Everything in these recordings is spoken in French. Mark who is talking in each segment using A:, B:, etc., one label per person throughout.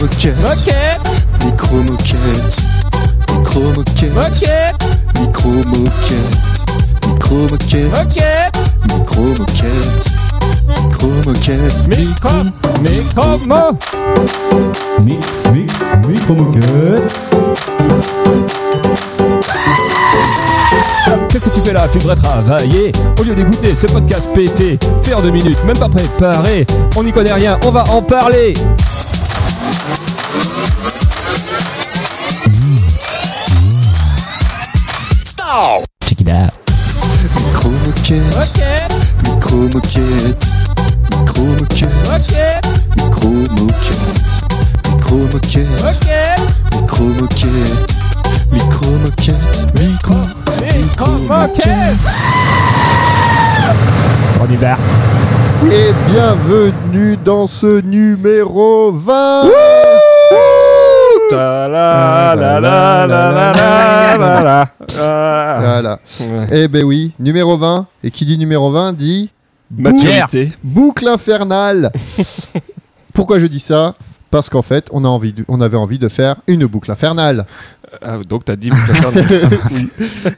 A: moquette,
B: Ok,
A: micro moquette, micro moquette,
B: ok,
A: micro moquette, micro moquette,
B: ok.
A: micro moquette, micro moquette,
B: Micro, micro, mo.
C: Mic, mic, micro-moquette.
B: Qu'est-ce que tu fais là Tu devrais travailler. Au lieu d'écouter ce podcast pété, fait en deux minutes, même pas préparé. On n'y connaît rien, on va en parler. Check it out.
A: micro moquette,
B: Ok,
A: micro moquette, micro moquette,
B: ok,
A: micro moquette, micro moquette,
B: ok.
A: micro moquette, micro moquette, micro,
B: Micro, moquette. On y va.
D: Et bienvenue dans ce numéro 20 Voilà. Eh ben oui, numéro 20. Et qui dit numéro 20 dit
B: Maturité.
D: boucle infernale. Pourquoi je dis ça Parce qu'en fait, on, a envie de- on avait envie de faire une boucle infernale.
B: Ah, donc t'as dit boucle infernale.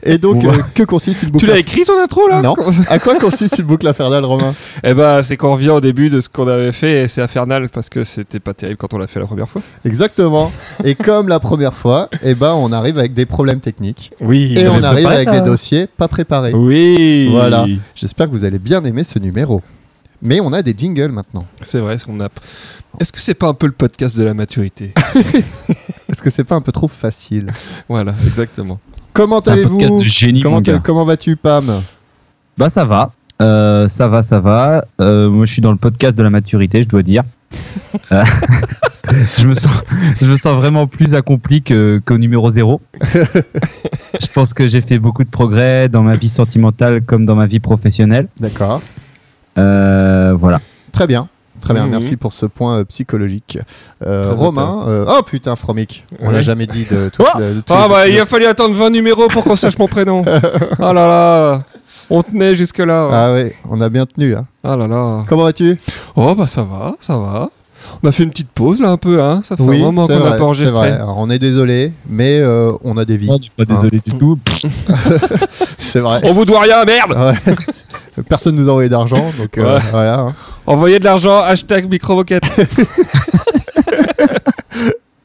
D: Et donc, euh, que consiste une boucle
B: Tu l'as écrit ton intro là
D: Non. À quoi consiste une boucle infernale, Romain
B: Eh ben, c'est qu'on revient au début de ce qu'on avait fait et c'est infernal parce que c'était pas terrible quand on l'a fait la première fois.
D: Exactement. Et comme la première fois, eh ben, on arrive avec des problèmes techniques.
B: Oui.
D: Et on
C: avait
D: arrive
C: préparé
D: avec
C: ça. hein.
D: des dossiers pas préparés.
B: Oui.
D: Voilà. J'espère que vous allez bien aimer ce numéro. Mais on a des jingles maintenant.
B: C'est vrai, ce qu'on a. Est-ce que c'est pas un peu le podcast de la maturité
D: Est-ce que c'est pas un peu trop facile
B: Voilà, exactement.
D: Comment
C: C'est un
D: allez-vous
C: podcast de génie, mon
D: Comment,
C: gars.
D: comment vas-tu, Pam
C: Bah ça va, Euh, ça va, ça va. Euh, moi je suis dans le podcast de la maturité, je dois dire. Euh, je, me sens, je me sens vraiment plus accompli que- qu'au numéro 0. je pense que j'ai fait beaucoup de progrès dans ma vie sentimentale comme dans ma vie professionnelle.
D: D'accord.
C: Euh, voilà.
D: Très bien. Très bien,
B: Mhm.
D: merci pour ce point euh, psychologique. Euh,
B: Très
D: Romain, euh, oh putain, Fromic, on
B: Ouais.
D: l'a jamais dit de toute
B: Oh
D: la- de tous
B: Ah
D: les
B: bah, il
D: épisodes.
B: a fallu attendre 20 numéros pour qu'on sache mon prénom. Ah là là. On tenait jusque là.
D: Ah ouais, on a bien tenu. hein.
B: Ah là là.
D: Comment vas-tu
B: Oh bah ça va, ça va. On a fait une petite pause là un peu, hein. Ça fait un moment
D: c'est
B: qu'on n'a
D: vrai,
B: pas
D: c'est vrai.
B: enregistré.
D: Alors, on est désolé, mais euh, on a des vies.
C: Non,
B: Oh.
C: Ah, je suis pas désolé du tout.
D: C'est vrai.
B: On vous doit rien, merde.
D: Ouais. Personne nous a envoyé d'argent, donc euh,
B: Oh. Ouais.
D: voilà. hein.
B: Envoyez de l'argent. Hashtag microvoquette.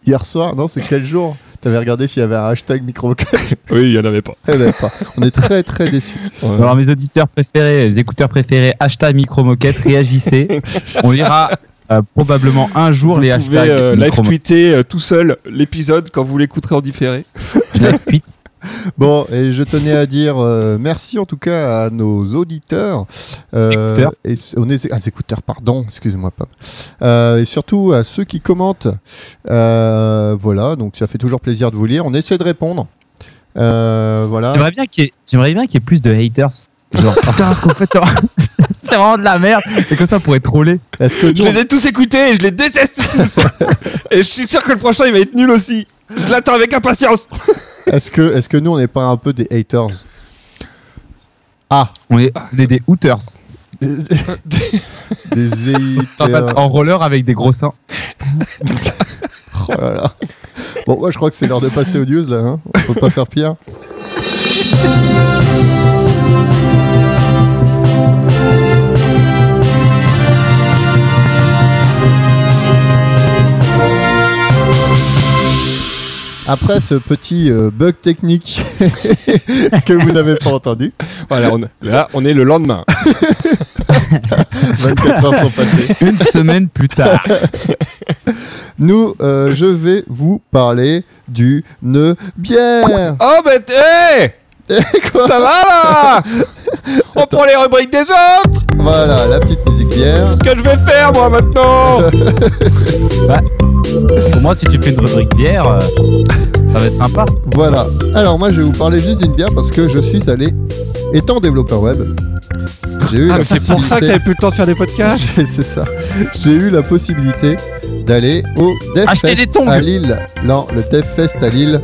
D: Hier soir, non, c'est quel jour T'avais regardé s'il y avait un hashtag micro
B: Oui, il y en avait pas.
D: Eh ben, pas. On est très très déçus.
C: Alors mes auditeurs préférés, les écouteurs préférés, hashtag micro-moquette, réagissez. On lira euh, probablement un jour les
B: vous pouvez
C: hashtags
B: euh, live
C: micro-moquette.
B: tweeter euh, tout seul l'épisode quand vous l'écouterez en différé.
C: Live tweet.
D: Bon, et je tenais à dire euh, merci en tout cas à nos auditeurs. Euh,
C: Écouteurs.
D: Et, on est, ah, écouteurs, pardon, excuse-moi, Pam. Euh, et surtout à ceux qui commentent. Euh, voilà, donc ça fait toujours plaisir de vous lire. On essaie de répondre. Euh, voilà.
C: J'aimerais bien qu'il y, ait- j'aimerais bien qu'il y ait plus de haters. Genre, Hein putain, qu'en fait, c'est vraiment de la merde. Et comme ça, on pourrait troller.
D: Est-ce que
B: Je les ai tous écoutés et je les déteste tous. et je suis sûr que le prochain il va être nul aussi. Je l'attends avec impatience.
D: Est-ce que, est-ce que nous, on n'est pas un peu des haters Ah,
C: On est, on est des hooters.
D: des
C: En, fait,
B: euh,
D: haters.
C: en roller avec des gros seins.
D: Oh là là. Bon, moi, je crois que c'est l'heure de passer aux news, là. Hein. On peut pas faire pire. Après ce petit euh, bug technique que vous n'avez pas entendu,
B: Voilà, on- là on est le lendemain.
D: 24 heures sont passées.
C: Une semaine plus tard.
D: Nous, euh, je vais vous parler du nœud bière.
B: Oh bah t- hey ça va là On prend les rubriques des autres.
D: Voilà, la petite musique bière.
B: Ce que je vais faire moi maintenant.
C: Pour moi, si tu fais une rubrique bière, euh, ça va être sympa.
D: Voilà. Alors moi, je vais vous parler juste d'une bière parce que je suis allé, étant développeur web, j'ai eu
B: Ah
D: la
B: mais c'est pour ça que
D: possibilité-
B: t'avais plus le temps de faire des podcasts.
D: C'est c'est ça. J'ai eu la possibilité d'aller au
C: Acheter des
D: DevFest
C: tongs.
D: à Lille. Non, le DevFest à Lille,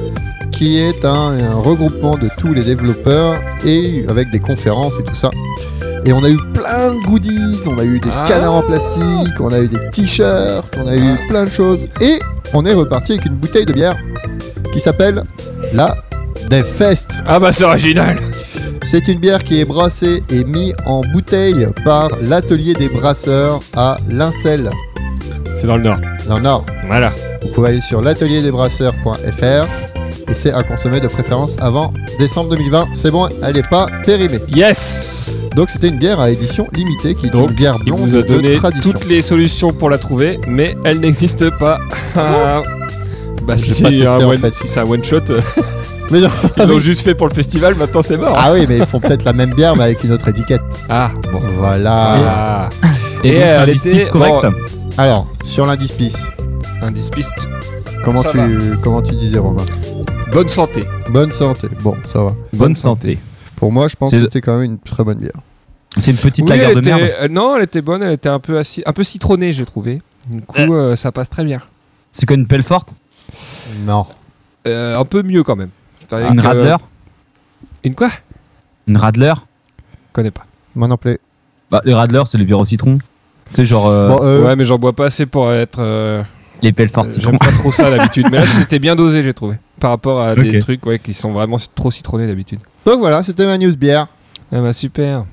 D: qui est un, un regroupement de tous les développeurs et avec des conférences et tout ça. Et on a eu plein de goodies, on a eu des
B: Ah.
D: canards en plastique, on a eu des t-shirts, on a eu plein de choses. Et on est reparti avec une bouteille de bière qui s'appelle la Dev Fest.
B: Ah bah c'est original
D: C'est une bière qui est brassée et mise en bouteille par l'atelier des brasseurs à Lincel,
B: C'est dans le nord.
D: dans le Nord.
B: Voilà.
D: Vous pouvez aller sur l'atelierdebrasseurs.fr et c'est à consommer de préférence avant décembre 2020. C'est bon, elle n'est pas périmée.
B: Yes
D: Donc c'était une bière à édition limitée qui est
B: Donc,
D: une bière
B: Il
D: blonde
B: vous a
D: de
B: donné
D: tradition.
B: toutes les solutions pour la trouver, mais elle n'existe pas. bah
D: Oh. Je
B: si,
D: l'ai pas
B: c'est un,
D: testé, en
B: one-
D: fait.
B: si c'est un one shot,
D: Mais non,
B: ils l'ont juste fait pour le festival, maintenant c'est mort.
D: Ah oui, mais ils font peut-être la même bière mais avec une autre étiquette.
B: Ah, bon. Ah.
D: Voilà.
C: Et,
B: Et
C: donc,
B: elle
C: un
B: était-
C: business correct.
B: bon,
D: Alors, sur l'indice PIS,
B: Indice piste.
D: comment
B: Ça
D: tu comment tu disais Romain
B: Bonne santé.
D: Bonne santé. Bon, ça va.
C: Bonne santé.
D: Pour moi, je pense
C: C'est-
D: que c'était quand même une très bonne bière.
C: C'est une petite
B: Oui, elle
C: lagueur de
B: était-
C: merde.
B: euh, non, elle était bonne, elle était un peu, assi- un peu citronnée, j'ai trouvé. Du coup, euh, ça passe très bien.
C: C'est quoi une pelle forte
D: Non.
B: Euh, un peu mieux quand même. C'est-à-dire
C: Une
B: que-
C: radler
B: Une quoi
C: Une radler
B: Je connais pas.
D: Moi non plus.
C: Bah, les radler, c'est le virus au citron. C'est genre euh,
D: Bon, euh,
B: Ouais, mais j'en bois pas assez pour être. euh,
C: les pelles fortes
B: euh,
C: citron.
B: J'aime pas trop ça d'habitude. mais là, c'était bien dosé, j'ai trouvé. Par rapport à des
C: Ok.
B: trucs ouais, qui sont vraiment trop citronnés d'habitude.
D: Donc voilà, c'était ma news bière.
B: Ah bah super.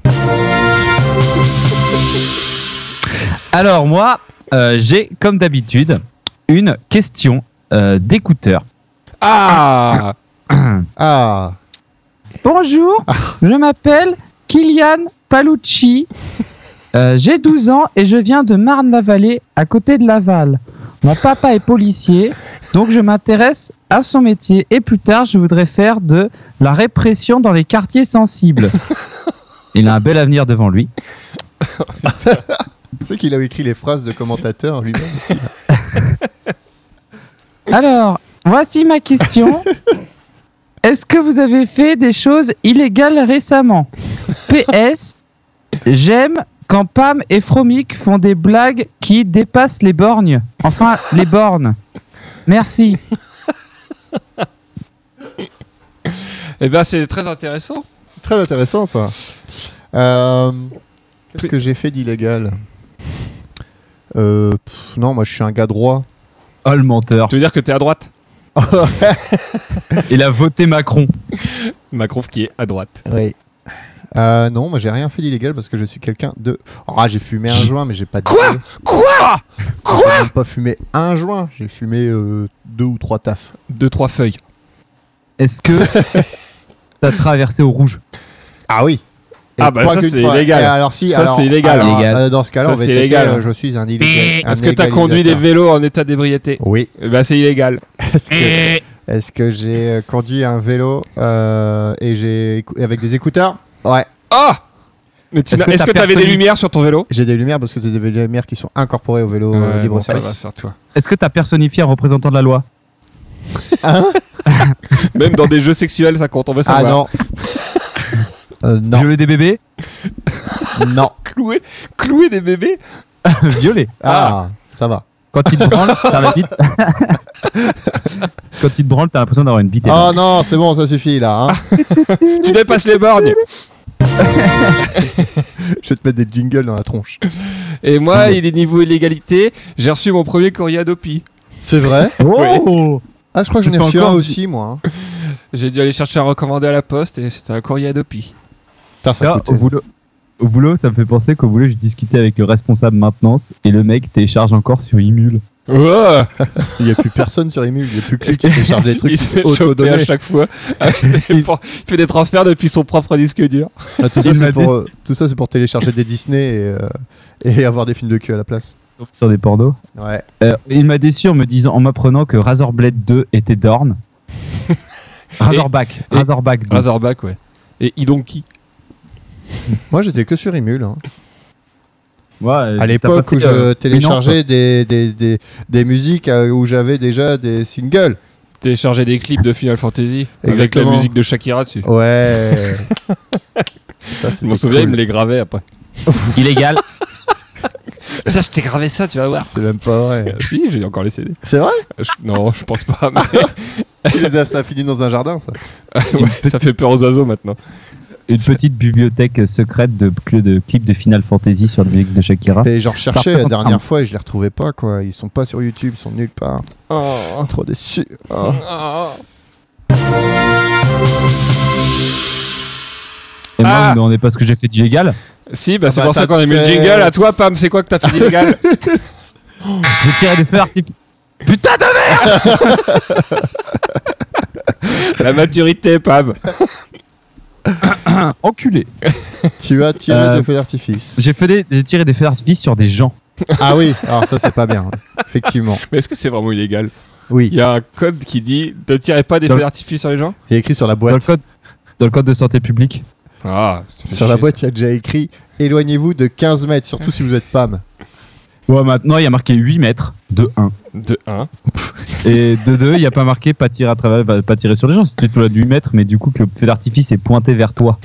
C: Alors moi, euh, j'ai comme d'habitude une question euh, d'écouteur.
B: Ah
D: Ah,
C: Bonjour, je m'appelle Kylian Palucci. Euh, J'ai 12 ans et je viens de Marne-la-Vallée, à côté de Laval. Mon papa est policier, donc je m'intéresse à son métier et plus tard je voudrais faire de la répression dans les quartiers sensibles. Il a un bel avenir devant lui.
D: tu sais qu'il a écrit les phrases de commentateur lui-même.
E: Alors, voici ma question. Est-ce que vous avez fait des choses illégales récemment PS, j'aime quand Pam et Fromic font des blagues qui dépassent les borgnes. Enfin, les bornes. Merci.
B: Eh ben, c'est très intéressant.
D: Très intéressant ça. Euh, Qu'est-ce que j'ai fait d'illégal euh, pff, Non, moi je suis un gars droit.
C: Oh le menteur,
B: Tu veux dire que t'es à droite
C: il a voté Macron.
B: Macron qui est à droite.
D: Oui. Euh, non, moi j'ai rien fait d'illégal parce que je suis quelqu'un de. Ah, j'ai fumé un joint, mais j'ai pas.
B: Quoi Quoi
D: J'ai même pas fumé un joint. J'ai fumé euh, deux ou trois tafs.
B: Deux, trois feuilles.
C: Est-ce que t'as traversé au rouge
D: Ah oui.
B: Ah, bah,
D: pas
B: ça,
D: qu'une
B: c'est
D: fois.
B: illégal.
D: Et alors si,
B: Ça,
D: alors-
B: c'est illégal.
D: alors,
C: Illégal.
D: euh, dans ce cas-là,
B: Ça,
D: on va
B: c'est
D: être
B: illégal.
D: légal, Je suis un illégal. un
B: Est-ce que t'as
D: légalisateur.
B: conduit des vélos en état d'ébriété
D: Oui.
B: Eh ben, c'est illégal.
D: Est-ce que, est-ce que j'ai euh, conduit un vélo euh, et j'ai écou- avec des écouteurs Ouais.
B: Ah Mais tu
C: Est-ce
B: n'as-
C: que
B: Est-ce
C: t'as
B: que t'avais des
C: personne-
B: lumières sur ton vélo
D: J'ai des lumières parce que c'est des lumières qui sont incorporées au vélo euh,
B: Ouais,
D: libre
B: bon, ça va,
D: service.
B: sur toi.
C: Est-ce que t'as personnifié un représentant de la loi
B: Même dans des jeux sexuels, ça compte. On veut
D: ah
B: savoir.
D: non. Euh, non.
C: Violer des bébés
D: Non.
B: Clouer, clouer des bébés
C: Violer
D: Ah, ça va.
C: Quand il te branle, t'as la bite. Quand il te branle, t'as l'impression d'avoir une bite. énorme.
D: Oh non, c'est bon, ça suffit là. hein.
B: Tu dépasses les bornes.
D: Je vais te mettre des jingles dans la tronche.
B: Et moi, il est niveau illégalité. J'ai reçu mon premier courrier Adopi.
D: C'est vrai
C: Oh
D: Ah, je crois que j'en ai
C: Tu fais
D: reçu un
C: encore-
D: aussi, moi. hein.
B: J'ai dû aller chercher un recommandé à la poste et c'était un courrier Adopi.
D: Putain, ça
C: au,
D: coûte.
C: boulot, au boulot, ça me fait penser qu'au boulot, je discutais avec le responsable maintenance et le mec télécharge encore sur Imul.
B: Oh
D: Il n'y a plus personne sur Emule, il n'y a plus que lui qui télécharge des trucs
B: il se fait choper à
D: autodonnés.
B: chaque fois. Ah, c'est pour- il fait des transferts depuis son propre disque dur.
D: Ah, tout, ça,
C: Il
D: c'est
C: m'a
D: pour,
C: dit-
D: euh, tout ça, c'est pour télécharger des Disney et, euh, et avoir des films de cul à la place.
C: Sur des pornos.
D: Ouais.
C: Euh, il m'a déçu en me disant, en m'apprenant que Razorblade 2 était Dorn. Razorback.
B: et-
C: Razorback
D: Mm.
C: 2.
B: Razorback, ouais. Et Idonki.
D: Moi, j'étais que sur Emule. hein.
C: Ouais, euh,
D: À
C: t'as
D: l'époque
C: passé,
D: où
C: euh,
D: je
C: une heure,
D: téléchargeais des, des, des, des musiques euh, où j'avais déjà des singles.
B: Télécharger des clips de Final Fantasy. Avec la
D: Exactement.
B: musique de Shakira dessus.
D: Ouais. ça,
B: Je
D: c'était
B: m'en souviens, il
D: cool.
B: me les gravait après.
C: quoi. Illégal.
B: Ça, je t'ai gravé ça, tu vas voir.
D: C'est même pas vrai.
B: Ah, si, j'ai encore les CD.
D: C'est vrai
B: Je- non, je pense pas. mais-
D: Ça a fini dans un jardin, ça.
B: Ouais, ça fait peur aux oiseaux maintenant.
C: une petite bibliothèque secrète de, cl- de clips de Final Fantasy sur la musique de Shakira.
D: Et j'en recherchais la
C: représente un-
D: dernière fois et je les retrouvais pas quoi. Ils sont pas sur YouTube, ils sont nulle part.
B: Oh.
D: Trop déçu.
C: Ah. Et moi,
B: Ah.
C: vous me demandez pas ce que j'ai fait d'illégal
B: Si, bah, c'est
D: bah,
B: pour ça
D: t'as-
B: qu'on a mis le
D: c'est-
B: jingle. À toi, Pam, c'est quoi que t'as fait d'illégal
C: J'ai tiré des feux artificiels. Putain de merde
B: La maturité, Pam.
C: Enculé
D: tu as tiré
C: Euh,
D: des feux d'artifice.
C: J'ai fait des- j'ai tiré des feux d'artifice sur des gens.
D: Ah oui, alors ça c'est pas bien. Effectivement.
B: Mais est-ce que c'est vraiment illégal Il
D: Oui,
B: y a un code qui dit ne tirez pas des
C: Dans-
B: feux d'artifice sur les gens
D: il y a écrit sur la
C: Dans le
D: boîte.
C: code, dans le code de santé publique.
B: Ah, ça te fait
D: Sur la
B: chier,
D: boîte, il y a déjà écrit éloignez-vous de 15 mètres, surtout si vous êtes Pam.
C: Ouais, maintenant, il y a marqué 8 mètres de
B: ça.
C: 1.
B: De 1.
C: Et de 2, il n'y a pas marqué pas tirer à travers, pas pas tirer sur les gens. C'est plutôt là de 8 mètres, mais du coup, que le feu d'artifice est pointé vers toi.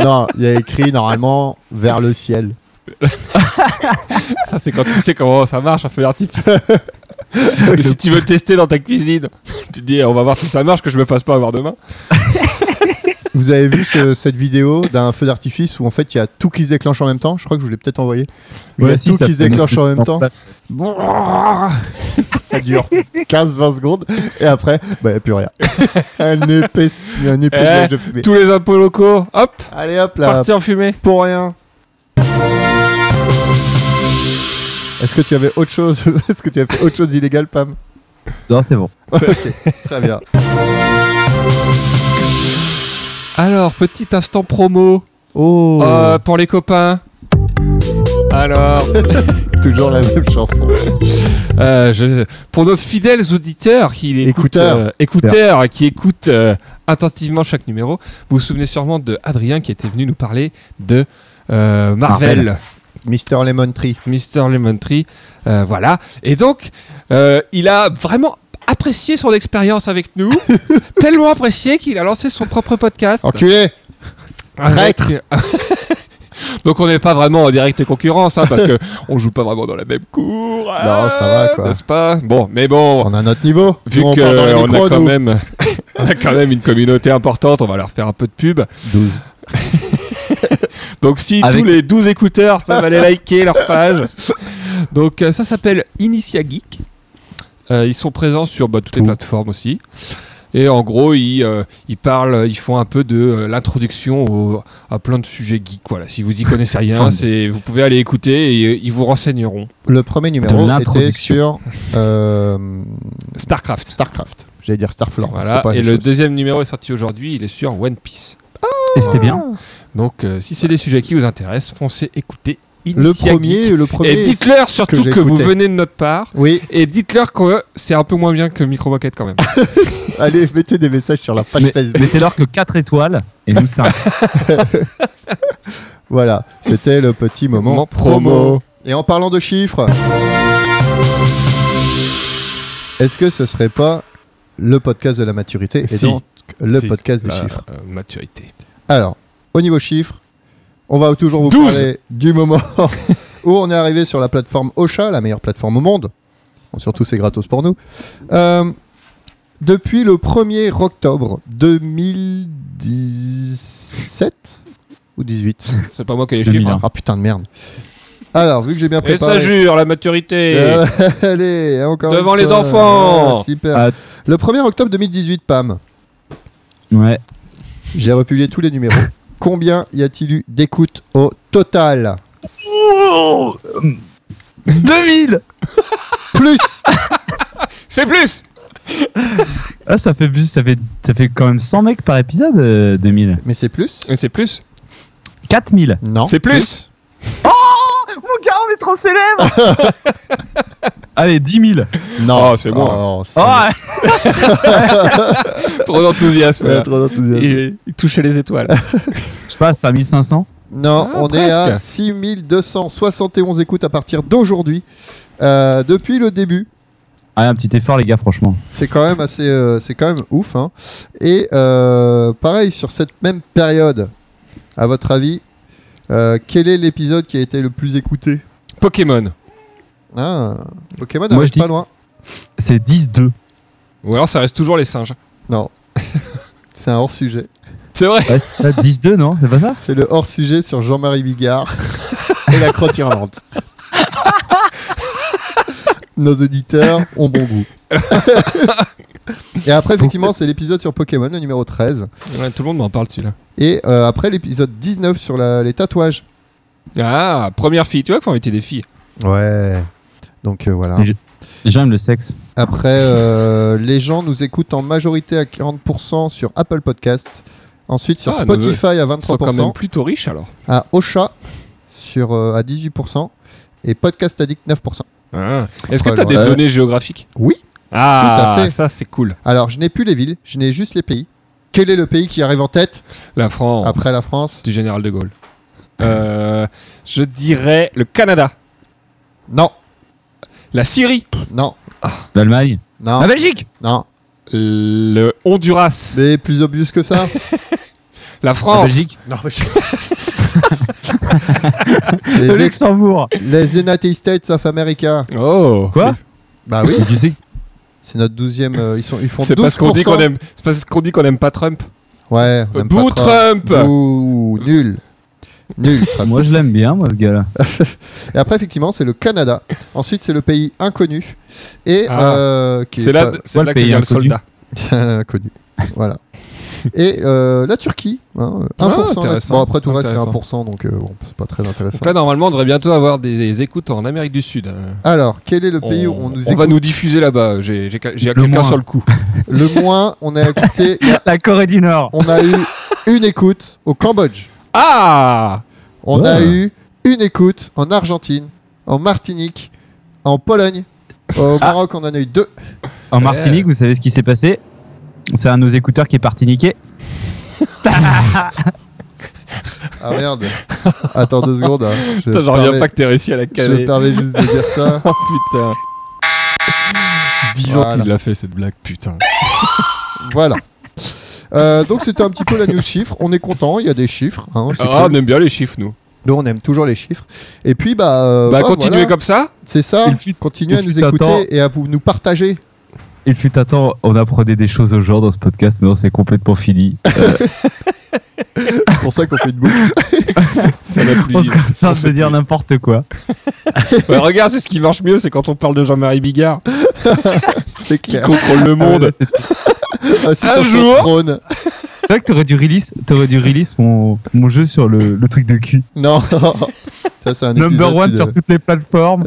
D: Non, il y a écrit normalement vers le ciel.
B: Ça, c'est quand tu sais comment ça marche, un feu d'artifice. Mais si tu veux tester dans ta cuisine, tu te dis on va voir si ça marche, que je me fasse pas avoir demain.
D: Vous avez vu ce- cette vidéo d'un feu d'artifice où en fait il y a tout qui se déclenche en même temps Je crois que je vous l'ai peut-être envoyé. Il y a tout qui se déclenche en même temps. ça dure 15-20 secondes et après, bah, y a plus rien. un épais, un épais
B: Eh,
D: nuage de fumée.
B: Tous les impôts locaux, hop,
D: Allez hop là,
B: parti en fumée.
D: pour rien. Est-ce que tu avais autre chose Est-ce que tu as fait autre chose illégale, Pam
C: Non, c'est bon.
D: Ok, très bien.
B: Alors, petit instant promo
D: Oh,
B: euh, pour les copains. Alors,
D: toujours la même chanson.
B: euh, je- pour nos fidèles auditeurs qui écoutent,
D: Écouteurs.
B: euh, écouteurs, qui écoutent euh, attentivement chaque numéro, vous vous souvenez sûrement de Adrien qui était venu nous parler de euh, Marvel.
D: Mister Lemon Tree.
B: Mr. Lemon Tree. euh, voilà. Et donc, euh, il a vraiment apprécié son expérience avec nous, tellement apprécié qu'il a lancé son propre podcast.
D: Enculé
B: Avec-
D: traître.
B: Donc on n'est pas vraiment en directe concurrence, hein, parce que on joue pas vraiment dans la même cour. Non,
D: ça va, quoi.
B: N'est-ce pas Bon, mais bon,
D: On a notre niveau.
B: vu
D: Nous, on
B: qu'on
D: parle dans les micros,
B: a quand
D: nous.
B: même, on a quand même une communauté importante, on va leur faire un peu de pub.
D: 12.
B: Donc si
C: Avec-
B: tous les 12 écouteurs peuvent aller liker leur page. Donc euh, ça s'appelle Initia Geek. Euh, ils sont présents sur bah, toutes les
D: Tout.
B: plateformes aussi. Et en gros, ils, euh, ils parlent, ils font un peu de euh, l'introduction au- à plein de sujets geeks. Voilà. Si vous y connaissez rien, c'est, vous pouvez aller écouter et euh, ils vous renseigneront.
D: Le premier
C: De
D: numéro était
C: l'introduction.
D: sur euh,
B: Starcraft.
D: Starcraft. J'allais dire Starflore. mais
B: Voilà.
D: c'est pas la
B: Et
D: même
B: le
D: chose.
B: deuxième numéro est sorti aujourd'hui. Il est sur One Piece.
C: Et
D: Oh.
C: c'était bien.
B: Donc, euh, si c'est des sujets qui vous intéressent, foncez écouter
D: Le
B: Initia
D: premier,
B: Geek.
D: le premier.
B: Et dites-leur surtout
D: j'ai
B: que vous
D: écouté.
B: venez de notre part.
D: Oui,
B: Et dites-leur que c'est un peu moins bien que Micro Pocket quand même.
D: allez, mettez des messages sur la page
C: Mais-
D: Facebook.
C: Mettez-leur que 4 étoiles et nous 5.
D: Voilà, c'était le petit moment,
B: Moment promo.
D: Et en parlant de chiffres, est-ce que ce serait pas le podcast de la maturité et
B: Si.
D: donc le
B: Si.
D: podcast des
B: La,
D: chiffres
B: euh, maturité.
D: Alors, au niveau chiffres, on va toujours vous
B: 12.
D: parler du moment où on est arrivé sur la plateforme Ocha, la meilleure plateforme au monde. Bon, surtout, c'est gratos pour nous. Euh, depuis le 1er octobre 2017 ou 18
B: C'est pas moi qui ai les
C: 2001.
B: chiffres. hein.
D: Ah putain de merde. Alors, vu que j'ai bien
B: Et
D: préparé.
B: ça jure, la maturité.
D: Euh, allez, encore
B: Devant
D: une
B: les
D: fois.
B: enfants.
D: Ah, super.
C: Ah.
D: Le 1er octobre 2018, Pam,
C: Ouais.
D: j'ai republié tous les numéros. Combien y a-t-il eu d'écoutes au total
C: 2000
D: Plus
B: C'est plus
C: ah, ça, fait, plus- ça, fait, ça fait quand même 100 mecs par épisode, euh, 2000.
D: Mais c'est plus
B: Mais c'est plus
C: 4000
D: Non.
B: C'est plus
E: Mon gars, on est trop célèbre
C: Allez, 10 000
D: Non.
B: Oh, c'est moi.
D: Oh, c'est-
C: Ah,
B: Trop d'enthousiasme.
D: Ouais,
B: là.
D: Oh. trop d'enthousiasme.
B: il, il touchait les étoiles.
C: Je passe à 1500.
D: Non,
B: Ah,
D: on est à
B: presque.
D: 6271 écoutes à partir d'aujourd'hui. Euh, depuis le début,
C: Allez, un petit effort, les gars, franchement.
D: c'est quand même assez, euh, c'est quand même ouf. hein. Et euh, pareil sur cette même période, à votre avis, euh, quel est l'épisode qui a été le plus écouté
B: Pokémon.
D: Ah, Pokémon
C: Moi,
D: arrive
C: je dis
D: pas
C: que
D: loin.
C: C'est 10-2.
B: Ou alors ça reste toujours les singes.
D: Non, c'est un hors sujet.
B: C'est vrai.
C: Ouais, c'est ça, 10-2, non C'est pas ça
D: C'est le hors-sujet sur Jean-Marie Bigard et la crotte irlande. Nos auditeurs ont bon goût. et après, effectivement, c'est l'épisode sur Pokémon, le numéro 13.
B: Ouais, tout le monde m'en parle celui-là.
D: Et euh, après, l'épisode 19 sur la- les tatouages.
B: Ah, première fille. Tu vois qu'il faut inviter des filles.
D: Ouais. Donc euh, voilà.
B: Mm.
C: J'aime le sexe.
D: Après, euh, les gens nous écoutent en majorité à 40% sur Apple Podcast. Ensuite, sur
B: Ah, mais
D: Spotify à
B: Ils sont quand
D: 23%.
B: même plutôt riches alors.
D: À Ocha sur, euh, à 18%. Et Podcast Addict 9%.
B: Ah. Est-ce que
D: Ouais,
B: tu as des
D: ouais.
B: données géographiques
D: Oui.
B: Ah,
D: Tout à fait.
B: ça c'est cool.
D: Alors, je n'ai plus les villes, je n'ai juste les pays. Quel est le pays qui arrive en tête
B: La France
D: après la France
B: du général de Gaulle. Euh, je dirais le Canada,
D: Non,
B: la Syrie,
D: non,
C: L'Allemagne
D: non,
B: Ah ben
E: La Belgique
D: non.
B: le Honduras,
D: C'est plus obvious que ça
B: la
C: La
B: France.
C: Belgique
D: Non, mais je-
E: Le
D: les,
E: Luxembourg
D: les United States of America.
B: Oh.
C: Quoi
D: Bah oui,
C: Mais Tu sais,
D: c'est notre douzième. euh, ils, sont, ils font 12%.
B: C'est parce qu'on dit qu'on aime. C'est parce qu'on dit qu'on aime pas Trump.
D: Ouais, on aime pas
B: Boo, Trump.
D: Boo, nul. Nul. Trump.
C: moi je l'aime bien, moi ce gars-là.
D: Et après, effectivement, c'est le Canada. Ensuite, c'est le pays inconnu. Et
B: Ah.
D: euh, qui est
B: C'est là,
D: pas-
B: c'est
C: Ouais,
B: là
C: le
B: que
C: pays
B: vient le
C: inconnu.
B: soldat.
D: inconnu. Voilà. Et euh, la Turquie, hein, 1%.
B: Ah, intéressant.
D: bon, après tout le reste, c'est
B: Intéressant.
D: 1%, donc euh, bon, c'est pas très intéressant.
B: Donc là, normalement, on devrait bientôt avoir des, des écoutes en Amérique du Sud. Euh,
D: Alors, quel est le
B: On,
D: pays où on nous
B: on
D: écoute
B: va nous diffuser là-bas. J'ai, j'ai, j'ai
C: Le
B: quelqu'un
C: moins.
B: sur le coup.
D: le moins On a écouté,
E: La Corée du Nord
D: on a eu une écoute au Cambodge.
B: Ah
D: On a
C: Ouais.
D: eu une écoute en Argentine, en Martinique, en Pologne. Au
B: Ah.
D: Maroc, on en a eu deux.
C: En Martinique, vous savez ce qui s'est passé C'est un de nos écouteurs qui est parti niquer.
D: Ah merde. Attends deux secondes. hein. Je,
B: Putain, j'en reviens
D: parlais,
B: pas que t'aies réussi à la
D: je
B: caler.
D: parlais juste de dire ça.
B: Oh putain. 10 ans
D: Voilà.
B: qu'il l'a fait cette blague, putain.
D: Voilà. Euh, donc c'était un petit peu la news chiffre. On est content, il y a des chiffres. hein, c'est
B: Ah,
D: cool.
B: on aime bien les chiffres, nous.
D: Nous, on aime toujours les chiffres. Et puis, bah, euh,
B: bah,
D: bah,
B: continuez
D: voilà.
B: comme ça.
D: C'est ça.
C: Et puis-
D: Continuez
C: et
D: à
C: puis
D: nous
C: t'attends.
D: écouter et à vous nous partager.
C: Il fut un temps, on apprenait des choses aux gens dans ce podcast, mais on s'est complètement fini.
D: C'est pour ça qu'on fait une boucle.
B: Ça va plus
C: on
B: vite.
C: se
B: On
C: contente
B: sait
C: de dire
B: plus.
C: n'importe quoi.
B: Ouais, regarde, c'est ce qui marche mieux, c'est quand on parle de Jean-Marie Bigard
D: C'est
B: qui
D: clair.
B: contrôle le monde.
D: Assis
B: Un
D: sur son
B: jour.
D: trône.
C: C'est vrai que t'aurais dû release, t'aurais dû release mon, mon jeu sur le, le truc de cul.
D: Non. ça, c'est un
C: Number
D: épisode
C: one
D: qui
C: sur
D: de-
C: toutes les plateformes.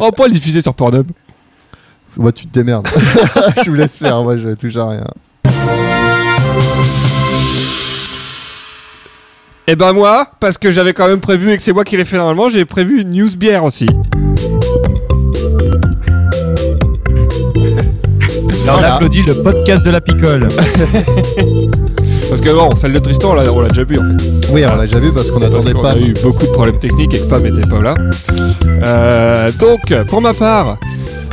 B: On peut le diffuser sur Pornhub.
D: Moi, tu te démerdes. je vous laisse faire. Moi, je touche à rien.
B: Et ben moi, parce que j'avais quand même prévu et que c'est moi qui l'ai fait normalement, j'ai prévu une news bière aussi.
C: On
D: Voilà.
C: applaudit le podcast de la picole.
B: Parce que bon, celle de Tristan, on l'a- on l'a déjà vu en fait.
D: Oui, alors là, j'avais parce qu'on
B: Parce
D: attendait
B: qu'on
D: pas.
B: a eu beaucoup de problèmes techniques et que Pam était pas là. Euh, donc, pour ma part,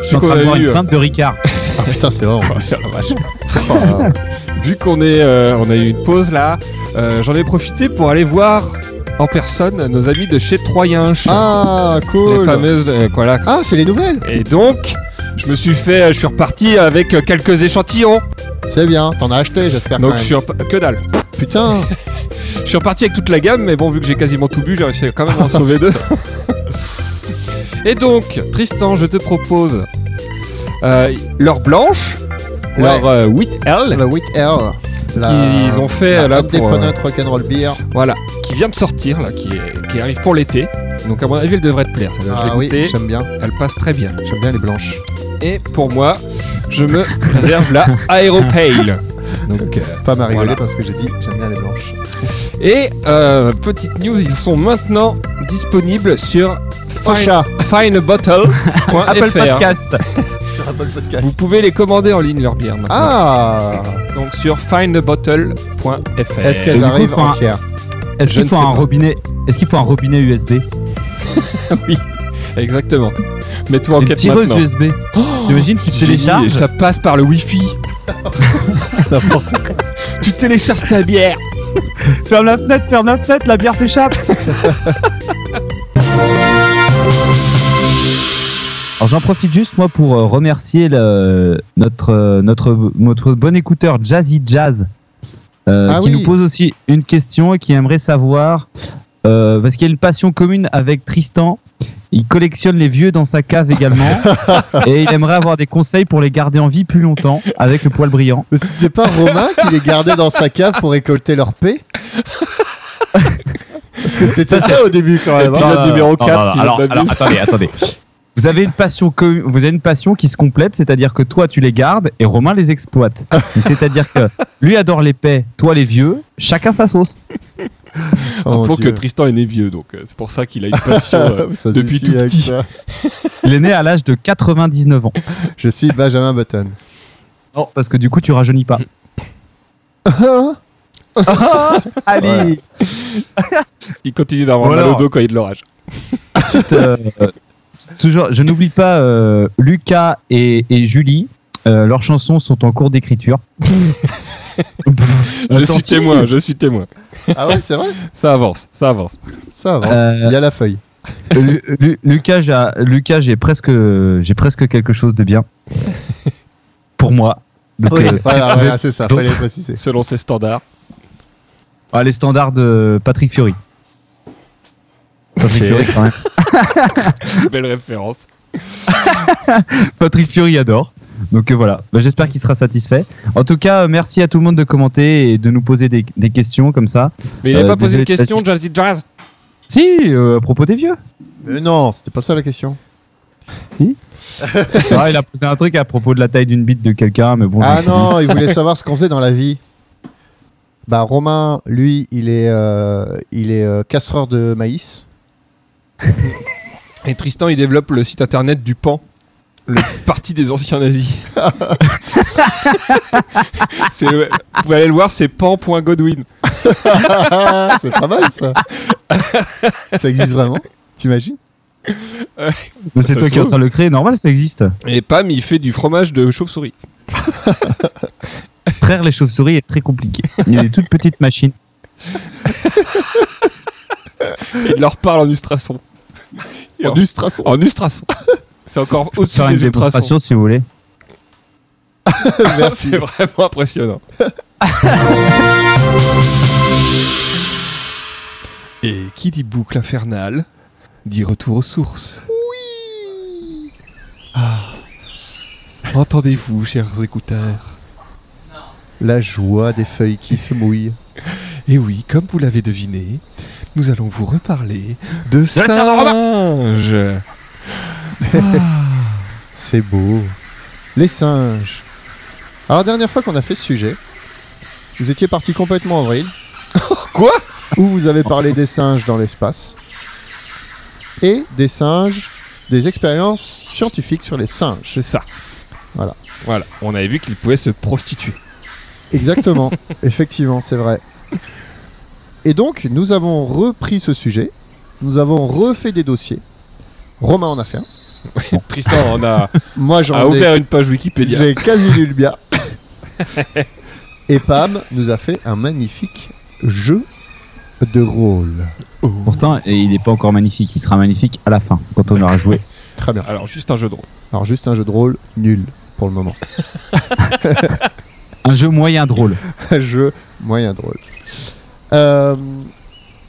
C: Je suis en train de boire une
B: euh,
C: pinte de Ricard.
D: Ah putain, c'est vrai. en
B: Oh,
D: plus.
B: la vache. Oh, là, là. Vu qu'on est, euh, on a eu une pause là, euh, j'en ai profité pour aller voir en personne nos amis de chez Troyen.
D: Ah,
B: les
D: cool.
B: fameuses, euh, voilà.
D: Ah, c'est les nouvelles.
B: Et donc, je me suis fait, je suis reparti avec euh, quelques échantillons.
D: C'est bien. T'en as acheté, j'espère.
B: Donc,
D: quand
B: je
D: même.
B: suis rep- que dalle.
D: Putain.
B: Je suis reparti avec toute la gamme, mais bon, vu que j'ai quasiment tout bu, j'ai réussi à quand même à en sauver deux. Et donc, Tristan, je te propose euh, leur blanche,
D: Ouais.
B: leur euh, 8L,
D: La 8L. La...
B: qu'ils ont fait
D: la
B: là pour. euh,
D: Independent Rock'n'Roll Beer.
B: Voilà, qui vient de sortir, là, qui, est- qui arrive pour l'été. Donc à mon avis, elle devrait te plaire. celle-là. je l'ai
D: Ah oui,
B: goûtée,
D: j'aime bien.
B: elle passe très bien.
D: J'aime bien les blanches.
B: Et pour moi, je me réserve la Aeropale. Donc, euh,
D: Pas m'a
B: Voilà.
D: rigoler parce que j'ai dit j'aime bien les blanches.
B: et euh, petite news, ils sont maintenant disponibles sur fin-
D: Ocha
C: Apple
B: finebottle.fr.
C: Podcast.
D: sur Apple Podcast.
B: Vous pouvez les commander en ligne leur bière. maintenant.
D: Ah
B: Donc sur finebottle.fr.
D: Est-ce
C: Et
D: qu'elles
C: du coup,
D: arrivent
C: faut un-
D: entières
C: Est-ce
B: Je ne
C: qu'il faut
B: sais
C: un
B: pas.
C: robinet Est-ce qu'il faut un robinet USB
B: Exactement. Mets-toi en
C: Une
B: quête
C: tireuse
B: maintenant.
C: USB.
B: Oh,
C: T'imagines, tu
B: C'est génial, et
C: télécharges
B: ça passe par le wifi. tu télécharges ta bière.
E: Ferme la fenêtre, ferme la fenêtre, la bière s'échappe
C: Alors j'en profite juste moi pour euh, remercier le- notre, euh, notre, notre bon écouteur Jazzy Jazz euh,
D: Ah
C: qui
D: oui.
C: nous pose aussi une question et qui aimerait savoir, euh, parce qu'il y a une passion commune avec Tristan. Il collectionne les vieux dans sa cave également et il aimerait avoir des conseils pour les garder en vie plus longtemps avec le poil brillant.
D: Mais c'était pas Romain qui les gardait dans sa cave pour récolter leur paix Parce que c'était ça au début quand même. hein.
B: Épisode numéro 4, si je
C: alors,
B: ne m'abuse.
C: alors, attendez, attendez. Vous avez une passion commu- vous avez une passion qui se complète, c'est-à-dire que toi tu les gardes et Romain les exploite. Donc, C'est-à-dire que lui adore les paix, toi les vieux, chacun sa sauce.
D: Oh, mon
B: Rappelons que
D: Dieu. Ah,
B: Tristan est né vieux, donc euh, c'est pour ça qu'il a une passion. euh,
D: Ça
B: depuis
D: suffit
B: tout
D: avec
B: petit.
D: ça.
C: Il est né à l'âge de 99 ans.
D: Je suis Benjamin Button.
C: Non, parce que du coup tu rajeunis pas. Ah, Allez,
D: Voilà.
B: il continue d'avoir
C: Voilà.
B: mal au dos quand il y a de l'orage.
C: euh, toujours, je n'oublie pas euh, Lucas et, et Julie. Euh, leurs chansons sont en cours d'écriture.
B: Je
D: Attends,
B: suis
D: si.
B: témoin, je suis témoin.
D: Ah ouais, c'est vrai
B: Ça avance, ça avance.
D: Ça avance.
C: Euh,
D: Il y a la feuille.
C: Lu- Lu- Lucas, j'a- Lucas, j'ai presque, j'ai presque quelque chose de bien pour moi. Donc,
D: Oui,
C: euh,
D: voilà, voilà, c'est ça. Fallait le préciser.
B: Selon ses standards.
C: ah, les standards de Patrick Fury. Patrick
D: Ok.
C: Fury, quand même.
B: Belle référence.
C: Patrick Fury adore. Donc euh, voilà, Bah, j'espère qu'il sera satisfait. En tout cas, euh, merci à tout le monde de commenter et de nous poser des, des questions comme ça.
B: Mais il n'a
C: Euh,
B: pas posé
C: désolé,
B: une question,
C: t'as-
B: Jazzy Jazz
C: Si, euh, à propos des vieux.
D: Mais non, c'était pas ça la question.
C: Ah, il a posé un truc à propos de la taille d'une bite de quelqu'un, mais bon.
D: Ah
C: je-
D: non, il voulait savoir ce qu'on faisait dans la vie. Bah Romain, lui, il est, euh, il est euh, cassereur de maïs.
B: Et Tristan, il développe le site internet du PAN, le parti des anciens nazis. C'est le- vous pouvez aller le voir, c'est pan.godwin.
D: c'est pas mal ça. ça existe vraiment T'imagines
C: Mais c'est
B: Ça
C: toi
B: se
C: qui es en
B: trouve.
C: train de le créer, normal, ça existe.
B: Et Pam, il fait du fromage de chauve-souris.
C: Traire les chauves-souris est très compliqué. Il y a des toutes petites machines.
B: Il leur parle en ultrason. Et
D: En
B: en-
D: lustration.
B: En ultrason. C'est encore au-dessus
C: Faire une
B: des ultrasons.
C: démonstration si vous voulez.
B: C'est vraiment impressionnant. Et qui dit boucle infernale dit retour aux sources. Oui Entendez-vous, chers écouteurs
D: La joie des feuilles qui se mouillent.
B: Et oui, comme vous l'avez deviné, nous allons vous reparler de singe.
D: C'est beau. Les singes. Alors, la dernière fois qu'on a fait ce sujet, vous étiez parti complètement en vrille.
B: Quoi
D: Où vous avez parlé des singes dans l'espace. Et des singes, des expériences scientifiques sur les singes.
B: C'est ça.
D: Voilà.
B: Voilà, on avait vu qu'il pouvait se prostituer.
D: Exactement, effectivement, c'est vrai. Et donc, nous avons repris ce sujet. Nous avons refait des dossiers. Romain en a fait un.
B: Tristan en a,
D: Moi,
B: a
D: j'en ai
B: ouvert une page Wikipédia.
D: J'ai quasi lu le bien. Et Pam nous a fait un magnifique jeu de rôle.
C: Pourtant, et il n'est pas encore magnifique. Il sera magnifique à la fin, quand on aura joué.
D: Très bien.
B: Alors, juste un jeu de rôle.
D: Alors juste un jeu de rôle nul pour le moment.
C: Un jeu moyen drôle.
D: Un jeu moyen drôle. Euh,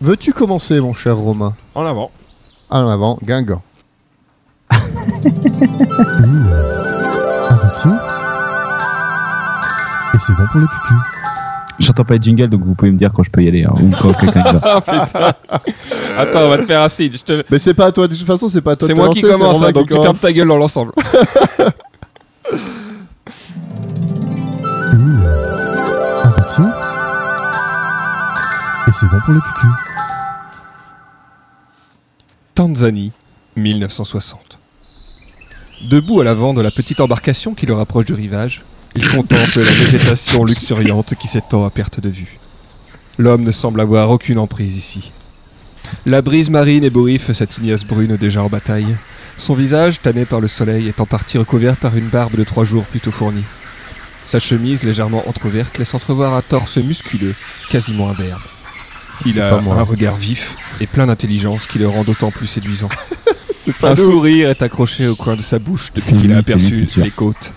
D: Veux-tu commencer, mon cher Romain
B: En avant.
D: En avant, Guingamp.
A: Un dossier Et c'est bon pour le cucu.
C: J'entends pas les jingles, donc vous pouvez me dire quand je peux y aller. hein, ou quand quelqu'un y va.
B: Ah putain Attends, on va te faire un signe. je te-
D: Mais c'est pas à toi, de toute façon, c'est pas à toi
B: C'est
D: de te
B: moi qui
D: lancer, c'est
B: commence,
D: Romain
B: hein,
D: qui
B: donc tu
D: commence.
B: fermes ta gueule dans l'ensemble.
A: Un dossier Et c'est bon pour le cucu.
B: Tanzanie, 1960. Debout à l'avant de la petite embarcation qui le rapproche du rivage, il contemple la végétation luxuriante qui s'étend à perte de vue. L'homme ne semble avoir aucune emprise ici. La brise marine ébouriffe sa tignasse brune déjà en bataille. Son visage, tanné par le soleil, est en partie recouvert par une barbe de trois jours plutôt fournie. Sa chemise, légèrement entr'ouverte, laisse entrevoir un torse musculeux, quasiment imberbe. Il
D: C'est
B: a
D: pas moi.
B: un regard vif et plein d'intelligence qui le rend d'autant plus séduisant.
D: C'est pas
B: Un
D: nous.
B: sourire est accroché au coin de sa bouche
C: C'est
B: depuis qu'il
C: lui,
B: a
C: c'est lui, c'est
B: aperçu
C: sûr.
B: les côtes.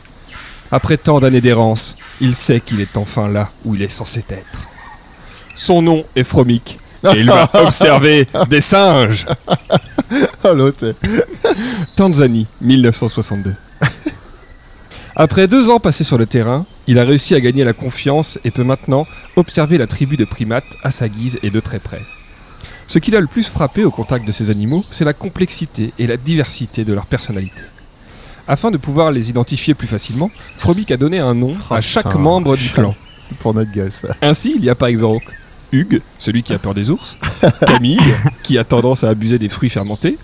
B: Après tant d'années d'errance, il sait qu'il est enfin là où il est censé être. Son nom est Fromic. Et il va observer des singes.
D: Ah, l'autre, c'est-
B: Tanzanie, 1962. Après deux ans passés sur le terrain, il a réussi à gagner la confiance et peut maintenant observer la tribu de primates à sa guise et de très près. Ce qui l'a le plus frappé au contact de ces animaux, c'est la complexité et la diversité de leur personnalité. Afin de pouvoir les identifier plus facilement, Frobic a donné un nom à
D: Oh,
B: chaque
D: putain.
B: membre du clan.
D: pour notre gueule, ça.
B: Ainsi, il y a par exemple Hugues, celui qui a peur des ours, Camille, qui a tendance à abuser des fruits fermentés,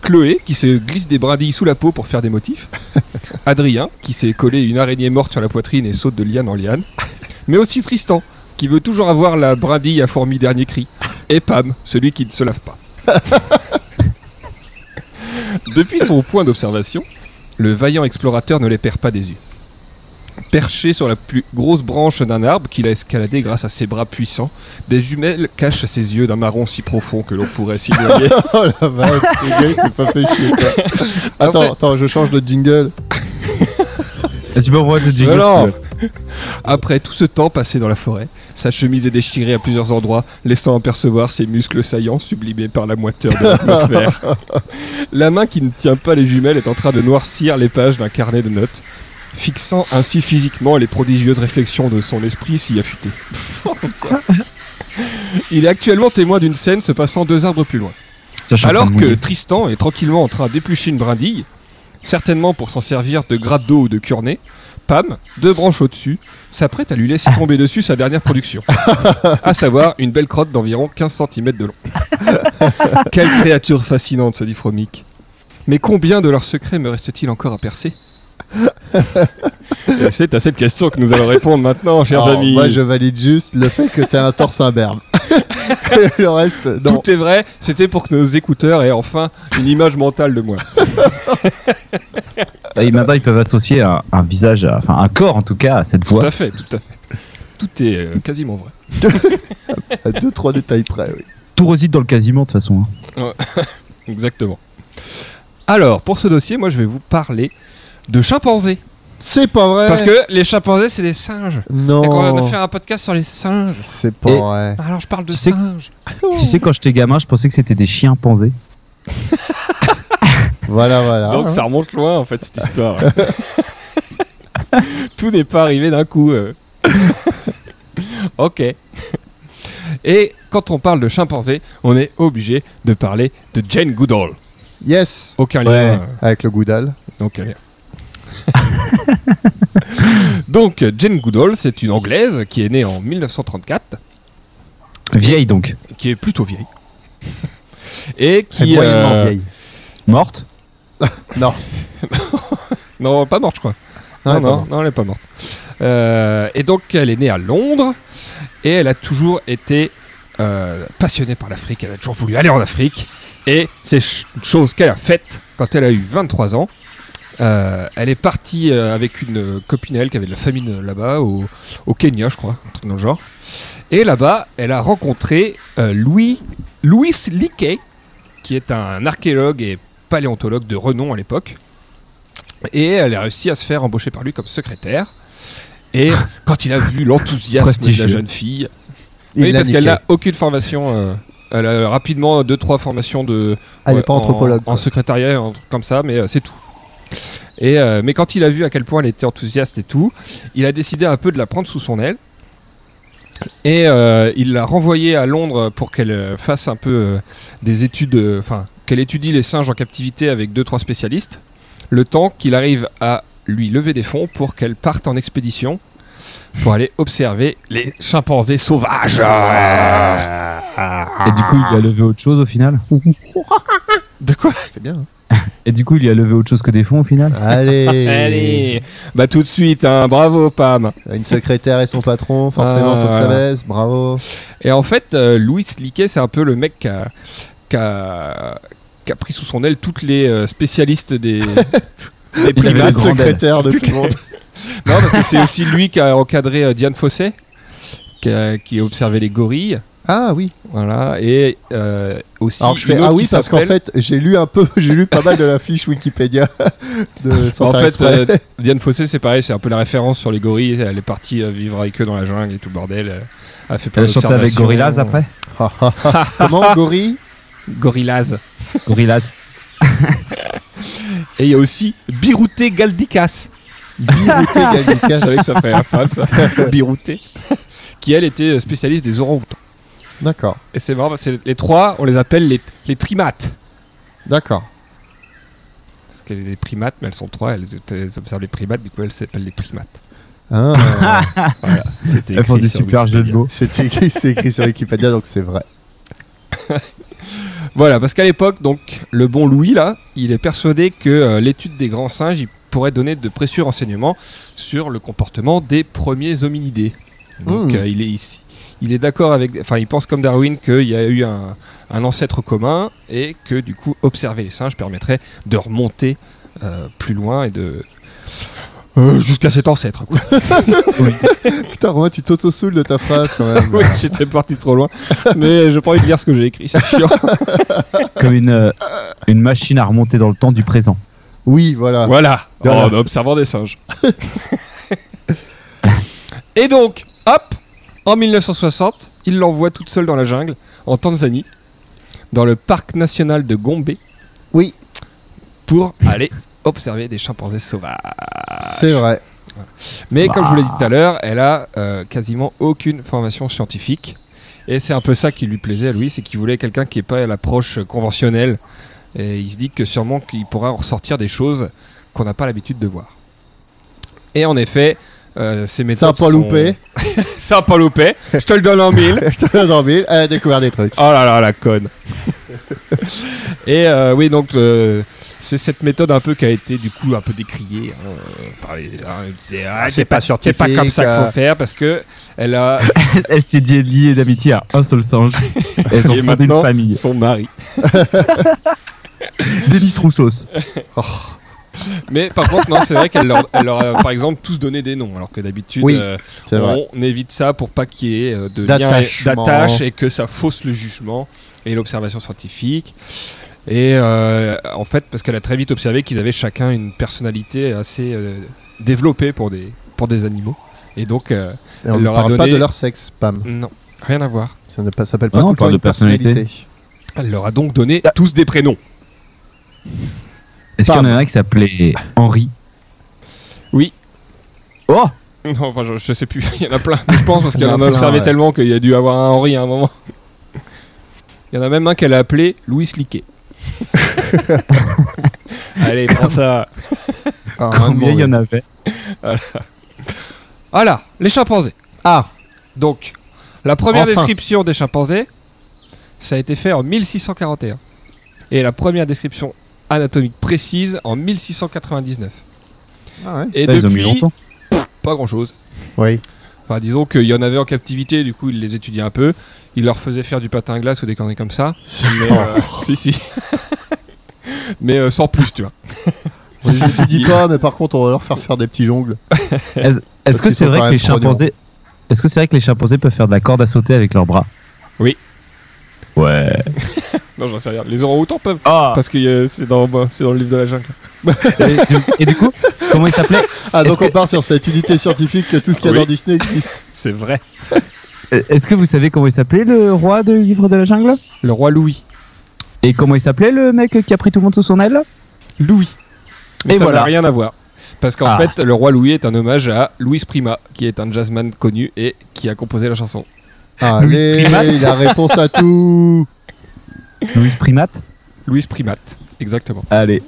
B: Chloé, qui se glisse des brindilles sous la peau pour faire des motifs, Adrien, qui s'est collé une araignée morte sur la poitrine et saute de liane en liane, mais aussi Tristan, qui veut toujours avoir la brindille à fourmi dernier cri, et Pam, celui qui ne se lave pas. Depuis son point d'observation, le vaillant explorateur ne les perd pas des yeux perché sur la plus grosse branche d'un arbre qu'il a escaladé grâce à ses bras puissants. Des jumelles cachent ses yeux d'un marron si profond que l'on pourrait s'éloigner.
D: Oh la vache, ce gars, c'est pas fait chier, quoi. Attends,
B: Après-
D: attends, je change le jingle.
C: Tu peux envoyer le jingle
B: Mais non.
C: si tu veux.
B: Après tout ce temps passé dans la forêt, sa chemise est déchirée à plusieurs endroits, laissant apercevoir ses muscles saillants sublimés par la moiteur de l'atmosphère. la main qui ne tient pas les jumelles est en train de noircir les pages d'un carnet de notes, fixant ainsi physiquement les prodigieuses réflexions de son esprit si affûté. Oh, Il est actuellement témoin d'une scène se passant deux arbres plus loin.
C: Tiens, je suis en
B: Alors
C: train de
B: que
C: mouiller.
B: Tristan est tranquillement en train d'éplucher une brindille, certainement pour s'en servir de gratte d'eau ou de curnée, Pam, deux branches au-dessus, s'apprête à lui laisser tomber dessus sa dernière production, à savoir une belle crotte d'environ 15 cm de long. Quelle créature fascinante, se dit Fromic. Mais combien de leurs secrets me reste-t-il encore à percer Et C'est à cette question que nous allons répondre maintenant, chers
D: Alors,
B: amis.
D: Oh, Moi, je valide juste le fait que t'as un torse imberbe. le reste, non.
B: Tout est vrai, c'était pour que nos écouteurs aient enfin une image mentale de moi.
C: Et maintenant, ils peuvent associer un, un visage, à- enfin un corps en tout cas, à cette voix.
B: Tout à fait, tout à fait. Tout est euh, quasiment vrai.
D: À deux, trois détails près, oui.
C: Tout réside dans le quasiment de toute façon. hein.
B: Exactement. Alors, pour ce dossier, moi, je vais vous parler de chimpanzés.
D: C'est pas vrai.
B: Parce que les chimpanzés, c'est des singes. Et quand on a
D: Non.
B: fait un podcast sur les singes.
D: C'est pas
C: Et-
D: vrai.
B: Alors, je parle de
C: Oh. Tu sais-
B: singes.
C: Tu sais, quand j'étais gamin, je pensais que c'était des chiens pansés.
D: Voilà, voilà.
C: Ah,
B: Donc,
C: hein.
B: ça remonte loin, en fait, cette histoire. Tout n'est pas arrivé d'un coup. euh. ok. Et quand on parle de chimpanzés, on est obligé de parler de Jane Goodall.
D: Yes.
B: Aucun
C: Ouais.
B: lien. euh,
D: Avec le goudal.
B: Donc, elle est- Donc, Jane Goodall, c'est une Anglaise qui est née en 1934,
C: Vieille donc.
B: qui est plutôt vieille. Et
D: C'est
B: qui.
D: moyennement
B: euh,
D: vieille.
C: Morte
D: Non.
B: Non, pas morte, je crois.
D: Non,
B: Non, non,
D: elle est pas
B: non, elle n'est pas
D: morte.
B: morte. Euh, et donc, elle est née à Londres et elle a toujours été euh, passionnée par l'Afrique. Elle a toujours voulu aller en Afrique. Et c'est ch- une chose qu'elle a faite quand elle a eu 23 ans. Euh, elle est partie euh, avec une euh, copine à elle qui avait de la famille euh, là-bas, au, au Kenya, je crois, un truc dans le genre. Et là-bas, elle a rencontré euh, Louis, Louis Leakey, qui est un archéologue et paléontologue de renom à l'époque. Et elle a réussi à se faire embaucher par lui comme secrétaire. Et quand il a vu l'enthousiasme de la
C: Prestigieux.
B: jeune fille,
D: Il
B: oui,
D: l'a
B: parce
D: niqué.
B: qu'elle n'a aucune formation. euh, elle a rapidement deux trois formations de.
D: Elle
B: euh,
D: est pas
B: en-
D: anthropologue.
B: En,
D: quoi.
B: secrétariat, un truc comme ça, mais euh, c'est tout. Et euh, mais quand il a vu à quel point elle était enthousiaste et tout, il a décidé un peu de la prendre sous son aile. Et euh, il l'a renvoyée à Londres pour qu'elle euh, fasse un peu euh, des études, euh, enfin qu'elle étudie les singes en captivité avec deux trois spécialistes, le temps qu'il arrive à lui lever des fonds pour qu'elle parte en expédition pour aller observer les chimpanzés sauvages.
C: Et du coup, il lui a levé autre chose au final
B: De quoi
D: C'est bien. hein.
C: Et du coup, il lui a levé autre chose que des fonds au final
D: Allez.
B: Allez, bah tout de suite, hein, bravo Pam.
D: Une secrétaire et son patron, forcément,
B: Ah,
D: faut que ça
B: voilà.
D: baisse. Bravo.
B: Et en fait, euh, Louis Liquet, c'est un peu le mec qui a, qui a- qui a pris sous son aile toutes les euh, spécialistes des, des
C: Il avait
B: primates.
C: des grandes
D: secrétaire de
B: Toutes
D: tout le monde.
B: Non, parce que c'est aussi lui qui a encadré euh, Diane Fossé. qui, a- qui observait les gorilles.
D: Ah oui.
B: Voilà. Et euh, aussi.
D: Alors je
B: une
D: fais
B: autre
D: ah oui
B: qui
D: parce qu'en
B: s'appelle-
D: fait j'ai lu un peu, j'ai lu pas mal de la fiche Wikipédia de sans
B: En
D: faire
B: fait,
D: exprès.
B: euh, Diane Fossé, c'est pareil, c'est un peu la référence sur les gorilles. Elle est partie euh, vivre avec eux dans la jungle et tout le bordel. Euh, Elle a fait plein
C: Elle chantait avec
B: d'observations.
C: Gorillaz après
D: Ah, ah, ah. Comment Gorille
B: Gorillaz.
C: Gorillaz.
B: Et il y a aussi Birouté Galdikas.
D: Birouté
B: Je
D: Gallicas.
B: savais que ça ferait un pub, ça. Birouté. Qui, elle, était spécialiste des orang-outans.
D: D'accord,
B: Et c'est marrant, parce que les trois, on les appelle les, les trimates.
D: d'accord.
B: Parce qu'elles sont des primates, mais elles sont trois, elles, elles observent les primates, du coup, elles s'appellent les trimates. Euh,
D: Ah,
B: Voilà, c'était
C: Elles font
B: écrit
C: des
B: sur
C: super jeux de
B: Wikipédia.
C: mots.
D: c'était écrit- c'est écrit sur Wikipédia donc c'est vrai.
B: Voilà, parce qu'à l'époque, donc, le bon Louis, là, il est persuadé que euh, l'étude des grands singes, il pourrait donner de précieux renseignements sur le comportement des premiers hominidés. Donc,
D: Mmh.
B: euh, il est ici. Il est d'accord avec. Enfin, il pense comme Darwin qu'il y a eu un, un ancêtre commun et que, du coup, observer les singes permettrait de remonter euh, plus loin et de. euh, Jusqu'à cet ancêtre, quoi.
D: Putain Romain tu t'auto-soules de ta phrase quand même.
B: oui, j'étais parti trop loin. Mais je pas envie de lire ce que j'ai écrit, c'est chiant.
C: Comme une, euh, une machine à remonter dans le temps du présent.
D: Oui voilà.
B: Voilà,
D: Voilà.
B: en observant des singes. Et donc, hop, en 1960, il l'envoie toute seule dans la jungle, en Tanzanie, dans le parc national de Gombe.
D: Oui.
B: Pour aller observer des chimpanzés sauvages.
D: C'est vrai.
B: Mais comme je vous l'ai dit
D: Bah.
B: tout à l'heure, elle a euh, quasiment aucune formation scientifique. Et c'est un peu ça qui lui plaisait à lui, c'est qu'il voulait quelqu'un qui n'ait pas l'approche conventionnelle. Et il se dit que sûrement qu'il pourra en ressortir des choses qu'on n'a pas l'habitude de voir. Et en effet, euh, ces méthodes.
D: Ça a
B: sont-
D: pas loupé.
B: ça a pas loupé. Je te le donne en mille.
D: Je te l'ai dormi, elle a découvert des trucs.
B: Oh là là, la conne. Et euh, oui, donc euh, c'est cette méthode un peu qui a été du coup un peu décriée. hein, euh, par les- hein, ils disaient, Ah,
D: c'est pas
B: C'est pas comme ça qu'il
D: scientifique,
B: faut faire parce que elle a
C: Elle s'est liée- liée d'amitié à un seul singe. Elles ont
B: Et
C: fondé
B: maintenant-
C: une famille.
B: son mari.
C: Denis Roussos.
D: euh, oh,
B: Mais par contre, non, c'est vrai qu'elle leur, elle leur a par exemple tous donné des noms alors que d'habitude
D: Oui,
B: euh,
D: C'est vrai.
B: on évite ça pour pas qu'il y ait euh, de lien et-
D: D'attachement.
B: d'attache et que ça fausse le jugement et l'observation scientifique. Et euh, en fait, parce qu'elle a très vite observé qu'ils avaient chacun une personnalité assez euh, développée pour des, pour des animaux. Et donc, euh,
D: Et on
B: Elle
D: ne
B: leur a
D: parle pas
B: donné-
D: de leur sexe, Pam.
B: non, rien à voir.
D: Ça ne pas- s'appelle
C: Ah
D: pas
C: non,
D: tout
C: on
D: le temps
C: parle
D: une
C: de personnalité.
D: personnalité.
B: Elle leur a donc donné tous des prénoms.
C: Est-ce qu'il y en
D: Pam.
C: a un qui s'appelait Henri
B: Oui.
C: Oh
B: Non, enfin, je, je sais plus, il y en a plein. Mais je pense parce
D: Il y
B: qu'elle
D: en a
B: en a
D: plein,
B: observé
D: ouais.
B: tellement qu'il y a dû avoir un Henri à un moment. Il y en a même un qu'elle a appelé Louis Liquet. Allez, prends ça.
D: Ah,
C: Combien il y
D: vraiment,
C: en avait
B: Voilà, les chimpanzés.
D: Ah,
B: Donc, la première
D: Enfin.
B: description des chimpanzés, ça a été fait en 1641. Et la première description anatomique précise en 1699.
D: Ah ouais.
B: Et
C: Ça, Ils ont mis
B: depuis,
C: longtemps.
B: pas grand-chose.
D: Oui.
B: Enfin, disons qu'il y en avait en captivité, du coup, il les étudiait un peu. Il leur faisait faire du patin à glace ou des conneries comme ça. Mais, euh, si, si. mais euh, sans plus, tu vois.
D: Je te dis pas, mais par contre, on va leur faire faire des petits jongles.
C: Est-ce
D: qu'ils
C: que c'est
D: sont
C: vrai
D: quand
C: que
D: même
C: les
D: prognons.
C: chimpanzés Est-ce que c'est vrai que les chimpanzés peuvent faire de la corde à sauter avec leurs bras
B: Oui.
C: Ouais.
B: Non, j'en sais rien. Les orang-outans peuvent.
C: Ah
B: Parce que euh, c'est dans, bah, c'est dans le livre de la jungle.
C: et, du, et du coup, comment il s'appelait
D: Ah, donc
C: Est-ce
D: on
C: que-
D: part sur cette unité scientifique que tout ce qu'il y a
B: Oui.
D: dans Disney existe.
B: C'est vrai.
C: Est-ce que vous savez comment il s'appelait le roi de Livre de la Jungle
B: Le roi Louis.
C: Et comment il s'appelait le mec qui a pris tout le monde sous son aile
B: Louis. Mais
C: Et
B: ça n'a
C: voilà.
B: rien à voir. Parce qu'en
C: Ah.
B: fait, le roi Louis est un hommage à Louis Prima, qui est un jazzman connu et qui a composé la chanson.
D: Allez,
C: Primat.
D: il a réponse à tout.
C: Louis Primate
B: Louis Primate. Exactement.
C: Allez.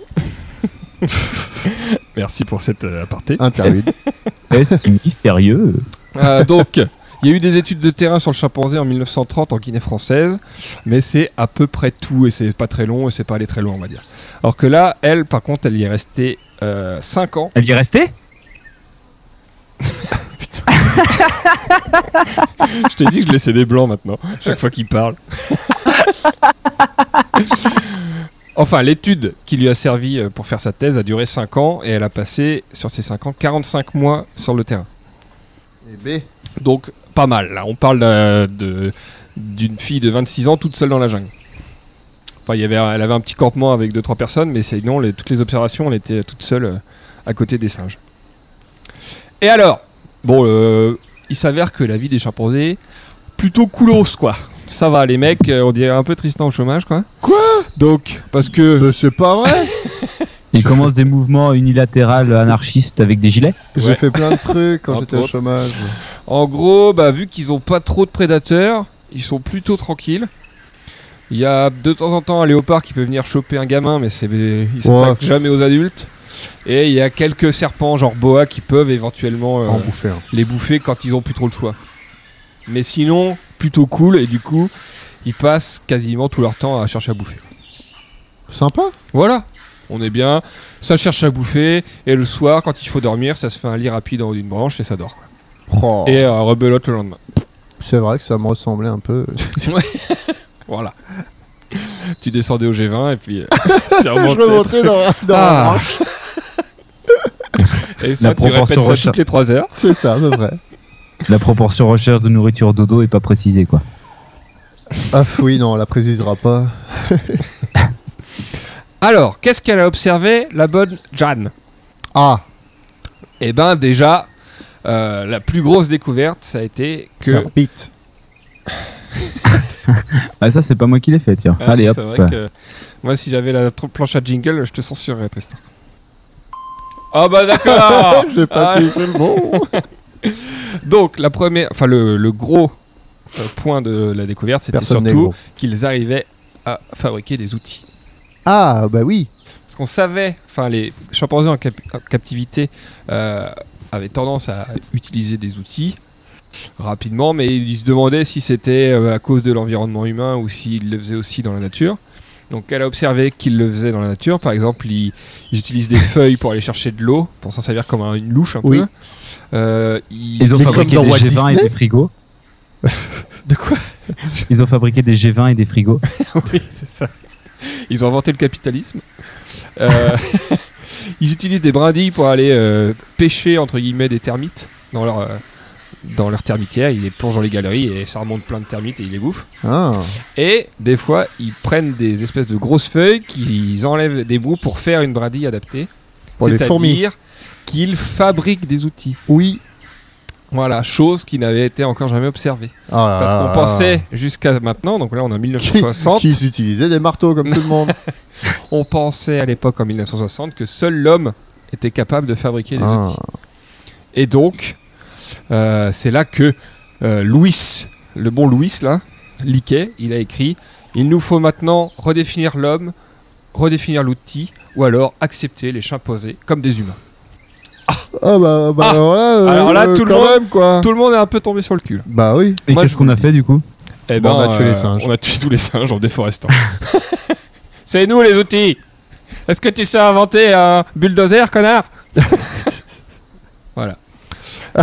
B: Merci pour cette euh, aparté.
D: Interlude.
C: Est-ce mystérieux
B: Euh, donc, il y a eu des études de terrain sur le chimpanzé en 1930 en Guinée française, mais c'est à peu près tout et c'est pas très long et c'est pas allé très loin, on va dire. Alors que là, elle, par contre, elle y est restée 5 ans.
C: Elle y est restée
B: Je t'ai dit que je laissais des blancs maintenant, chaque fois qu'il parle. Enfin, l'étude qui lui a servi euh, pour faire sa thèse a duré 5 ans et elle
D: Eh
B: a passé sur ces 5 ans 45 mois sur le terrain.
D: Et B.
B: Donc, pas mal. là. On parle d'un- de- d'une fille de 26 ans toute seule dans la jungle. Enfin, il y avait, un- elle avait un petit campement avec 2-3 personnes, mais sinon, les- toutes les observations, elle était toute seule euh, à côté des singes. Et alors Bon, euh, il s'avère que la vie des chimpanzés, plutôt coolos, quoi. Ça va, les mecs, euh, on dirait un peu Tristan au chômage, quoi.
D: Quoi
B: Donc, parce que...
D: Euh, C'est pas vrai
C: Il commence des mouvements unilatérales anarchistes avec des gilets.
D: J'ai
B: Ouais.
D: fait plein de trucs quand
B: Entre
D: j'étais au
B: autres.
D: chômage.
B: En gros, bah, vu qu'ils ont pas trop de prédateurs, ils sont plutôt tranquilles. Il y a de temps en temps un léopard qui peut venir choper un gamin, mais c'est, il s'attaque
D: Ouais.
B: jamais aux adultes. Et il y a quelques serpents, genre boa, qui peuvent éventuellement euh,
D: Oh.
A: En bouffer. hein.
B: les bouffer quand ils ont plus trop le choix. Mais sinon, plutôt cool, et du coup, ils passent quasiment tout leur temps à chercher à bouffer.
D: Sympa
B: Voilà, on est bien, ça cherche à bouffer, et le soir, quand il faut dormir, ça se fait un lit rapide en haut d'une branche et ça dort. quoi.
D: Oh,
B: Et euh, rebelote le lendemain.
D: C'est vrai que ça me ressemblait un peu.
B: Voilà. Tu descendais au G20 et puis euh, tu
D: Je
B: remontais.
D: remontais dans, dans la
B: Ah.
D: branche.
B: Et ça,
C: La
B: tu répètes
C: proportion
B: ça
C: recherche.
B: toutes les 3 heures.
D: C'est ça, à peu près.
C: La proportion recherche de nourriture dodo est pas précisée quoi.
D: Ah oui, non, on la précisera pas.
B: Alors, qu'est-ce qu'elle a observé, la bonne Jeanne
D: Ah,
B: Eh ben, déjà, euh, la plus grosse découverte, ça a été que.
D: leur bite.
C: Ah ça c'est pas moi qui l'ai fait tiens.
B: Ah,
C: Allez hop.
B: C'est vrai que moi, si j'avais la tr- planche à jingle, je te censurerais, Tristan. Ah bah d'accord
D: J'ai pas
B: Ah.
D: dit, c'est le bon.
B: Donc, la première, enfin, le, le gros euh, point de la découverte, c'était
D: Personne n'est
B: surtout
D: gros.
B: qu'ils arrivaient à fabriquer des outils.
D: Ah, bah oui.
B: Parce qu'on savait, enfin les chimpanzés en, cap- en captivité euh, avaient tendance à utiliser des outils rapidement, mais ils se demandaient si c'était euh, à cause de l'environnement humain ou s'ils le faisaient aussi dans la nature. Donc elle a observé qu'ils le faisaient dans la nature. Par exemple, ils, ils utilisent des feuilles pour aller chercher de l'eau, pour s'en servir comme un- une louche un
D: Oui.
B: peu. Euh, ils-
C: Ils ont
D: Mais comme
C: fabriqué
D: dans
C: des
D: Walt
C: G20 et
D: Disney
C: des frigos.
B: De quoi
C: Ils ont fabriqué des G20 et des frigos.
B: Oui, c'est ça. Ils ont inventé le capitalisme. Euh, ils utilisent des brindilles pour aller euh, pêcher entre guillemets des termites dans leur euh, dans leur termitière. Ils les plongent dans les galeries et ça remonte plein de termites et ils les bouffent.
D: Ah,
B: Et des fois, ils prennent des espèces de grosses feuilles qu'ils enlèvent des bouts pour faire une brindille adaptée.
D: pour les fourmis.
B: C'est-à-dire qu'ils fabriquent des outils.
D: Oui.
B: Voilà, chose qui n'avait été encore jamais observée.
D: Ah là
B: Parce
D: là
B: qu'on
D: là.
B: pensait jusqu'à maintenant, donc là on est en
D: Qui-
B: 1960,
D: Qu'ils utilisaient des marteaux comme tout le monde.
B: On pensait à l'époque en 1960 que seul l'homme était capable de fabriquer des
D: Ah.
B: outils. Et donc, euh, c'est là que euh, Louis, le bon Louis là, Liquet, il a écrit Il nous faut maintenant redéfinir l'homme, redéfinir l'outil, ou alors accepter les chimpanzés comme des humains.
D: Ah bah, bah
B: Ah.
D: alors là, euh,
B: Alors là,
D: euh,
B: tout le
D: quand
B: monde-
D: même, quoi.
B: Tout le monde est un peu tombé sur le cul.
D: Bah oui.
C: Et
B: Moi,
C: qu'est-ce
B: je-
C: qu'on a fait du coup
B: Eh
D: Bon, on a tué les singes.
B: On a tué tous les singes en déforestant. c'est nous les outils Est-ce que tu sais inventer un bulldozer, connard Voilà.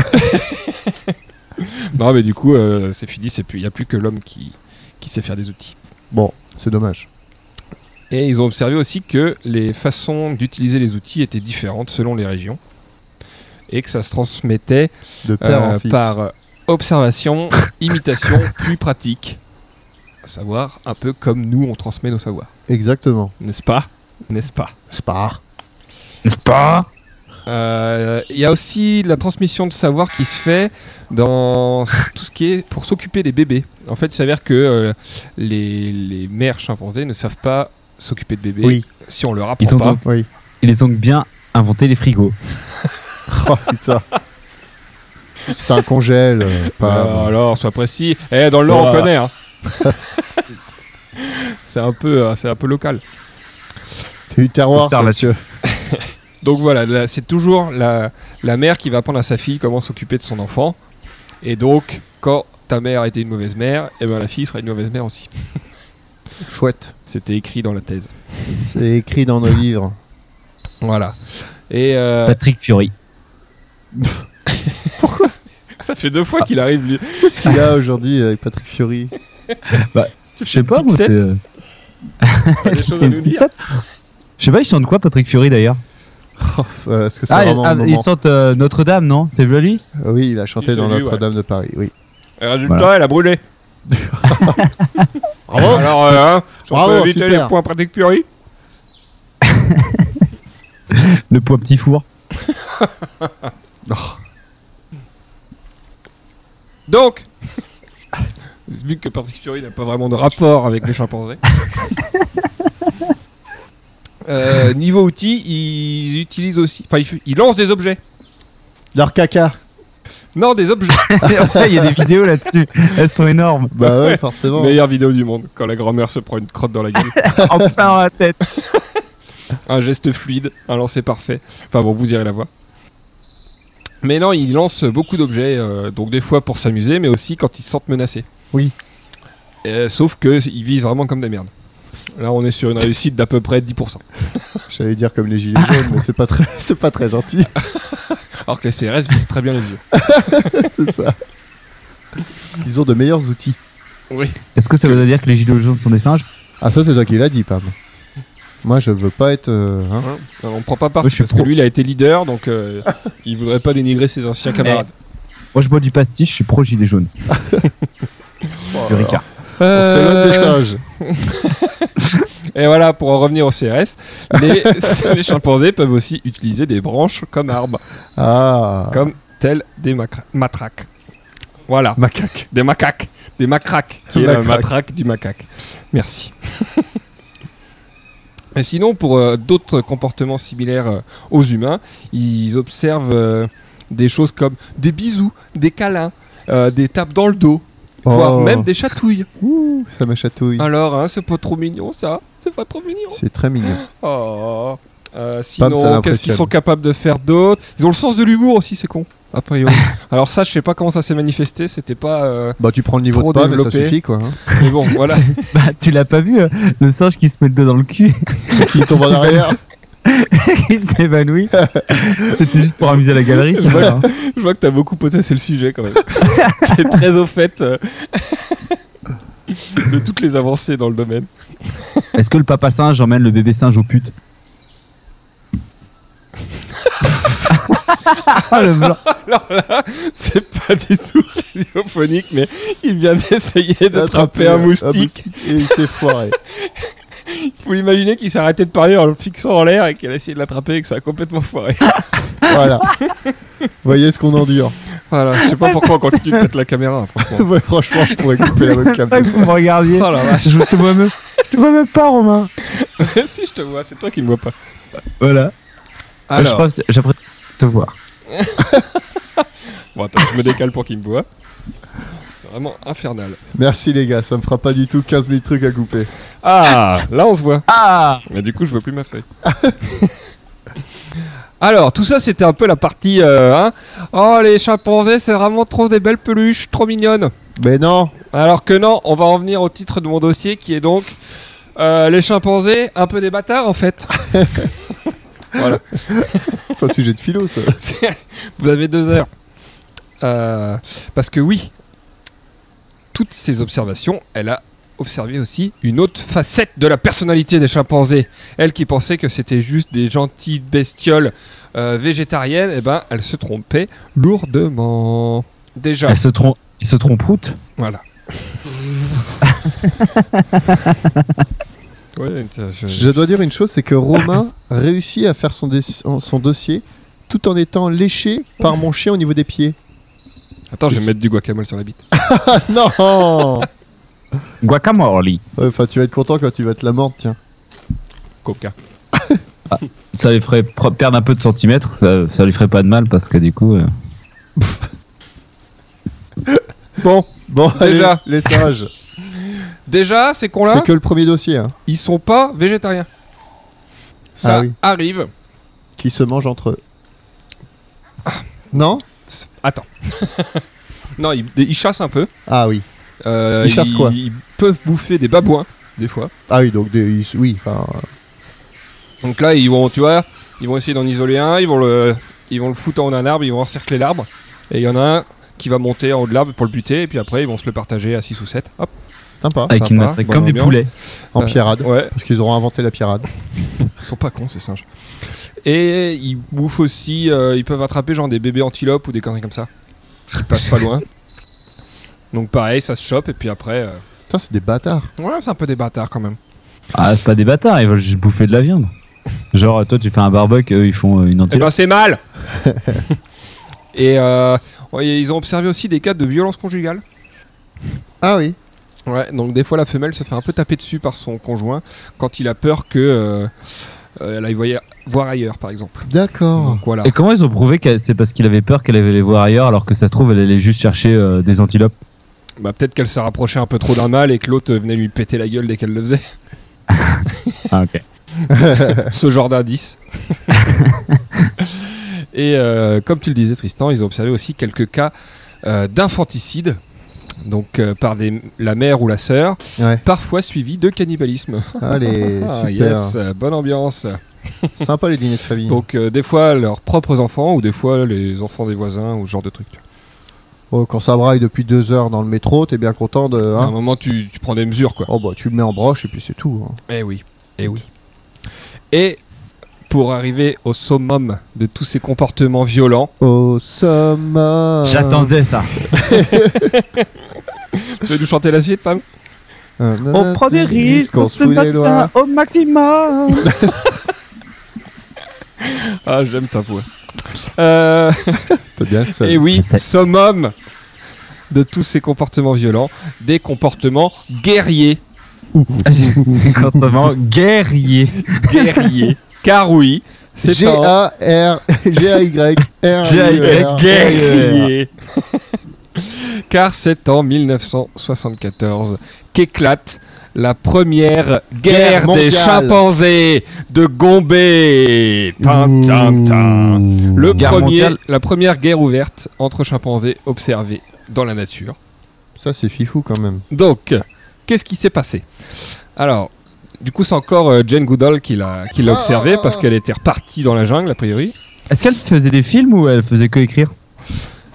B: non, mais du coup, euh, c'est fini, il n'y a plus que l'homme qui, qui sait faire des outils.
D: Bon, c'est dommage.
B: Et ils ont observé aussi que les façons d'utiliser les outils étaient différentes selon les régions et que ça se transmettait
D: De père
B: euh,
D: en fils.
B: par euh, observation, imitation, puis pratique. À savoir, un peu comme nous, on transmet nos savoirs.
D: Exactement.
B: N'est-ce pas N'est-ce pas
D: C'est pas rare.
C: N'est-ce pas
B: Euh, Il y a aussi la transmission de savoir qui se fait dans tout ce qui est pour s'occuper des bébés. En fait, il s'avère que euh, les, les mères chimpanzés ne savent pas s'occuper de bébés
D: Oui.
B: si on leur apprend
C: Ils sont
B: pas.
C: donc-
D: Oui.
C: Ils ont bien inventé les frigos.
D: Oh putain. C'était un congèle. euh,
B: Ah,
D: Pas...
B: alors, sois précis. Eh, dans le Nord, on
C: Voilà.
B: connaît. hein. c'est un peu, euh, c'est un peu local.
D: T'es du terroir,
C: Tard
D: ça,
C: là-dessus.
D: monsieur.
B: Donc voilà, là, c'est toujours la, la mère qui va apprendre à sa fille comment s'occuper de son enfant. Et donc, quand ta mère a été une mauvaise mère, eh ben la fille sera une mauvaise mère aussi.
D: Chouette.
B: C'était écrit dans la thèse.
D: C'est écrit dans nos livres.
B: Voilà. Et euh,
C: Patrick Fury.
B: ça fait deux
D: Ah.
B: fois qu'il arrive. Lui.
D: Qu'est-ce qu'il y a aujourd'hui avec Patrick Fiori
C: Je sais pas, moi, c'est. euh,
B: T'as des choses
C: c'est
B: à
C: une
B: nous
C: petite
B: dire.
C: tape. Je sais pas, ils sentent quoi, Patrick Fury d'ailleurs
D: Euh, Est-ce que c'est
C: Ah,
D: vraiment
C: ah,
D: le
C: ils
D: moment Ah
C: sentent euh, Notre-Dame, non C'est lui
D: Oui, il a chanté
B: Ils
D: dans
B: ont lu,
D: Notre-Dame de Paris. Oui.
B: Et résultat, elle a brûlé.
D: Bravo.
B: Alors, euh, hein, si on
D: Bravo,
B: peut éviter
D: super.
B: les points pratique Fury
C: Le poids petit four.
B: Donc, vu que pratique Fury n'a pas vraiment de rapport avec les chimpanzés. euh, niveau outils, ils utilisent aussi. Enfin, ils, f- ils lancent des objets.
D: Leur caca.
B: Non, des objets.
C: Il y a des vidéos là-dessus. Elles sont énormes.
D: Bah ouais, forcément.
B: Meilleure vidéo du monde, quand la grand-mère se prend une crotte dans la gueule.
C: En plein dans la tête.
B: un geste fluide, un lancer parfait. Enfin bon, vous irez la voir. Mais non, ils lancent beaucoup d'objets, euh, donc des fois pour s'amuser, mais aussi quand ils se sentent menacés.
D: Oui.
B: Euh, sauf que ils visent vraiment comme des merdes. Là, on est sur une réussite d'à peu près 10%.
D: J'allais dire comme les gilets jaunes, mais c'est pas très, c'est pas très gentil.
B: Alors que les CRS visent très bien les yeux.
D: c'est ça. Ils ont de meilleurs outils.
C: Est-ce que ça veut dire que les gilets jaunes sont des singes
D: Ah ça, c'est toi qui l'as dit, Pam. Moi, je veux pas être. euh, hein.
B: Hein Alors, on prend pas part
C: Moi, je suis
B: parce que
C: pro.
B: lui, il a été leader, donc euh, il voudrait pas dénigrer ses anciens camarades.
C: Moi, je bois du pastiche, je suis pro gilet jaune. Du Ricard.
D: On s'éloigne des
B: Euh,
D: singes.
B: Et voilà, pour en revenir au CRS, les, les chimpanzés peuvent aussi utiliser des branches comme arbre.
D: Ah.
B: comme tels des macra- matraques. Voilà. Macaques. Des macaques. Des macraques. Qui est la
D: Macaque.
B: matraque du macaque. Merci. Et sinon, pour euh, d'autres comportements similaires euh, aux humains, ils observent euh, des choses comme des bisous, des câlins, euh, des tapes dans le dos, voire
D: Oh.
B: même des chatouilles.
D: Ouh, ça me chatouille.
B: Alors, hein, c'est pas trop mignon ça C'est pas trop mignon
D: C'est très mignon.
B: Oh. Euh,
D: ça
B: sinon, qu'est-ce qu'ils
D: l'impressionne.
B: sont capables de faire d'autre Ils ont le sens de l'humour aussi, c'est con. A priori. Alors ça, je sais pas comment ça s'est manifesté. C'était pas. euh,
D: Bah, tu prends le niveau
B: Trop
D: de Pam et ça
B: développé.
D: suffit, quoi. hein.
B: Mais bon, voilà.
C: Bah, tu l'as pas vu, euh, le singe qui se met le dos dans le cul,
D: Qui tombe en arrière.
C: il s'évanouit. C'était juste pour amuser la galerie. tu vois, hein.
B: je vois que t'as beaucoup potassé le sujet quand même. T'es très au fait euh, de toutes les avancées dans le domaine.
C: Est-ce que le papa singe emmène le bébé singe au pute Ah, le blanc.
B: C'est pas du tout radiophonique, mais il vient d'essayer d'attraper
D: Attraper
B: un moustique.
D: Et il s'est foiré.
B: Faut l'imaginer qu'il s'est arrêté de parler en le fixant en l'air et qu'elle a essayé de l'attraper et que ça a complètement foiré.
D: Voilà. Voyez ce qu'on endure.
B: Voilà, je sais pas pourquoi on continue de mettre la caméra, franchement.
D: Ouais, franchement, on pourrait couper la webcam.
E: Ah, vous me regardiez.
B: Oh la vache.
E: Je te vois même, je te vois même pas, Romain.
B: si je te vois, c'est toi qui me vois pas.
C: Voilà. Moi, Ah, je
B: Alors,
C: crois que J'apprécie de te voir.
B: bon, attends, je me décale pour qu'il me voit. C'est vraiment infernal.
D: Merci les gars, ça me fera pas du tout 15 000 trucs à couper.
B: Ah, là on se voit.
E: Ah
B: Mais du coup, je vois plus ma feuille. Alors, tout ça, c'était un peu la partie. euh, hein. Oh, les chimpanzés, c'est vraiment trop des belles peluches, trop mignonnes.
D: Mais non,
B: Alors que non, on va en venir au titre de mon dossier qui est donc euh, Les chimpanzés, un peu des bâtards en fait.
D: c'est un sujet de philo ça.
B: C'est- Vous avez deux heures. Euh, parce que oui, toutes ces observations, elle a observé aussi une autre facette de la personnalité des chimpanzés. Elle qui pensait que c'était juste des gentilles bestioles euh, végétariennes, eh ben, elle se trompait lourdement. Déjà,
E: Ah.
C: Elle se trompe. Il se trompe route.
B: voilà. Ouais, je-
D: Je dois dire une chose, c'est que Romain réussit à faire son, dé- son dossier tout en étant léché par mon chien au niveau des pieds.
B: Attends, je vais mettre du guacamole sur la bite.
D: Non
C: Guacamole.
D: Ouais, Enfin, tu vas être content quand tu vas te la mordre, tiens.
B: Coca.
C: Ça lui ferait pr- perdre un peu de centimètres. Ça, ça lui ferait pas de mal parce que du coup. euh,
B: Bon,
D: Bon,
B: Déjà.
D: allez, les singes.
B: déjà, ces cons-là,
D: C'est que le premier dossier, hein,
B: ils sont pas végétariens. Ça
D: Ah oui.
B: arrive.
D: qui se mange entre eux. Non
B: S- Attends. non, ils, ils chassent un peu.
D: Ah oui.
B: Euh,
D: Ils chassent quoi
B: Ils peuvent bouffer des babouins, des fois.
D: Ah oui, donc des... ils- oui, enfin...
B: Donc là, ils vont, tu vois, ils vont essayer d'en isoler un, ils vont le, ils vont le foutre en haut d'un arbre, ils vont encercler l'arbre. Et il y en a un qui va monter en haut de l'arbre pour le buter, et puis après, ils vont se le partager à 6 ou 7. Hop,
D: Sympa,
C: Avec une
B: Oh, sympa,
C: avec
B: bonne
C: comme des
B: ambiance.
C: poulets.
D: en
B: Euh,
D: pirade.
B: ouais.
D: Parce qu'ils auront inventé la pirade.
B: Ils sont pas cons, ces singes. Et ils bouffent aussi, euh, ils peuvent attraper genre des bébés antilopes ou des conneries comme ça. Qui passent pas loin. Donc pareil, ça se chope et puis après. euh,
D: Putain, c'est des bâtards.
B: Ouais, c'est un peu des bâtards quand même.
C: Ah, c'est pas des bâtards, ils veulent juste bouffer de la viande. Genre, toi, tu fais un barbecue, eux, ils font euh, une
B: Eh
C: antilope.
B: ben c'est mal Et euh, ouais, ils ont observé aussi des cas de violence conjugale.
D: Ah oui.
B: Ouais, donc des fois la femelle se fait un peu taper dessus par son conjoint quand il a peur que euh, euh, elle aille voyer- voir ailleurs, par exemple.
D: D'accord.
B: Donc voilà.
C: Et comment ils ont prouvé que c'est parce qu'il avait peur qu'elle allait les voir ailleurs, alors que ça se trouve, elle allait juste chercher euh, des antilopes
B: Bah, peut-être qu'elle s'est rapprochée un peu trop d'un mâle et que l'autre venait lui péter la gueule dès qu'elle le faisait.
C: Ah, ok.
B: Ce genre d'indice. et euh, comme tu le disais, Tristan, ils ont observé aussi quelques cas euh, d'infanticide, donc euh, par des- la mère ou la sœur,
D: Ouais.
B: parfois suivi de cannibalisme.
D: Allez,
B: Ah,
D: super.
B: yes, euh, bonne ambiance.
D: Sympa les dîners de famille.
B: Donc euh, des fois leurs propres enfants ou des fois les enfants des voisins ou ce genre de truc.
D: Oh, quand ça braille depuis deux heures dans le métro, t'es bien content de. hein
B: à un moment tu, tu prends des mesures quoi.
D: oh bah tu le mets en broche et puis c'est tout. hein.
B: Eh oui, eh oui. Et pour arriver au summum de tous ces comportements violents,
D: Au sommet.
C: J'attendais ça.
B: tu veux nous chanter la suite, femme Euh,
E: On prend des risques, on se
D: bat
E: bat au maximum.
B: Ah, j'aime ta voix. Euh,
D: T'as bien ça.
B: et oui,
C: Je sais.
B: summum de tous ces comportements violents, des comportements guerriers.
C: Comportement guerrier.
B: Guerriers. Car oui, c'est un...
D: G-A-R. G-A-Y. R.
C: G-A-Y.
B: guerrier. Car c'est en 1974 qu'éclate la première guerre,
D: Guerre
B: des
D: mondiale.
B: chimpanzés de Gombe. Tin, tin, tin. Le
C: Guerre
B: premier-
C: mondiale.
B: la première guerre ouverte entre chimpanzés observée dans la nature.
D: Ça, c'est fifou quand même.
B: Donc, qu'est-ce qui s'est passé Alors, du coup, c'est encore euh, Jane Goodall qui l'a qui l'a
D: Ah,
B: observé
D: ah, ah.
B: parce qu'elle était repartie dans la jungle, a priori.
C: Est-ce qu'elle faisait des films ou elle faisait que écrire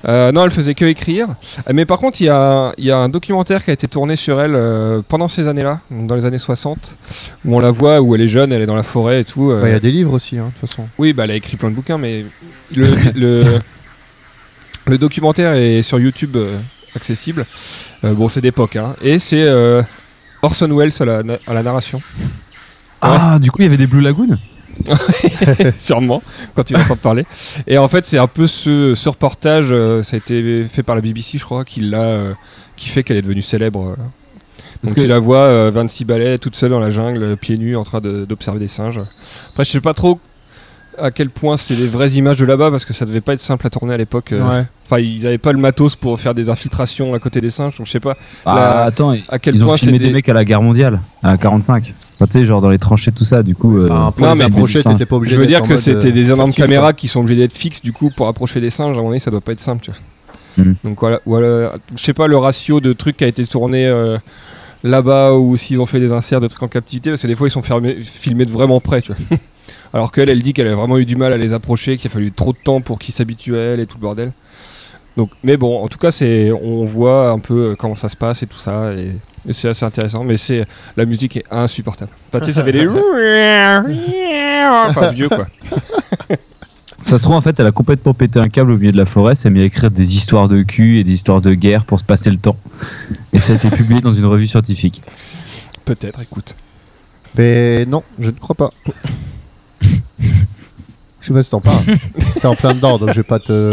B: Euh, non, elle faisait que écrire. Euh, Mais par contre, il y a, il y a un documentaire qui a été tourné sur elle euh, pendant ces années-là, donc dans les années 60, où on la voit, où elle est jeune, elle est dans la forêt et tout. euh.
D: Bah, Il y a des livres aussi, hein, de toute façon.
B: Oui, bah, elle a écrit plein de bouquins, mais le, le,
C: Ça.
B: le documentaire est sur YouTube euh, accessible. Euh, bon, c'est d'époque, hein. Et c'est euh, Orson Welles à la, na- à la narration,
C: Ah, du coup, il y avait des Blue Lagoon
B: sûrement, quand tu l'entends parler. Et en fait, c'est un peu ce, ce reportage, euh, ça a été fait par la BBC, je crois, qui, l'a, euh, qui fait qu'elle est devenue célèbre. euh,
C: Parce
B: Donc
C: que-
B: tu la vois euh, 26 balais toute seule dans la jungle, pieds nus, en train de- d'observer des singes. Après, je sais pas trop à quel point c'est des vraies images de là-bas parce que ça devait pas être simple à tourner à l'époque. euh.
D: Ouais.
B: Enfin, ils avaient pas le matos pour faire des infiltrations à côté des singes, donc je sais pas
C: Ah,
B: La-
C: attends,
B: à quel
C: ils ont
B: point c'est
C: filmé des
B: des.
C: mecs à la guerre mondiale, à 45. Enfin, tu sais, genre dans les tranchées, tout ça, du coup. euh,
D: Enfin, pour
B: non,
D: les
B: mais
D: approcher,
C: ça-
D: t'étais pas obligé.
B: Je veux
D: d'être
B: dire
D: en
B: que
D: mode,
B: c'était
D: euh,
B: des énormes
D: furtif,
B: caméras qui sont obligées d'être fixes du coup pour approcher des singes. À mon avis, ça doit pas être simple. Tu vois.
C: Mhm.
B: Donc voilà, voilà, je sais pas le ratio de trucs qui a été tourné euh, là-bas ou s'ils ont fait des inserts de trucs en captivité parce que des fois ils sont fermés- filmés de vraiment près. Tu vois. Alors qu'elle, elle dit qu'elle a vraiment eu du mal à les approcher, qu'il a fallu trop de temps pour qu'ils s'habituent à elle et tout le bordel. Donc, mais bon, en tout cas, c'est, on voit un peu euh, comment ça se passe et tout ça, et, et c'est assez intéressant. Mais c'est, la musique est insupportable. Enfin, tu sais, ça fait des, enfin vieux quoi.
C: Ça se trouve, en fait, elle a complètement pété un câble au milieu de la forêt, s'est mis à écrire des histoires de cul et des histoires de guerre pour se passer le temps. Et ça a été publié dans une revue scientifique.
B: Peut-être, écoute.
D: Mais non, je ne crois pas. Je sais pas si t'en parles. T'es en plein dedans, donc je vais pas te.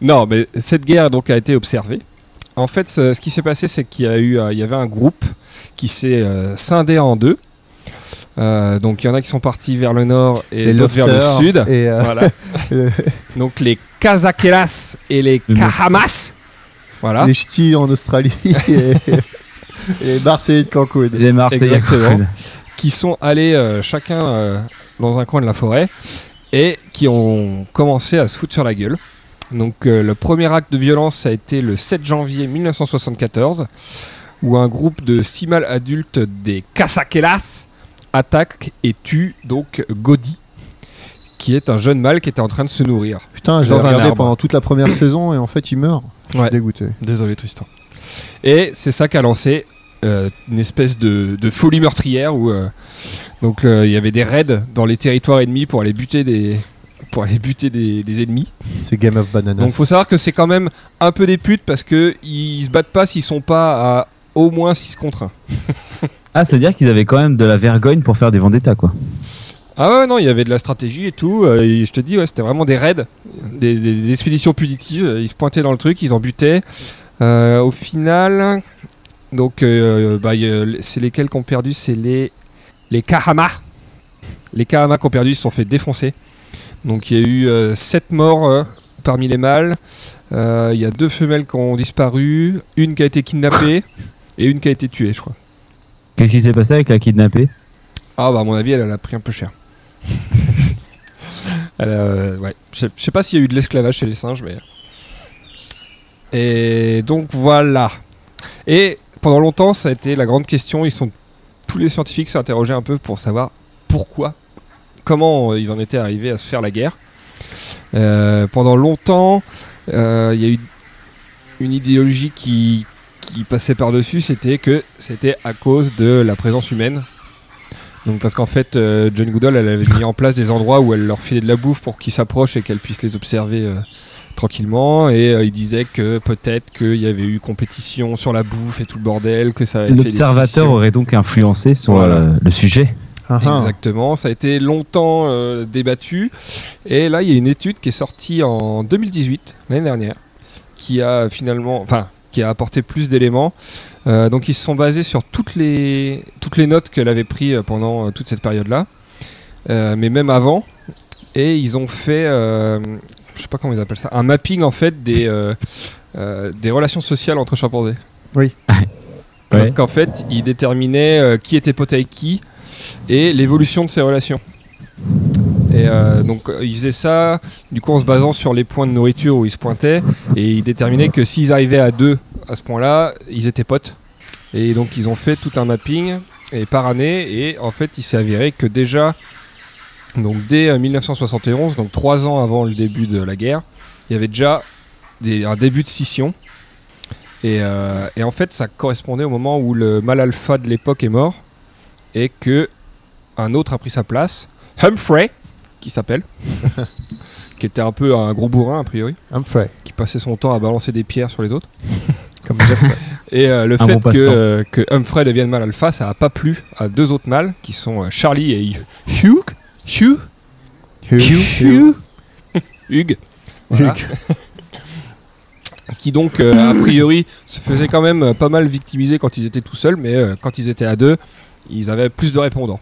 B: Non, mais cette guerre donc a été observée. En fait, ce ce qui s'est passé, c'est qu'il y a eu, euh, il y avait un groupe qui s'est euh, scindé en deux. Euh, donc, il y en a qui sont partis vers le nord et
D: les
B: d'autres vers le
D: lofters
B: sud.
D: Et euh,
B: Voilà. donc, les Kazakelas et les
C: Les
B: Kahamas. Voilà.
D: les ch'tis en Australie. et, et les Marseillais de Cancun.
C: Les Marseillais.
B: Exactement. qui sont allés euh, chacun euh, dans un coin de la forêt et qui ont commencé à se foutre sur la gueule. Donc euh, le premier acte de violence ça a été le 7 janvier 1974 où un groupe de six mâles adultes des Casaquelas attaque et tue donc Gaudi qui est un jeune mâle qui était en train de se nourrir.
D: Putain, je l'ai
B: Dans un
D: regardé
B: arbre.
D: pendant toute la première saison et en fait il meurt. Je suis
B: Ouais.
D: dégoûté.
B: Désolé Tristan. Et c'est ça qui a lancé euh, une espèce de, de folie meurtrière où euh, donc euh, il y avait des raids dans les territoires ennemis pour aller buter des pour pour aller buter des, des ennemis.
D: C'est Game of Bananas.
B: Donc faut savoir que c'est quand même un peu des putes parce que ils se battent pas s'ils sont pas à au moins 6 contre 1.
C: Ah, c'est-à-dire qu'ils avaient quand même de la vergogne pour faire des vendettas, quoi.
B: Ah ouais, non, il y avait de la stratégie et tout. euh, et je te dis, ouais, c'était vraiment des raids, des, des- des expéditions punitives. Ils se pointaient dans le truc, ils en butaient. Euh, au final, donc, euh, bah, il y a- c'est lesquels qui ont perdu C'est les, les Kahama. Les Kahama qui ont perdu, ils se sont fait défoncer. Donc, il y a eu 7 morts euh, parmi les mâles. Euh, Il y a deux femelles qui ont disparu, une qui a été kidnappée et une qui a été tuée, je crois.
C: Qu'est-ce qui s'est passé avec la kidnappée
B: Ah bah à mon avis elle, elle a pris un peu cher. Elle a, euh, ouais. Je sais- je sais pas s'il y a eu de l'esclavage chez les singes, mais. euh. Et donc voilà. Et pendant longtemps, ça a été la grande question. Ils sont tous les scientifiques s'interrogeaient un peu pour savoir pourquoi, comment euh, ils en étaient arrivés à se faire la guerre. Euh, pendant longtemps, euh, il y a eu une idéologie qui, qui passait par-dessus, c'était que c'était à cause de la présence humaine. Donc parce qu'en fait, euh, Jane Goodall, elle avait mis en place des endroits où elle leur filait de la bouffe pour qu'ils s'approchent et qu'elle puisse les observer euh, tranquillement. Et euh, il disait que peut-être qu'il y avait eu compétition sur la bouffe et tout le bordel, que ça avait fait des
C: L'observateur
B: scissions.
C: aurait donc influencé sur
B: Voilà.
C: euh, le sujet.
D: Ah, ah.
B: Exactement, ça a été longtemps euh, débattu. Et là, il y a une étude qui est sortie en 2018, l'année dernière, qui a finalement, enfin, qui a apporté plus d'éléments. Euh, donc, ils se sont basés sur toutes les, toutes les notes qu'elle avait prises euh, pendant euh, toute cette période-là, euh, mais même avant. Et ils ont fait, euh, je sais pas comment ils appellent ça, un mapping en fait des, euh, euh, des relations sociales entre chimpanzés.
C: Ouais.
B: Donc en fait, il déterminait euh, qui était pote avec qui et l'évolution de ces relations. Et euh, donc euh, il faisait ça, du coup en se basant sur les points de nourriture où ils se pointaient, et il déterminait que s'ils arrivaient à deux à ce point-là, ils étaient potes. Et donc ils ont fait tout un mapping et par année, et en fait il s'est avéré que déjà, donc dès euh, 1971, donc trois ans avant le début de la guerre, il y avait déjà des- un début de scission. Et, euh, et en fait, ça correspondait au moment où le mâle alpha de l'époque est mort et que un autre a pris sa place, Humphrey, qui s'appelle, qui était un peu un gros bourrin a priori,
D: Humphrey,
B: qui passait son temps à balancer des pierres sur les autres.
D: comme Jeff.
B: Et euh, le
C: Un
B: fait
C: bon
B: que,
C: passe-temps.
B: euh, que Humphrey devienne mâle alpha, ça a pas plu à deux autres mâles qui sont euh, Charlie et Hugh. Hugh
D: Hugh.
B: Hugh. Hugues. Voilà.
D: Hugh.
B: qui donc euh, a priori se faisaient quand même euh, pas mal victimiser quand ils étaient tout seuls, mais euh, quand ils étaient à deux, ils avaient plus de répondants.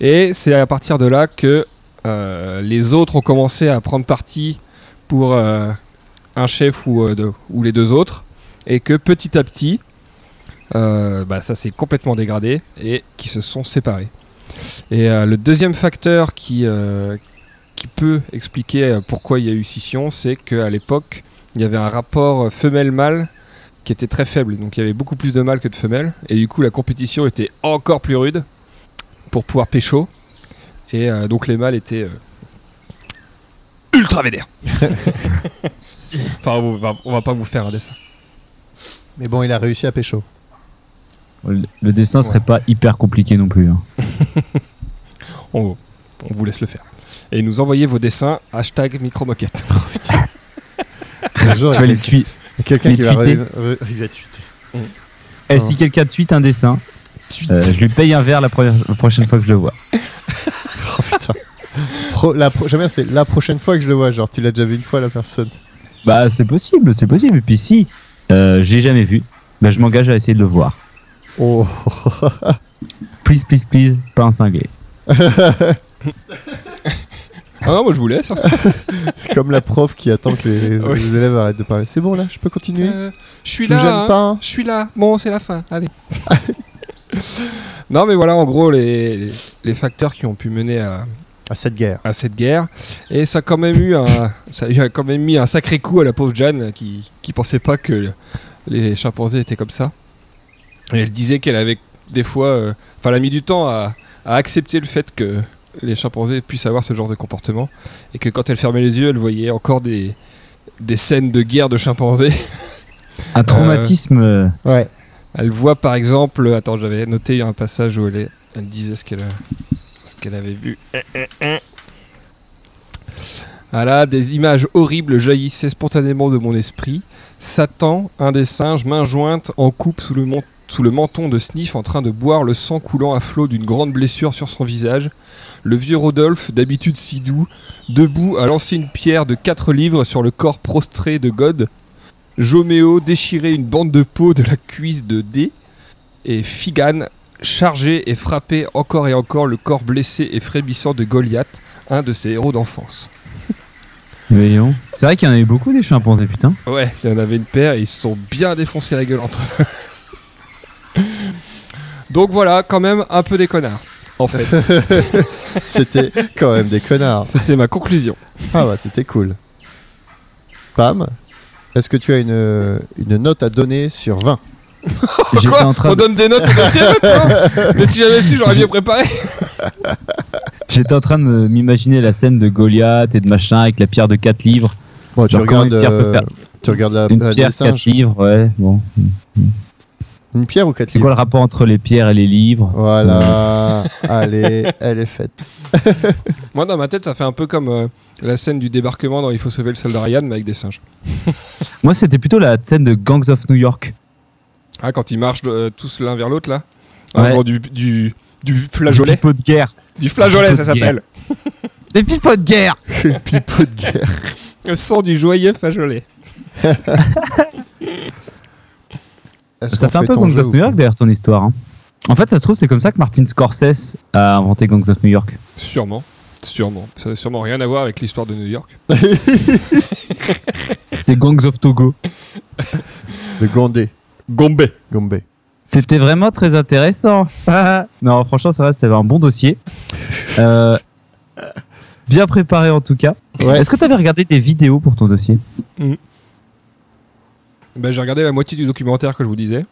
B: Et c'est à partir de là que euh, les autres ont commencé à prendre parti pour euh, un chef ou, euh, deux- ou les deux autres, et que petit à petit, euh, bah, ça s'est complètement dégradé et qui se sont séparés. Et euh, le deuxième facteur qui, euh, qui peut expliquer euh, pourquoi il y a eu scission, c'est qu'à l'époque, il y avait un rapport euh, femelle-mâle qui était très faible. Donc il y avait beaucoup plus de mâles que de femelles. Et du coup, la compétition était encore plus rude pour pouvoir pécho. Et euh, donc les mâles étaient euh, ultra vénères. enfin, on va, on va pas vous faire un dessin.
D: Mais bon, il a réussi à pécho.
C: Le le dessin serait
B: Ouais.
C: pas hyper compliqué non plus. hein.
B: On, on vous laisse le faire. Et nous envoyez vos dessins, hashtag micromoquette.
D: Un jour,
C: Tu vas les tui-
D: il y a quelqu'un
C: les
D: qui va
C: tweeter.
D: ré- ré- il va tweeter.
C: Eh, si quelqu'un tweet un dessin, euh, je lui paye un verre la, première- la prochaine fois que je le vois.
D: Oh, putain. Pro- la pro- J'aime bien, c'est la prochaine fois que je le vois. Genre, tu l'as déjà vu une fois, la personne.
C: Bah, c'est possible, c'est possible. Et puis si euh, j'ai jamais vu, bah, je m'engage à essayer de le voir.
D: Oh.
C: Please, please, please, pas un cinglé.
B: Ah non, moi je vous laisse.
D: C'est comme la prof qui attend que les,
B: Oui.
D: les élèves arrêtent de parler. C'est bon, là, je peux continuer
B: Euh, je suis
D: Je me
B: là.
D: gêne
B: hein.
D: pas. hein.
B: Je suis là. Bon, c'est la fin. Allez. non, mais voilà, en gros, les, les- les facteurs qui ont pu mener à,
D: À Ah, cette guerre.
B: à cette guerre. Et ça a quand même eu un, ça a quand même mis un sacré coup à la pauvre Jeanne qui, qui pensait pas que le- les chimpanzés étaient comme ça. Et elle disait qu'elle avait des fois, euh, enfin, elle a mis du temps à, à accepter le fait que les chimpanzés puissent avoir ce genre de comportement et que quand elle fermait les yeux, elle voyait encore des des scènes de guerre de chimpanzés.
C: Un traumatisme. euh,
D: Ouais.
B: Elle voit par exemple, attends, j'avais noté un passage où elle, est- elle disait ce qu'elle ce qu'elle avait vu. Voilà, Ah des images horribles jaillissaient spontanément de mon esprit. Satan, un des singes, main jointe, en coupe sous le, mon- sous le menton de Sniff, en train de boire le sang coulant à flot d'une grande blessure sur son visage. Le vieux Rodolphe, d'habitude si doux, debout, a lancé une pierre de 4 livres sur le corps prostré de God. Joméo déchirait une bande de peau de la cuisse de D. Et Figan chargeait et frappait encore et encore le corps blessé et frémissant de Goliath, un de ses héros d'enfance.
C: Voyons. C'est vrai qu'il y en avait beaucoup des chimpanzés, putain.
B: Ouais, il y en avait une paire et ils se sont bien défoncés la gueule entre eux. Donc voilà, quand même un peu des connards, en fait.
D: C'était quand même des connards.
B: C'était ma conclusion.
D: Ah bah c'était cool. Pam, est-ce que tu as une, une note à donner sur 20
C: J'étais
B: Quoi
C: en train
B: On
C: de,
B: donne des notes aux dossiers maintenant Mais si j'avais su, j'aurais bien préparé.
C: j'étais en train de m'imaginer la scène de Goliath et de machin avec la pierre de 4 livres.
D: Bon, tu
C: Genre, comment
D: regardes,
C: une pierre peut
D: euh,
C: faire-
D: tu regardes la
C: Une
D: planète
C: pierre
D: des
C: 4
D: singes.
C: livres, ouais. Bon.
D: Une pierre ou quatre
C: C'est
D: livres
C: quoi le rapport entre les pierres et les livres
D: Voilà. Allez, elle est faite.
B: Moi, dans ma tête, ça fait un peu comme euh, la scène du débarquement dans Il faut sauver le soldat Ryan, mais avec des singes.
C: Moi, c'était plutôt la scène de Gangs of New York.
B: Ah, quand ils marchent euh, tous l'un vers l'autre, là Un
C: Ouais.
B: Genre du, du, du flageolet.
C: Pipeau de guerre.
B: Du flageolet, ça s'appelle.
E: Des pipots de guerre
D: Pipeau de guerre.
B: Le sang du joyeux flageolet.
D: Est-ce
C: Ça
D: qu'on
C: fait un peu
D: ton
C: Gangs
D: jeu
C: of
D: ou
C: New York derrière ton histoire. hein. En fait, ça se trouve, c'est comme ça que Martin Scorsese a inventé Gangs of New York.
B: Sûrement. Sûrement. Ça n'a sûrement rien à voir avec l'histoire de New York.
C: C'est Gangs of Togo.
D: pas De Gondé.
B: Gombe.
D: Gombe.
C: C'était vraiment très intéressant. non, franchement, ça reste, c'était un bon dossier. Euh, bien préparé en tout cas.
D: Ouais.
C: Est-ce que tu avais regardé des vidéos pour ton dossier
B: Ben, j'ai regardé la moitié du documentaire que je vous disais.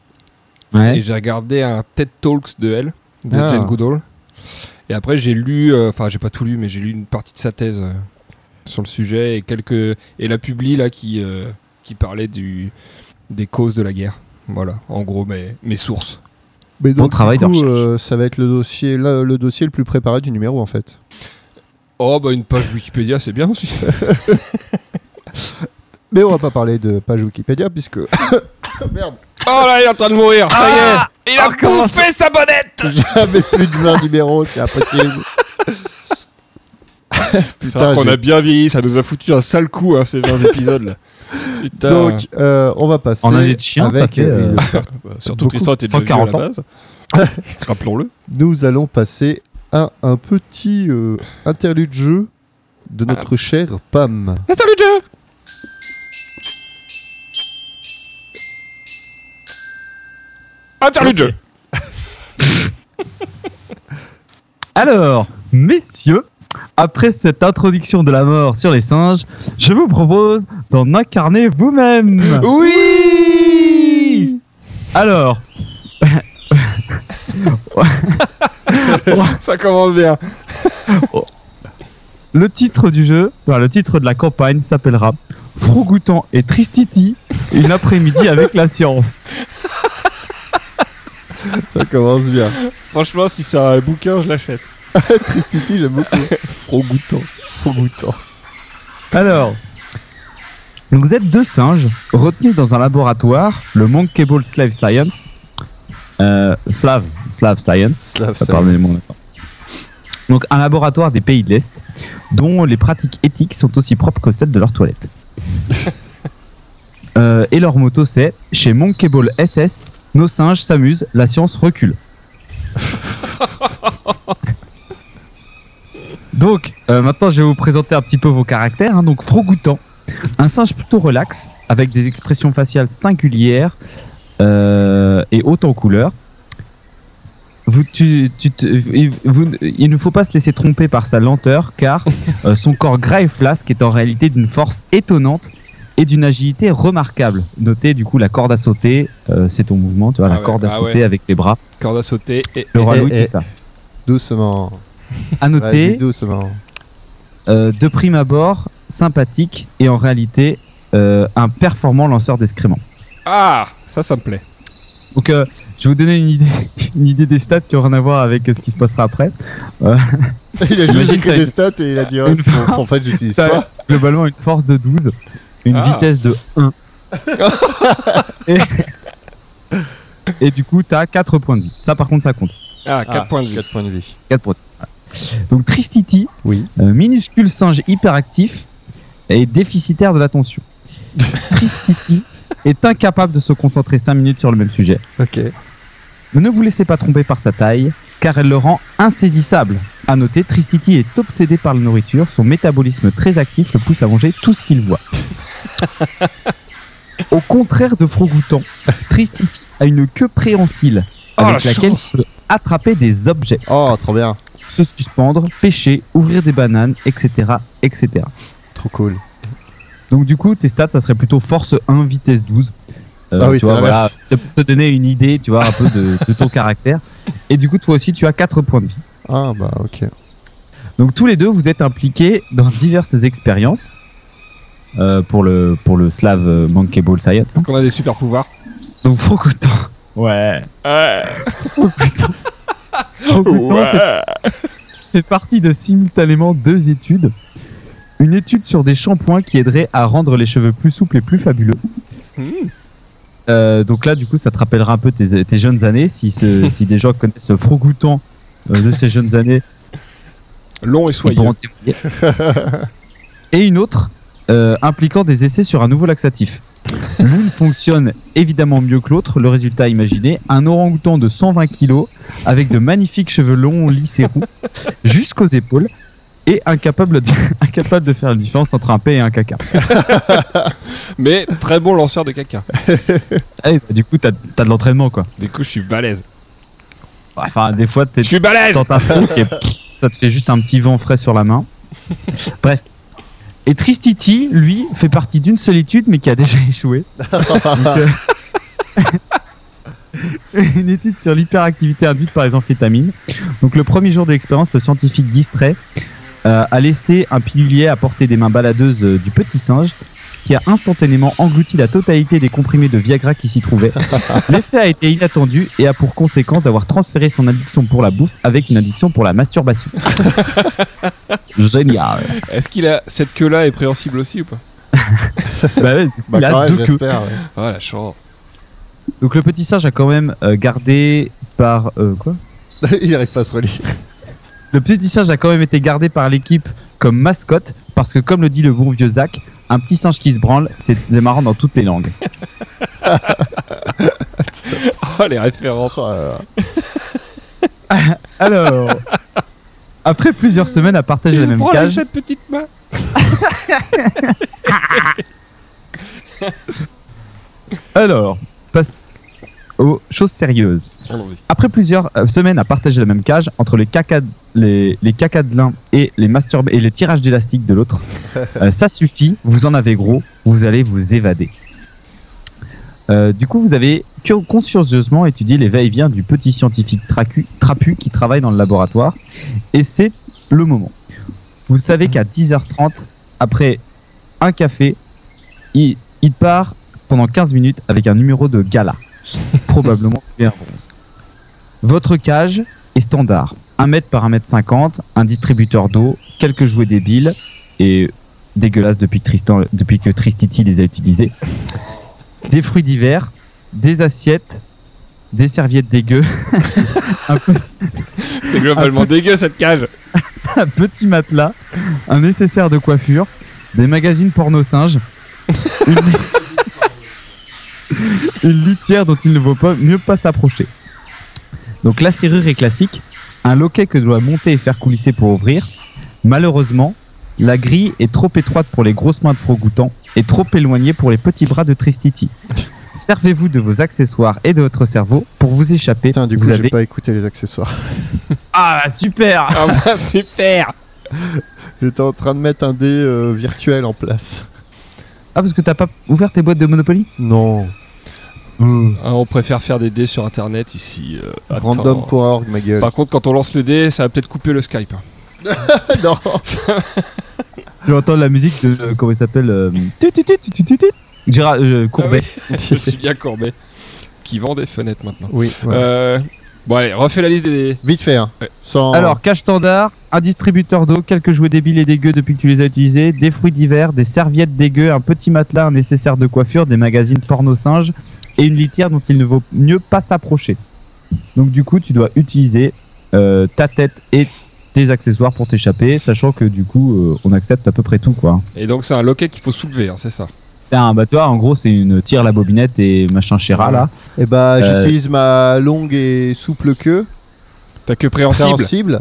B: Et
C: Ouais.
B: j'ai regardé un TED Talks de elle, de
D: Ah.
B: Jane Goodall. Et après, j'ai lu, euh, enfin, j'ai pas tout lu, mais j'ai lu une partie de sa thèse euh, sur le sujet et quelques. Et la publi, là, qui, euh, qui parlait du, des causes de la guerre. Voilà, en gros, mes, mes sources.
D: Mais
C: Bon
D: donc,
C: travail
D: du
C: de
D: coup,
C: recherche.
D: euh, ça va être le dossier, le, le dossier le plus préparé du numéro en fait.
B: Oh, bah, une page Wikipédia, c'est bien aussi.
D: Mais on va pas parler de page Wikipédia puisque merde,
B: Oh là, il est en train de mourir. Ça y est. Ah, il a bouffé sa bonnette.
D: j'avais plus de 20 numéros, c'est impossible.
B: C'est vrai
D: j'ai-
B: qu'on a bien vieilli, ça nous a foutu un sale coup, hein, ces 20 épisodes là. Putain.
D: Donc, euh, on va passer
C: En année de chien, ça
D: avec
C: fait, euh,
D: Emilio.
B: Bah, surtout
D: Beaucoup.
B: Tristan était déjà vieux à la
C: 140 ans.
B: base. Rappelons-le.
D: Nous allons passer à un petit euh, interlude jeu de notre chère Pam.
B: L'interlude jeu Interlude jeu
C: Alors, messieurs, après cette introduction de la mort sur les singes, je vous propose d'en incarner vous-même.
B: Oui
C: Alors,
B: Ça commence bien.
C: le titre du jeu, enfin, le titre de la campagne s'appellera Frogoutan et Tristiti, une après-midi avec la science.
D: Ça commence bien.
B: Franchement, si c'est un bouquin, je l'achète.
D: Tristiti, j'aime beaucoup.
B: Trop goûtant.
D: Trop goûtant.
C: Alors, donc vous êtes deux singes retenus dans un laboratoire, le Monkable Slave Science, euh, Slave, Slave Science,
D: Slav,
C: Ah,
D: ça.
C: pardonnez-moi, d'accord. Donc un laboratoire des pays de l'Est, dont les pratiques éthiques sont aussi propres que celles de leurs toilettes. Euh, et leur motto c'est chez Monkable SS, nos singes s'amusent, la science recule. Donc euh, maintenant je vais vous présenter un petit peu vos caractères. hein. Donc Frogoutan, un singe plutôt relax, avec des expressions faciales singulières euh, et hautes en couleur. Vous, tu- tu te- il- vous- il ne faut pas se laisser tromper par sa lenteur, car euh, son corps gras et flasque est en réalité d'une force étonnante et d'une agilité remarquable. Notez du coup la corde à sauter, euh, c'est ton mouvement, tu vois,
B: Ah
C: la
B: ouais,
C: corde à
B: ah
C: sauter
B: ouais.
C: avec les bras,
B: Corde à sauter et.
C: le roi
D: Eh,
C: Louis,
D: eh.
C: tout ça.
D: Doucement.
C: À noter,
D: Vas-y, doucement.
C: euh, de prime abord, sympathique et en réalité euh, un performant lanceur d'excréments.
B: Ah Ça, ça me plaît.
C: Donc euh, Je vais vous donner une idée, une idée des stats qui ont rien à voir avec euh, ce qui se passera après.
D: Il a juste
C: Imagine
D: écrit
C: t'as
D: des stats et il a dit oh, c'est bon, en fait, j'utilise
C: Ça
D: pas.
C: globalement une force de 12, une
B: Ah.
C: vitesse de 1. et, et du coup, t'as 4 points de vie. Ça, par contre, ça compte.
B: Ah, 4
D: Ah,
B: points de vie.
D: 4 points de vie.
C: 4 points. Voilà. Donc, Tristiti,
D: Oui.
C: euh, minuscule singe hyperactif et déficitaire de l'attention. Tristiti est incapable de se concentrer 5 minutes sur le même sujet.
D: Ok.
C: Ne vous laissez pas tromper par sa taille, car elle le rend insaisissable. À noter, Tristiti est obsédé par la nourriture, son métabolisme très actif le pousse à manger tout ce qu'il voit. Au contraire de Frogoutan, Tristiti a une queue préhensile
B: Oh,
C: avec
B: la
C: laquelle
B: chance.
C: il peut attraper des objets,
D: Oh, trop bien.
C: se suspendre, pêcher, ouvrir des bananes, etc. etc.
D: Trop cool.
C: Donc du coup, tes stats, ça serait plutôt force 1, vitesse 12. Euh,
D: Ah oui,
C: tu
D: c'est
C: vois, voilà,
D: l'inverse.
C: c'est pour te donner une idée, tu vois, un peu de, de ton caractère. Et du coup, toi aussi, tu as 4 points de vie.
D: Ah, bah, ok.
C: Donc tous les deux, vous êtes impliqués dans diverses expériences euh, pour le pour le slave euh, Bankable Sayat.
B: Est-ce qu'on a des super pouvoirs
C: Donc Frocotan. Ouais. Frocotan fait, fait partie de simultanément deux études. Une étude sur des shampoings qui aideraient à rendre les cheveux plus souples et plus fabuleux.
B: Mmh.
C: Euh, donc là, du coup, ça te rappellera un peu tes, tes jeunes années. Si, ce- si des gens connaissent Frocotan euh, de ses jeunes années,
B: Long et
C: ils
B: soyeux.
C: pourront témoigner. Et une autre euh, impliquant des essais sur un nouveau laxatif. L'une fonctionne évidemment mieux que l'autre. Le résultat imaginé un orang-outan de 120 kg avec de magnifiques cheveux longs, lisses et roux jusqu'aux épaules et incapable de, incapable de faire la différence entre un P et un caca.
B: Mais très bon lanceur de caca.
C: Ah oui, bah, du coup, t'as as de l'entraînement quoi.
B: Du coup, je suis balèze.
C: Enfin, des fois, t'es
B: Je suis balèze
C: dans ta truc et pff, ça te fait juste un petit vent frais sur la main. Bref. Et Tristiti, lui, fait partie d'une solitude mais qui a déjà échoué. Donc, euh, Une étude sur l'hyperactivité induite par les amphétamines. Donc le premier jour de l'expérience, le scientifique distrait euh, a laissé un pilulier à portée des mains baladeuses euh, du petit singe qui a instantanément englouti la totalité des comprimés de Viagra qui s'y trouvaient. L'effet a été inattendu et a pour conséquence d'avoir transféré son addiction pour la bouffe avec une addiction pour la masturbation. Génial.
B: Est-ce qu'il a cette queue-là est préhensible aussi ou pas
C: Bah ouais, du coup,
D: Bah,
C: il a
D: quand
C: deux
D: même,
C: queues.
D: j'espère. ouais.
B: Ah, la chance.
C: Donc le petit singe a quand même euh, gardé par euh, quoi
D: il arrive pas à se relire.
C: Le petit singe a quand même été gardé par l'équipe comme mascotte parce que comme le dit le bon vieux Zach, un petit singe qui se branle, c'est c'est marrant dans toutes les langues.
B: Oh, les références. euh.
D: Oh là là.
C: Alors, après plusieurs semaines à partager la
B: Il se
C: même
B: prend avec
C: cage,
B: cette petite main.
C: alors passe aux choses sérieuses. Après plusieurs euh, semaines à partager la même cage entre les cacas, les, les cacas de l'un et les masturbes et les tirages d'élastique de l'autre, euh, ça suffit, vous en avez gros, vous allez vous évader. Euh, du coup, vous avez cur- consciencieusement étudié les va-et-vient du petit scientifique tracu- trapu qui travaille dans le laboratoire, et c'est le moment. Vous savez qu'à 10h30, après un café, il, il part pendant 15 minutes avec un numéro de gala, probablement un bronze. Votre cage est standard. 1 mètre par 1 mètre 50, un distributeur d'eau, quelques jouets débiles et dégueulasses depuis que, Tristan, depuis que Tristiti les a utilisés. Des fruits divers, des assiettes, des serviettes dégueu, un, peu-
B: C'est globalement dégueu cette cage.
C: un petit matelas, un nécessaire de coiffure, des magazines porno singes, une, une litière dont il ne vaut pas mieux pas s'approcher. Donc la serrure est classique, un loquet que doit monter et faire coulisser pour ouvrir. Malheureusement, la grille est trop étroite pour les grosses mains de Frogoutan et trop éloignée pour les petits bras de Tristiti. Servez-vous de vos accessoires et de votre cerveau pour vous échapper.
D: Putain, du
C: vous
D: coup,
C: avez-
D: j'ai pas écouté les accessoires.
C: Ah super
B: Ah, bah, super.
D: J'étais en train de mettre un dé euh, virtuel en place.
C: Ah parce que t'as pas ouvert tes boîtes de Monopoly
D: Non. Hmm,
B: Ah, on préfère faire des dés sur internet ici. euh, attends.
D: Random.org, ma gueule.
B: Par contre, quand on lance le dé, ça va peut-être couper le Skype. hein.
D: non.
C: Je vais entendre la musique de euh, comment il s'appelle euh, tut, tut, tut, tut, tut, tut. Gérard euh, Courbet.
B: Je suis bien courbé. qui vend des fenêtres maintenant.
D: Oui, ouais.
B: Euh, bon, allez, refais la liste des.
D: Vite fait, hein.
B: ouais.
D: Sans...
C: Alors, cache standard, un distributeur d'eau, quelques jouets débiles et dégueux depuis que tu les as utilisés, des fruits d'hiver, des serviettes dégueux, un petit matelas, un nécessaire de coiffure, des magazines porno singes et une litière dont il ne vaut mieux pas s'approcher. Donc, du coup, tu dois utiliser euh, ta tête et tes accessoires pour t'échapper, sachant que du coup, euh, on accepte à peu près tout quoi.
B: Et donc, c'est un loquet qu'il faut soulever, hein, c'est ça
C: C'est un battoir, en gros, c'est une tire la bobinette et machin chéra là.
D: Eh ben,
C: Euh,
D: j'utilise ma longue et souple queue,
B: T'as que préhensible.
D: préhensible,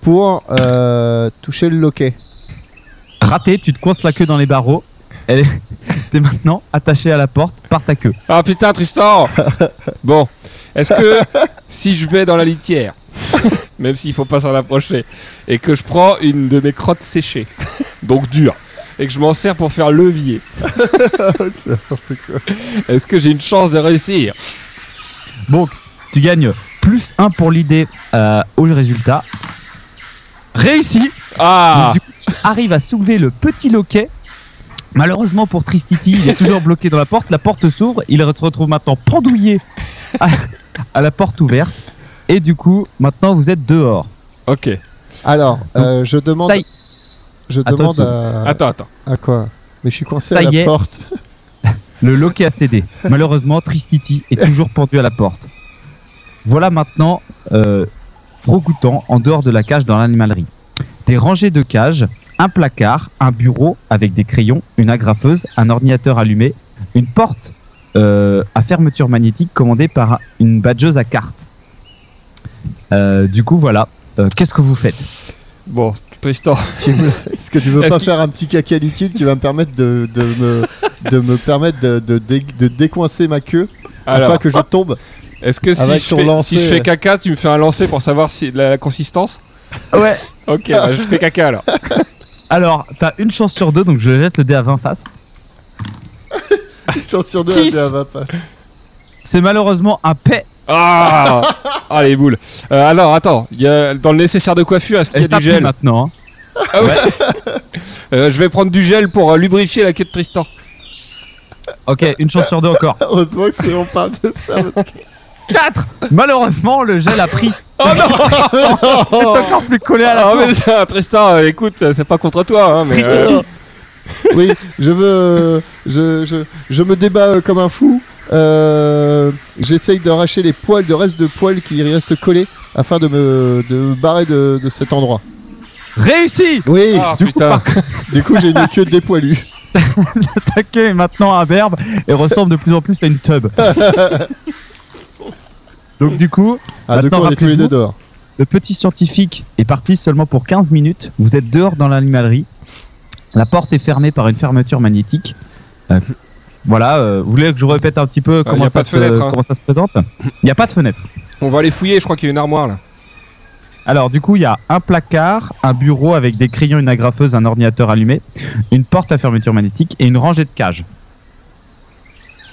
D: pour euh, toucher le loquet.
C: Raté, tu te coinces la queue dans les barreaux. Elle est... T'es maintenant attaché à la porte par ta queue.
B: Ah putain, Tristan Bon, est-ce que si je vais dans la litière, même s'il faut pas s'en approcher, et que je prends une de mes crottes séchées, donc dures, et que je m'en sers pour faire levier, est-ce que j'ai une chance de réussir
C: Donc, tu gagnes plus 1 pour l'idée euh, au résultat. Réussi
B: Ah
C: Donc, du coup, tu arrives à soulever le petit loquet. Malheureusement pour Tristiti, il est toujours bloqué dans la porte. La porte s'ouvre, il se retrouve maintenant pendouillé à, à la porte ouverte. Et du coup, maintenant vous êtes dehors.
B: Ok,
D: Alors, euh, je demande,
C: Ça y-
D: je
C: Attends,
D: demande
C: tu-
D: à,
B: attends, attends.
D: à quoi Mais je suis coincé
C: Ça
D: à
C: y
D: la
C: est.
D: porte.
C: Le loquet a cédé. Malheureusement, Tristiti est toujours pendu à la porte. Voilà maintenant euh, Frogoutan en dehors de la cage dans l'animalerie. Des rangées de cages, un placard, un bureau avec des crayons, une agrafeuse, un ordinateur allumé, une porte euh, à fermeture magnétique commandée par une badgeuse à cartes. Euh, du coup, voilà. Euh, Qu'est-ce que vous faites
B: Bon, Tristan,
D: Tu me- Est-ce que tu veux
B: Est-ce
D: pas
B: qu'il-
D: faire un petit caca liquide qui va me permettre de, de me, de me permettre de, de dé- de décoincer ma queue
B: alors,
D: afin que je tombe
B: est-ce que si
D: avec
B: je,
D: ton
B: fais,
D: lancer,
B: si je fais
D: ouais.
B: caca, tu me fais un lancer pour savoir si la, la consistance
C: Ouais.
B: Ok, bah, je fais caca alors.
C: Alors, t'as une chance sur deux, donc je jette le dé à 20 faces.
D: J'en suis sûr de
C: Six.
D: la dé à ma face.
C: C'est malheureusement un paix
B: Ah Ah les boules Euh, Alors, attends, il y a- dans le nécessaire de coiffure, est-ce qu'il
C: et
B: y a
C: ça
B: du
C: pue
B: gel
C: maintenant. hein.
B: Ah ouais. Euh, je vais prendre du gel pour euh, lubrifier la queue de Tristan.
C: Ok, une chance sur deux encore.
D: Heureusement que si on parle de ça. parce que-
C: 4 Malheureusement, le gel a pris.
B: Oh non
C: C'est encore plus collé à la
B: Ah,
C: porte.
B: mais ça, Tristan, euh, écoute, euh, c'est pas contre toi, hein, mais euh,
D: Alors, oui, je veux, euh, je, je, je me débat euh, comme un fou. Euh, J'essaye d'arracher les poils, de reste de poils qui restent collés afin de me, de me barrer de, de cet endroit.
C: Réussi
D: Oui,
B: ah,
C: du coup,
B: putain.
D: du coup j'ai une queue dépoilue.
C: Ta queue est maintenant un verbe et ressemble de plus en plus à une tub. Donc du coup,
D: Ah, de
C: Maintenant,
D: coup on est tous les deux
C: rappelez-vous.
D: dehors.
C: le petit scientifique est parti seulement pour 15 minutes. Vous êtes dehors dans l'animalerie. La porte est fermée par une fermeture magnétique. Euh, voilà, euh, vous voulez que je vous répète un petit peu comment,
B: y a
C: ça,
B: pas de
C: se,
B: fenêtre, hein.
C: comment ça se présente Il n'y a pas de fenêtre.
B: On va aller fouiller, je crois qu'il y a une armoire là.
C: Alors du coup, il y a un placard, un bureau avec des crayons, une agrafeuse, un ordinateur allumé, une porte à fermeture magnétique et une rangée de cages.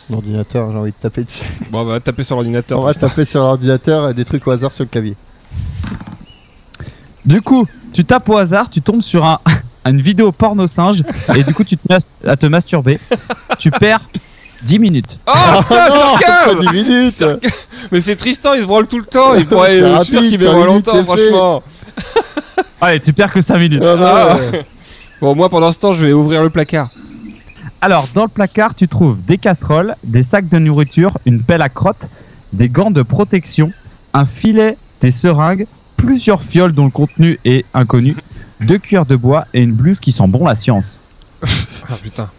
D: L'ordinateur, j'ai envie de taper dessus.
B: Bon, on va taper sur
D: On
B: l'ordinateur.
D: va
B: Tristan.
D: taper sur l'ordinateur et des trucs au hasard sur le clavier.
C: Du coup, tu tapes au hasard, tu tombes sur un, une vidéo porno singe et du coup, tu te mets à- à te masturber. Tu perds 10 minutes.
B: Oh putain, sur 15
D: Pas 10 minutes
B: Mais c'est Tristan, il se branle tout le temps, il pourrait.
D: C'est
B: euh, Je suis sûr
D: rapide,
B: qu'il
D: cinq
B: verra
D: minutes,
B: longtemps,
D: c'est fait.
B: franchement.
C: Allez, tu perds que 5 minutes.
D: Ah,
B: Ah.
D: ouais.
B: Bon, moi pendant ce temps, je vais ouvrir le placard.
C: Alors, dans le placard, tu trouves des casseroles, des sacs de nourriture, une pelle à crotte, des gants de protection, un filet, des seringues, plusieurs fioles dont le contenu est inconnu, deux cuillères de bois et une blouse qui sent bon la science.
B: Ah putain.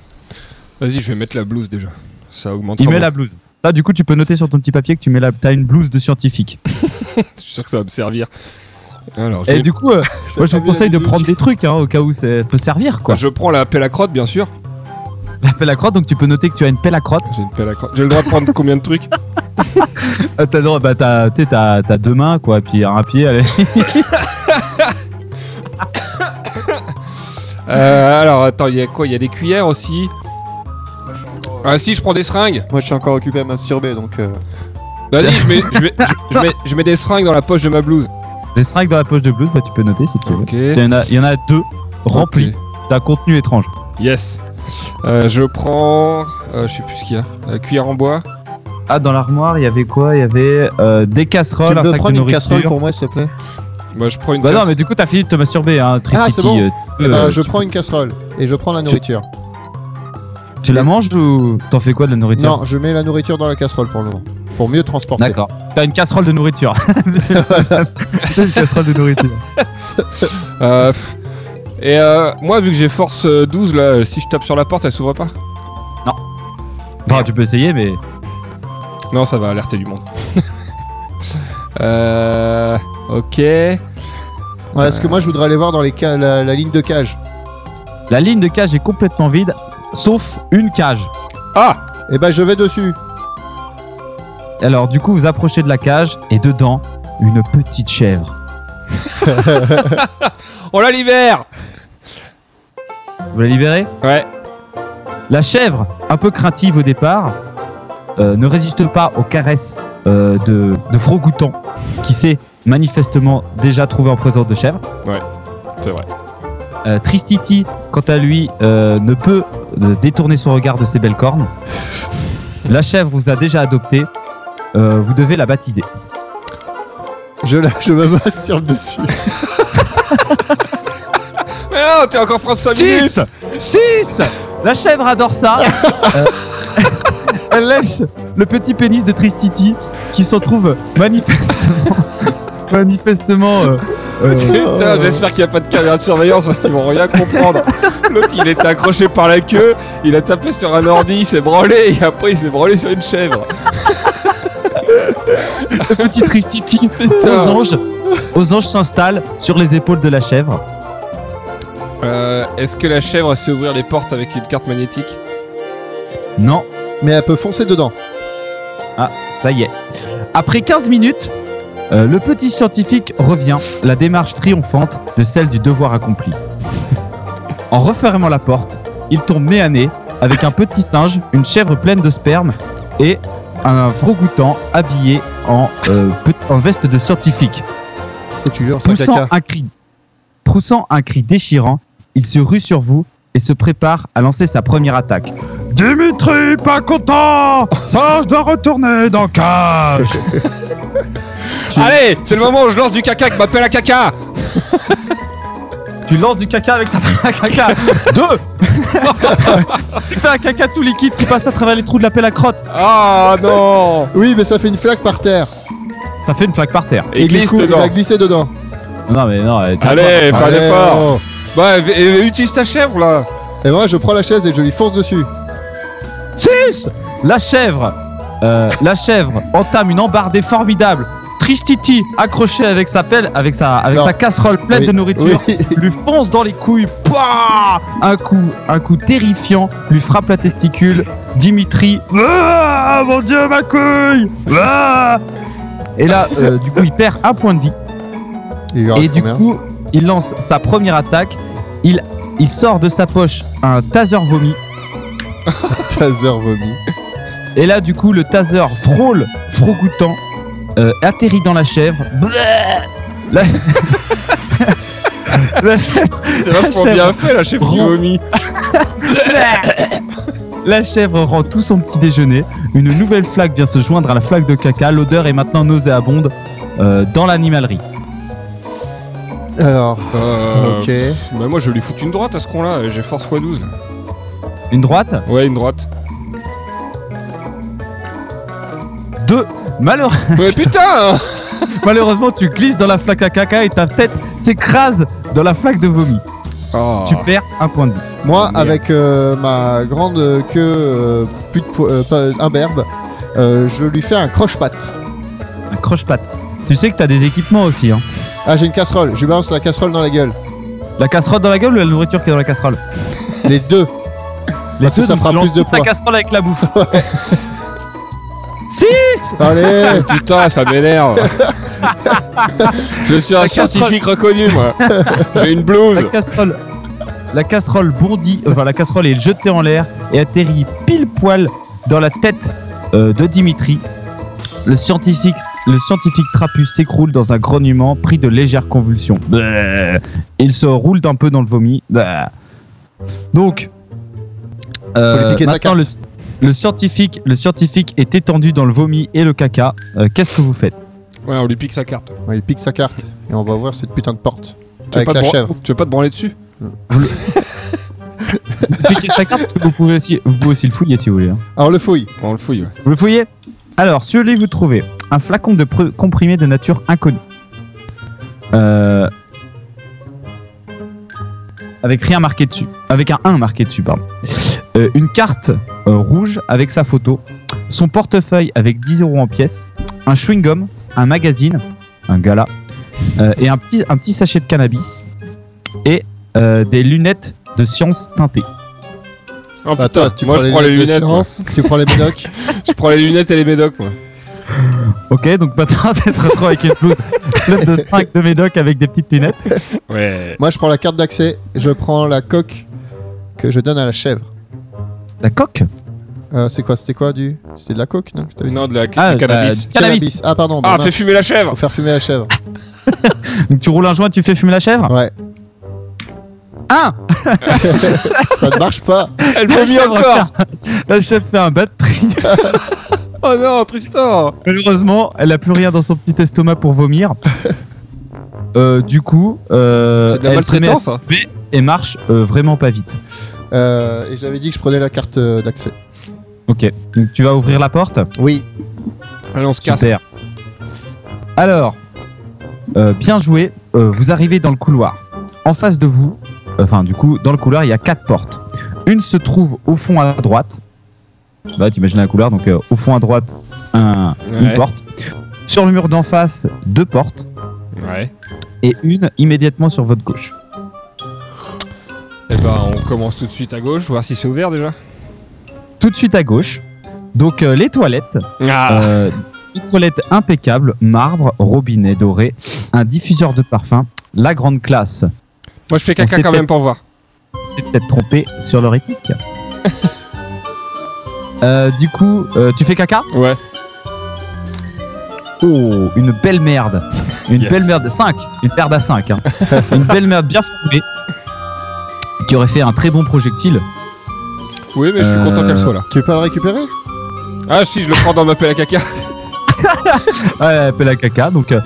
B: Vas-y, je vais mettre la blouse déjà. Ça augmente.
C: Il met la blouse. Là, du coup, tu peux noter sur ton petit papier que tu mets la, t'as une blouse de scientifique.
B: Je suis sûr que ça va me servir. Alors, je,
C: Et du coup, euh,
D: pas
C: moi, je vous
D: vu la
C: conseille de
D: musique.
C: prendre des trucs hein, au cas où ça peut servir quoi.
B: je prends la pelle à crotte, bien sûr.
C: La pelle à crotte, donc tu peux noter que tu as une pelle à crotte.
B: J'ai une pelle à crotte. J'ai le droit de prendre combien de trucs
C: Euh, t'as, le droit- bah, t'as, tu sais, t'as- t'as deux mains quoi, puis un pied. allez.
B: Euh, alors attends, il y a quoi Il y a des cuillères aussi Ah si, je prends des seringues.
D: Moi je suis encore occupé à masturber donc. euh,
B: Vas-y, je mets, je, mets, je- je mets, je mets des seringues dans la poche de ma blouse.
C: Des seringues dans la poche de blouse, bah, tu peux noter si tu veux.
B: Ok.
C: Il y en a, il y en a deux remplis d'un contenu étrange.
B: Yes. Euh, je prends. euh, je sais plus ce qu'il y a. Euh, cuillère en bois.
C: Ah, dans l'armoire, il y avait quoi Il y avait euh, des
D: Tu
C: casseroles, un
D: peux
C: sac de
D: prendre une
C: nourriture.
D: casserole pour moi, s'il te plaît
B: Moi, je prends une
C: Bah non,
B: casse-
C: mais du coup, t'as fini de te masturber, hein, Tricity.
D: c'est bon.
C: euh, tu peux,
D: Euh,
C: euh,
D: Je prends une casserole et je prends la nourriture.
C: Tu la manges ou t'en fais quoi de la nourriture
D: Non, je mets la nourriture dans la casserole pour le moment. Pour mieux transporter.
C: D'accord. T'as une casserole de nourriture. T'as une casserole de nourriture.
B: Euh, pff. et euh, moi, vu que j'ai force euh, 12, là, si je tape sur la porte, elle s'ouvre pas
C: Enfin, tu peux essayer, mais.
B: Non, ça va alerter du monde. euh, ok.
D: Ouais, parce que moi, je voudrais aller voir dans les ca- la, la ligne de cage.
C: La ligne de cage est complètement vide, sauf une cage.
B: Ah
D: Et ben, je vais dessus.
C: Alors, du coup, vous approchez de la cage et dedans, une petite chèvre.
B: On la libère
C: Vous la libérez
B: Ouais.
C: La chèvre, un peu craintive au départ, euh, ne résiste pas aux caresses euh, de, de Frogouton, qui s'est manifestement déjà trouvé en présence de chèvres.
B: Ouais, c'est vrai.
C: Euh, Tristiti, quant à lui, euh, ne peut euh, détourner son regard de ses belles cornes. La chèvre vous a déjà adopté. euh, vous devez la baptiser.
D: Je, la- je me masturbe dessus.
B: Mais non, tu vas encore prendre 5 minutes
C: 6 6 La chèvre adore ça Euh, Elle lèche le petit pénis de Tristiti qui s'en trouve manifestement. manifestement. euh, euh,
B: Putain, j'espère qu'il n'y a pas de caméra de surveillance parce qu'ils vont rien comprendre. L'autre, il était accroché par la queue, il a tapé sur un ordi, il s'est branlé et après il s'est branlé sur une chèvre.
C: le petit Tristiti aux
B: Putain.
C: anges. Aux anges s'installent sur les épaules de la chèvre.
B: Euh, Est-ce que la chèvre sait ouvrir les portes avec une carte magnétique
C: Non,
D: Mais elle peut foncer dedans.
C: Ah, ça y est. Après 15 minutes, euh, le petit scientifique revient, la démarche triomphante de celle du devoir accompli. En refermant la porte, il tombe nez à nez avec un petit singe, une chèvre pleine de sperme et un frogoutan habillé en, euh, pe- en veste de scientifique.
D: Faut que tu lances un
C: Poussant
D: caca.
C: un cri, poussant un cri déchirant, il se rue sur vous et se prépare à lancer sa première attaque. Dimitri, pas content Ça, je dois retourner dans cage
B: Allez, c'est le moment où je lance du caca qui m'appelle à caca
C: Tu lances du caca avec ta pelle à caca. Deux Tu fais un caca tout liquide qui passe à travers les trous de la pelle à crotte.
B: Ah non
D: Oui, mais ça fait une flaque par terre.
C: Ça fait une flaque par terre.
B: Et, glisse
D: du coup, il
B: dedans.
D: va glisser dedans.
C: Non mais non. euh, tiens,
B: Allez, fais un
D: Allez,
B: effort
D: oh.
B: Bah, v- euh, utilise ta chèvre là
D: Et moi, je prends la chaise et je lui fonce dessus.
C: Six La chèvre euh, La chèvre entame une embardée formidable. Tristiti, accroché avec sa pelle, avec sa, avec
D: Non.
C: sa casserole pleine
D: Oui,
C: de nourriture,
D: oui.
C: lui fonce dans les couilles. Pouah un coup, un coup terrifiant, lui frappe la testicule. Dimitri, ah, mon Dieu, ma couille Ah Et là, euh, du coup, il perd un point de vie.
D: Il lui
C: Et
D: reste
C: du
D: combien
C: coup, il lance sa première attaque. Il, il sort de sa poche un taser vomi.
D: Taser vomi.
C: Et là, du coup, le taser frôle Frogoutan, euh, atterrit dans la chèvre. Bleh La... la chèvre...
B: C'est vachement
C: La chèvre.
B: bien fait la chèvre qui
C: Rond.
B: vomit
C: la chèvre rend tout son petit déjeuner. Une nouvelle flaque vient se joindre à la flaque de caca. L'odeur est maintenant nauséabonde euh, dans l'animalerie.
D: Alors,
B: Euh,
D: ok.
B: Bah moi je lui fous une droite à ce con là, j'ai force x12 là.
C: Une droite
B: Ouais une droite.
C: Deux Malheure-
B: Mais putain
C: Malheureusement, tu glisses dans la flaque à caca et ta tête s'écrase dans la flaque de vomi.
B: Oh.
D: Ah.
C: Tu perds un point de vie.
D: Moi,
B: Merde.
D: avec euh, ma grande euh, queue, euh, plus de po- euh, pas- imberbe, euh, je lui fais un croche-patte.
C: Un croche-patte. Tu sais que t'as des équipements aussi. Hein.
D: Ah, j'ai une casserole. Je lui balance la casserole dans la gueule.
C: La casserole dans la gueule ou la nourriture qui est dans la casserole
D: Les deux.
C: Les
D: Parce que
C: deux,
D: ça
C: donc
D: fera
C: tu lances
D: plus de
C: toute ta
D: poids.
C: casserole avec la bouffe. Si
D: Allez
B: Putain, ça m'énerve. Je suis un
C: La casserole.
B: scientifique reconnu, moi. J'ai une blouse.
C: La casserole. La casserole bondit, enfin la casserole est jetée en l'air et atterrit pile poil dans la tête euh, de Dimitri. Le scientifique, le scientifique trapu s'écroule dans un grognement pris de légères convulsions. Bleh. Il se roule un peu dans le vomi. Bleh. Donc, euh,
D: piquer sa
C: maintenant,
D: carte.
C: le, Le scientifique, le scientifique est étendu dans le vomi et le caca. Euh, Qu'est-ce que vous faites
B: Ouais, on lui pique sa carte.
D: Ouais, il pique sa carte et on va ouvrir cette putain de porte.
B: Tu veux,
D: Avec
B: pas te
D: la
B: bran-
D: chèvre.
B: tu veux pas te branler dessus
C: Piquez chacun parce que vous pouvez aussi, vous pouvez aussi le fouiller si vous voulez. hein.
D: Alors le fouille.
B: On le fouille, ouais.
C: Vous le fouillez Alors, sur lui, vous trouvez un flacon de pre- comprimé de nature inconnue. Euh... Avec rien marqué dessus. Avec un 1 marqué dessus, pardon. Euh, une carte euh, rouge avec sa photo. Son portefeuille avec 10 euros en pièces. Un chewing-gum. Un magazine. Un gala. euh, et un petit, un petit sachet de cannabis. Et euh, des lunettes de science teintées.
B: Oh putain,
D: Attends, tu
B: moi
D: prends
B: je prends les
D: de
B: lunettes. moi.
D: séance, Tu prends les médocs.
B: Je prends les lunettes et les médocs, moi.
C: Ok, donc maintenant, tu te retrouves avec une blouse pleine de sphinx de médoc avec des petites lunettes.
B: Ouais.
D: Moi je prends la carte d'accès. Je prends la coque que je donne à la chèvre.
C: La coque
D: Euh, c'est quoi C'était quoi du C'était de la coque non que t'avais dit
B: Non, de la
C: Ah,
B: du cannabis.
C: bah, cannabis.
D: Ah pardon. bah
B: Ah,
D: mince.
B: fais fumer la chèvre
D: Faut faire fumer la chèvre.
C: Donc tu roules un joint, tu fais fumer la chèvre
D: Ouais.
C: Ah
D: Ça ne marche pas.
B: Elle
C: La
B: vomit
C: chèvre fait
B: encore
C: un- La chèvre fait un bad trip.
B: Oh non, Tristan
C: Malheureusement, elle a plus rien dans son petit estomac pour vomir. Euh, du coup, euh,
B: C'est de la
C: elle se met
B: maltraitance, hein.
C: et marche euh, vraiment pas vite.
D: Euh, et j'avais dit que je prenais la carte euh, d'accès.
C: Ok, donc tu vas ouvrir la porte.
D: Oui.
B: Allez, on se casse.
C: Super. Alors, euh, bien joué. Euh, vous arrivez dans le couloir. En face de vous, euh, enfin du coup, dans le couloir, il y a quatre portes. Une se trouve au fond à droite. Là, t'imagines un couloir, donc euh, au fond à droite, un- une
B: Ouais.
C: porte. Sur le mur d'en face, deux portes.
B: Ouais.
C: Et une immédiatement sur votre gauche.
B: Eh ben, on commence tout de suite à gauche, voir si c'est ouvert déjà.
C: Tout de suite à gauche. Donc euh, les toilettes.
B: Ah
C: Euh, une toilette impeccable, marbre, robinet doré, un diffuseur de parfum, la grande classe.
B: Moi, je fais caca
C: sait
B: quand même pour voir.
C: C'est peut-être trompé sur leur éthique. Euh, du coup, euh, tu fais caca
B: Ouais.
C: Oh, une belle merde. Une
B: Yes.
C: belle merde. 5. Une merde à 5. une belle merde bien formée. Qui aurait fait un très bon projectile.
B: Oui, mais je suis
C: Euh,
B: content qu'elle soit là.
D: Tu veux pas le récupérer
B: Ah si, je le prends dans ma pelle à caca.
C: Ouais, elle appelle à caca. Donc, euh,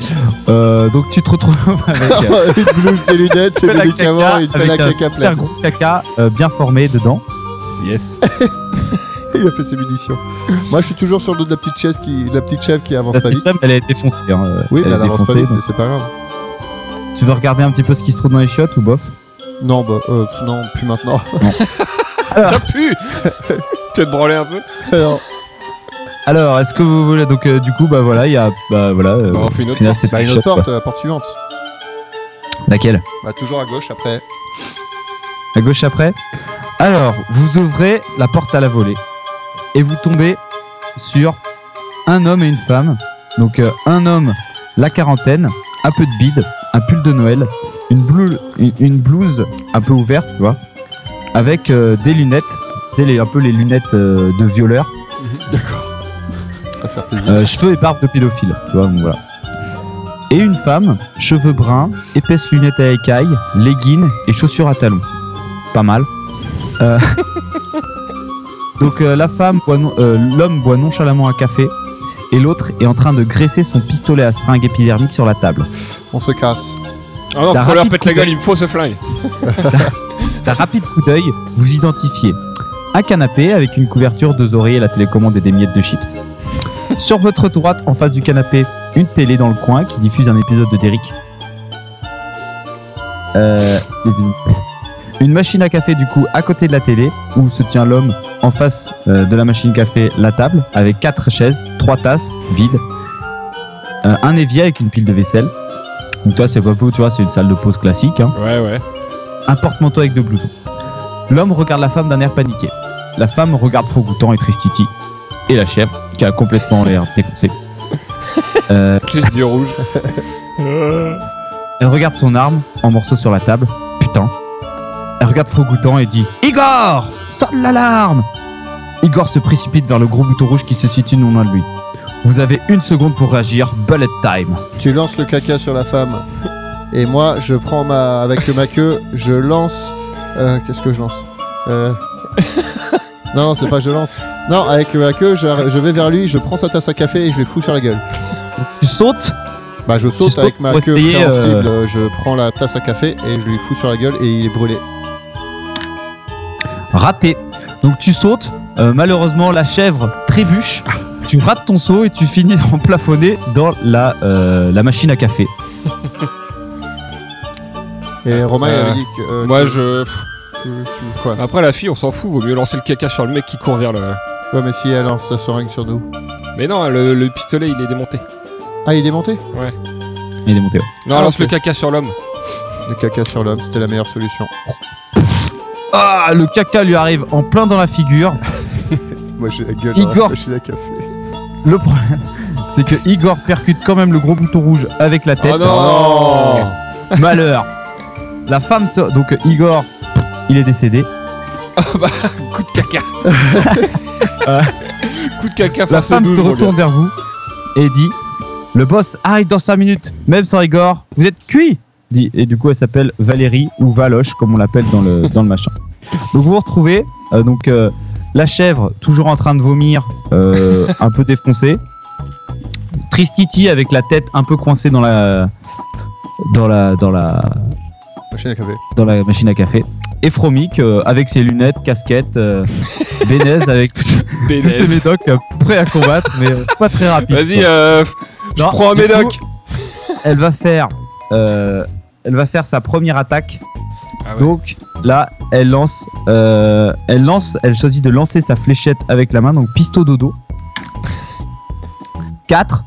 C: euh, donc tu te retrouves avec. euh,
D: Une blouse, des lunettes, des
C: pelle à
D: médicaments et une pelle à
C: avec un
D: caca
C: super
D: pleine.
C: gros caca euh, bien formé dedans.
B: Yes.
D: Il a fait ses munitions. Moi, je suis toujours sur le dos de la petite chaise qui, de la petite chèvre qui avance
C: La
D: pas
C: petite
D: vite.
C: femme, elle est défoncée. hein, euh,
D: Oui, mais
C: elle
D: elle
C: est
D: avance pas
C: défoncée,
D: vite, mais
C: donc.
D: c'est pas grave.
C: Tu veux regarder un petit peu ce qui se trouve dans les chiottes ou bof
D: Non, bah, euh, non, plus maintenant.
B: Ça pue Tu vas te branler un peu
D: Alors,
C: Alors, est-ce que vous voulez donc euh, du coup bah voilà, il y a bah voilà, euh,
B: Bon, on fait une
C: au
B: autre.
C: final, c'est
D: bah,
C: une
D: une autre
C: shot,
D: porte,
C: quoi.
D: la porte suivante.
C: Laquelle
D: Bah, toujours à gauche après.
C: À gauche après. Alors, vous ouvrez la porte à la volée et vous tombez sur un homme et une femme. Donc euh, un homme, la quarantaine, un peu de bide, un pull de Noël, une blouse, une, une blouse un peu ouverte, tu vois, avec euh, des lunettes, tu sais, les- un peu les lunettes euh, de violeur,
D: Ça va faire plaisir.
C: Euh, cheveux et barbe de pédophile, tu vois, donc voilà. Et une femme, cheveux bruns, épaisses lunettes à écailles, leggings et chaussures à talons. Pas mal. Euh, Donc euh, la femme, boit non- euh, l'homme boit nonchalamment un café et l'autre est en train de graisser son pistolet à seringue épidermique sur la table.
D: On se casse.
B: Ah non,
C: La
B: faut qu'on leur
C: rapide
B: pète la
C: couleur.
B: gueule, il me faut ce flingue.
C: D'un rapide coup d'œil, vous identifiez un canapé avec une couverture, deux oreillers, la télécommande et des miettes de chips. Sur votre droite, en face du canapé, une télé dans le coin qui diffuse un épisode de Derrick. Euh, une machine à café du coup à côté de la télé où se tient l'homme en face euh, de la machine café, la table avec quatre chaises, trois tasses vides, euh, un évier avec une pile de vaisselle. Donc toi c'est pas beau, tu vois, c'est une salle de pause classique. hein
B: Ouais, ouais.
C: un porte-manteau avec deux blousons. L'homme regarde la femme d'un air paniqué. La femme regarde Frogoutan et Tristiti. Et la chèvre, qui a complètement l'air défoncée. Euh,
B: Avec les yeux rouges.
C: elle regarde son arme, en morceaux sur la table. Putain. Elle regarde Frogoutan et dit Igor Sonne l'alarme Igor se précipite vers le gros bouton rouge qui se situe non loin de lui. Vous avez une seconde pour réagir, bullet time.
D: Tu lances le caca sur la femme. Et moi, je prends ma. Avec ma queue, je lance. euh, Qu'est-ce que je lance Euh, Non, non, c'est pas je lance. Non, avec ma queue, je, je vais vers lui, je prends sa tasse à café et je lui fous sur la gueule.
E: Tu sautes
D: Bah, je saute
C: sautes
D: avec ma
C: pour
D: queue
C: essayer, euh,
D: préhensible, je prends la tasse à café et je lui fous sur la gueule et il est brûlé.
C: Raté. Donc tu sautes, euh, malheureusement la chèvre trébuche, tu rates ton saut et tu finis en plafonné dans la, euh, la machine à café.
D: Et Romain, il
B: Euh,
D: avait dit que. euh,
B: Moi,
D: que-
B: je.
D: que- que- quoi
B: Après, la fille, on s'en fout. Vaut mieux lancer le caca sur le mec qui court vers le.
D: Ouais, mais si elle lance sa seringue sur nous.
B: Mais non, le, le pistolet, il est démonté.
D: Ah, il est monté
C: Il est monté. haut.
B: Non,
D: Ah,
B: lance le
D: ok.
B: caca sur l'homme.
D: Le caca sur l'homme, c'était la meilleure solution.
C: Ah, le caca lui arrive en plein dans la figure.
D: Moi, j'ai la gueule
C: Igor.
D: dans la machine à café.
C: Le problème, c'est que Igor percute quand même le gros bouton rouge avec la tête.
B: Oh non
C: Malheur. La femme se... donc euh, Igor, il est décédé.
B: Coup de caca
C: Euh,
B: Coup de caca
C: La
B: face
C: femme
B: 12,
C: se
B: mon
C: retourne
B: gars.
C: vers vous et dit Le boss arrive dans 5 minutes, même sans Igor, vous êtes cuit dit- Et du coup, elle s'appelle Valérie ou Valoche, comme on l'appelle dans le, dans le machin. Donc vous vous retrouvez, euh, donc, euh, la chèvre toujours en train de vomir, euh, un peu défoncée. Tristiti avec la tête un peu coincée dans la. Dans la, dans la,
D: Machine à café.
C: dans la machine à café. Et Fromic euh, avec ses lunettes, casquette, euh, Bénèze avec tous tous ses
B: Bénèze.
C: médocs euh, prêts à combattre, mais euh, pas très rapide.
B: Vas-y, euh, je
C: Non,
B: prends un
C: du
B: médoc
C: elle va faire euh, elle va faire sa première attaque
B: Ah ouais.
C: donc là elle lance euh, elle lance elle choisit de lancer sa fléchette avec la main donc pisto dodo 4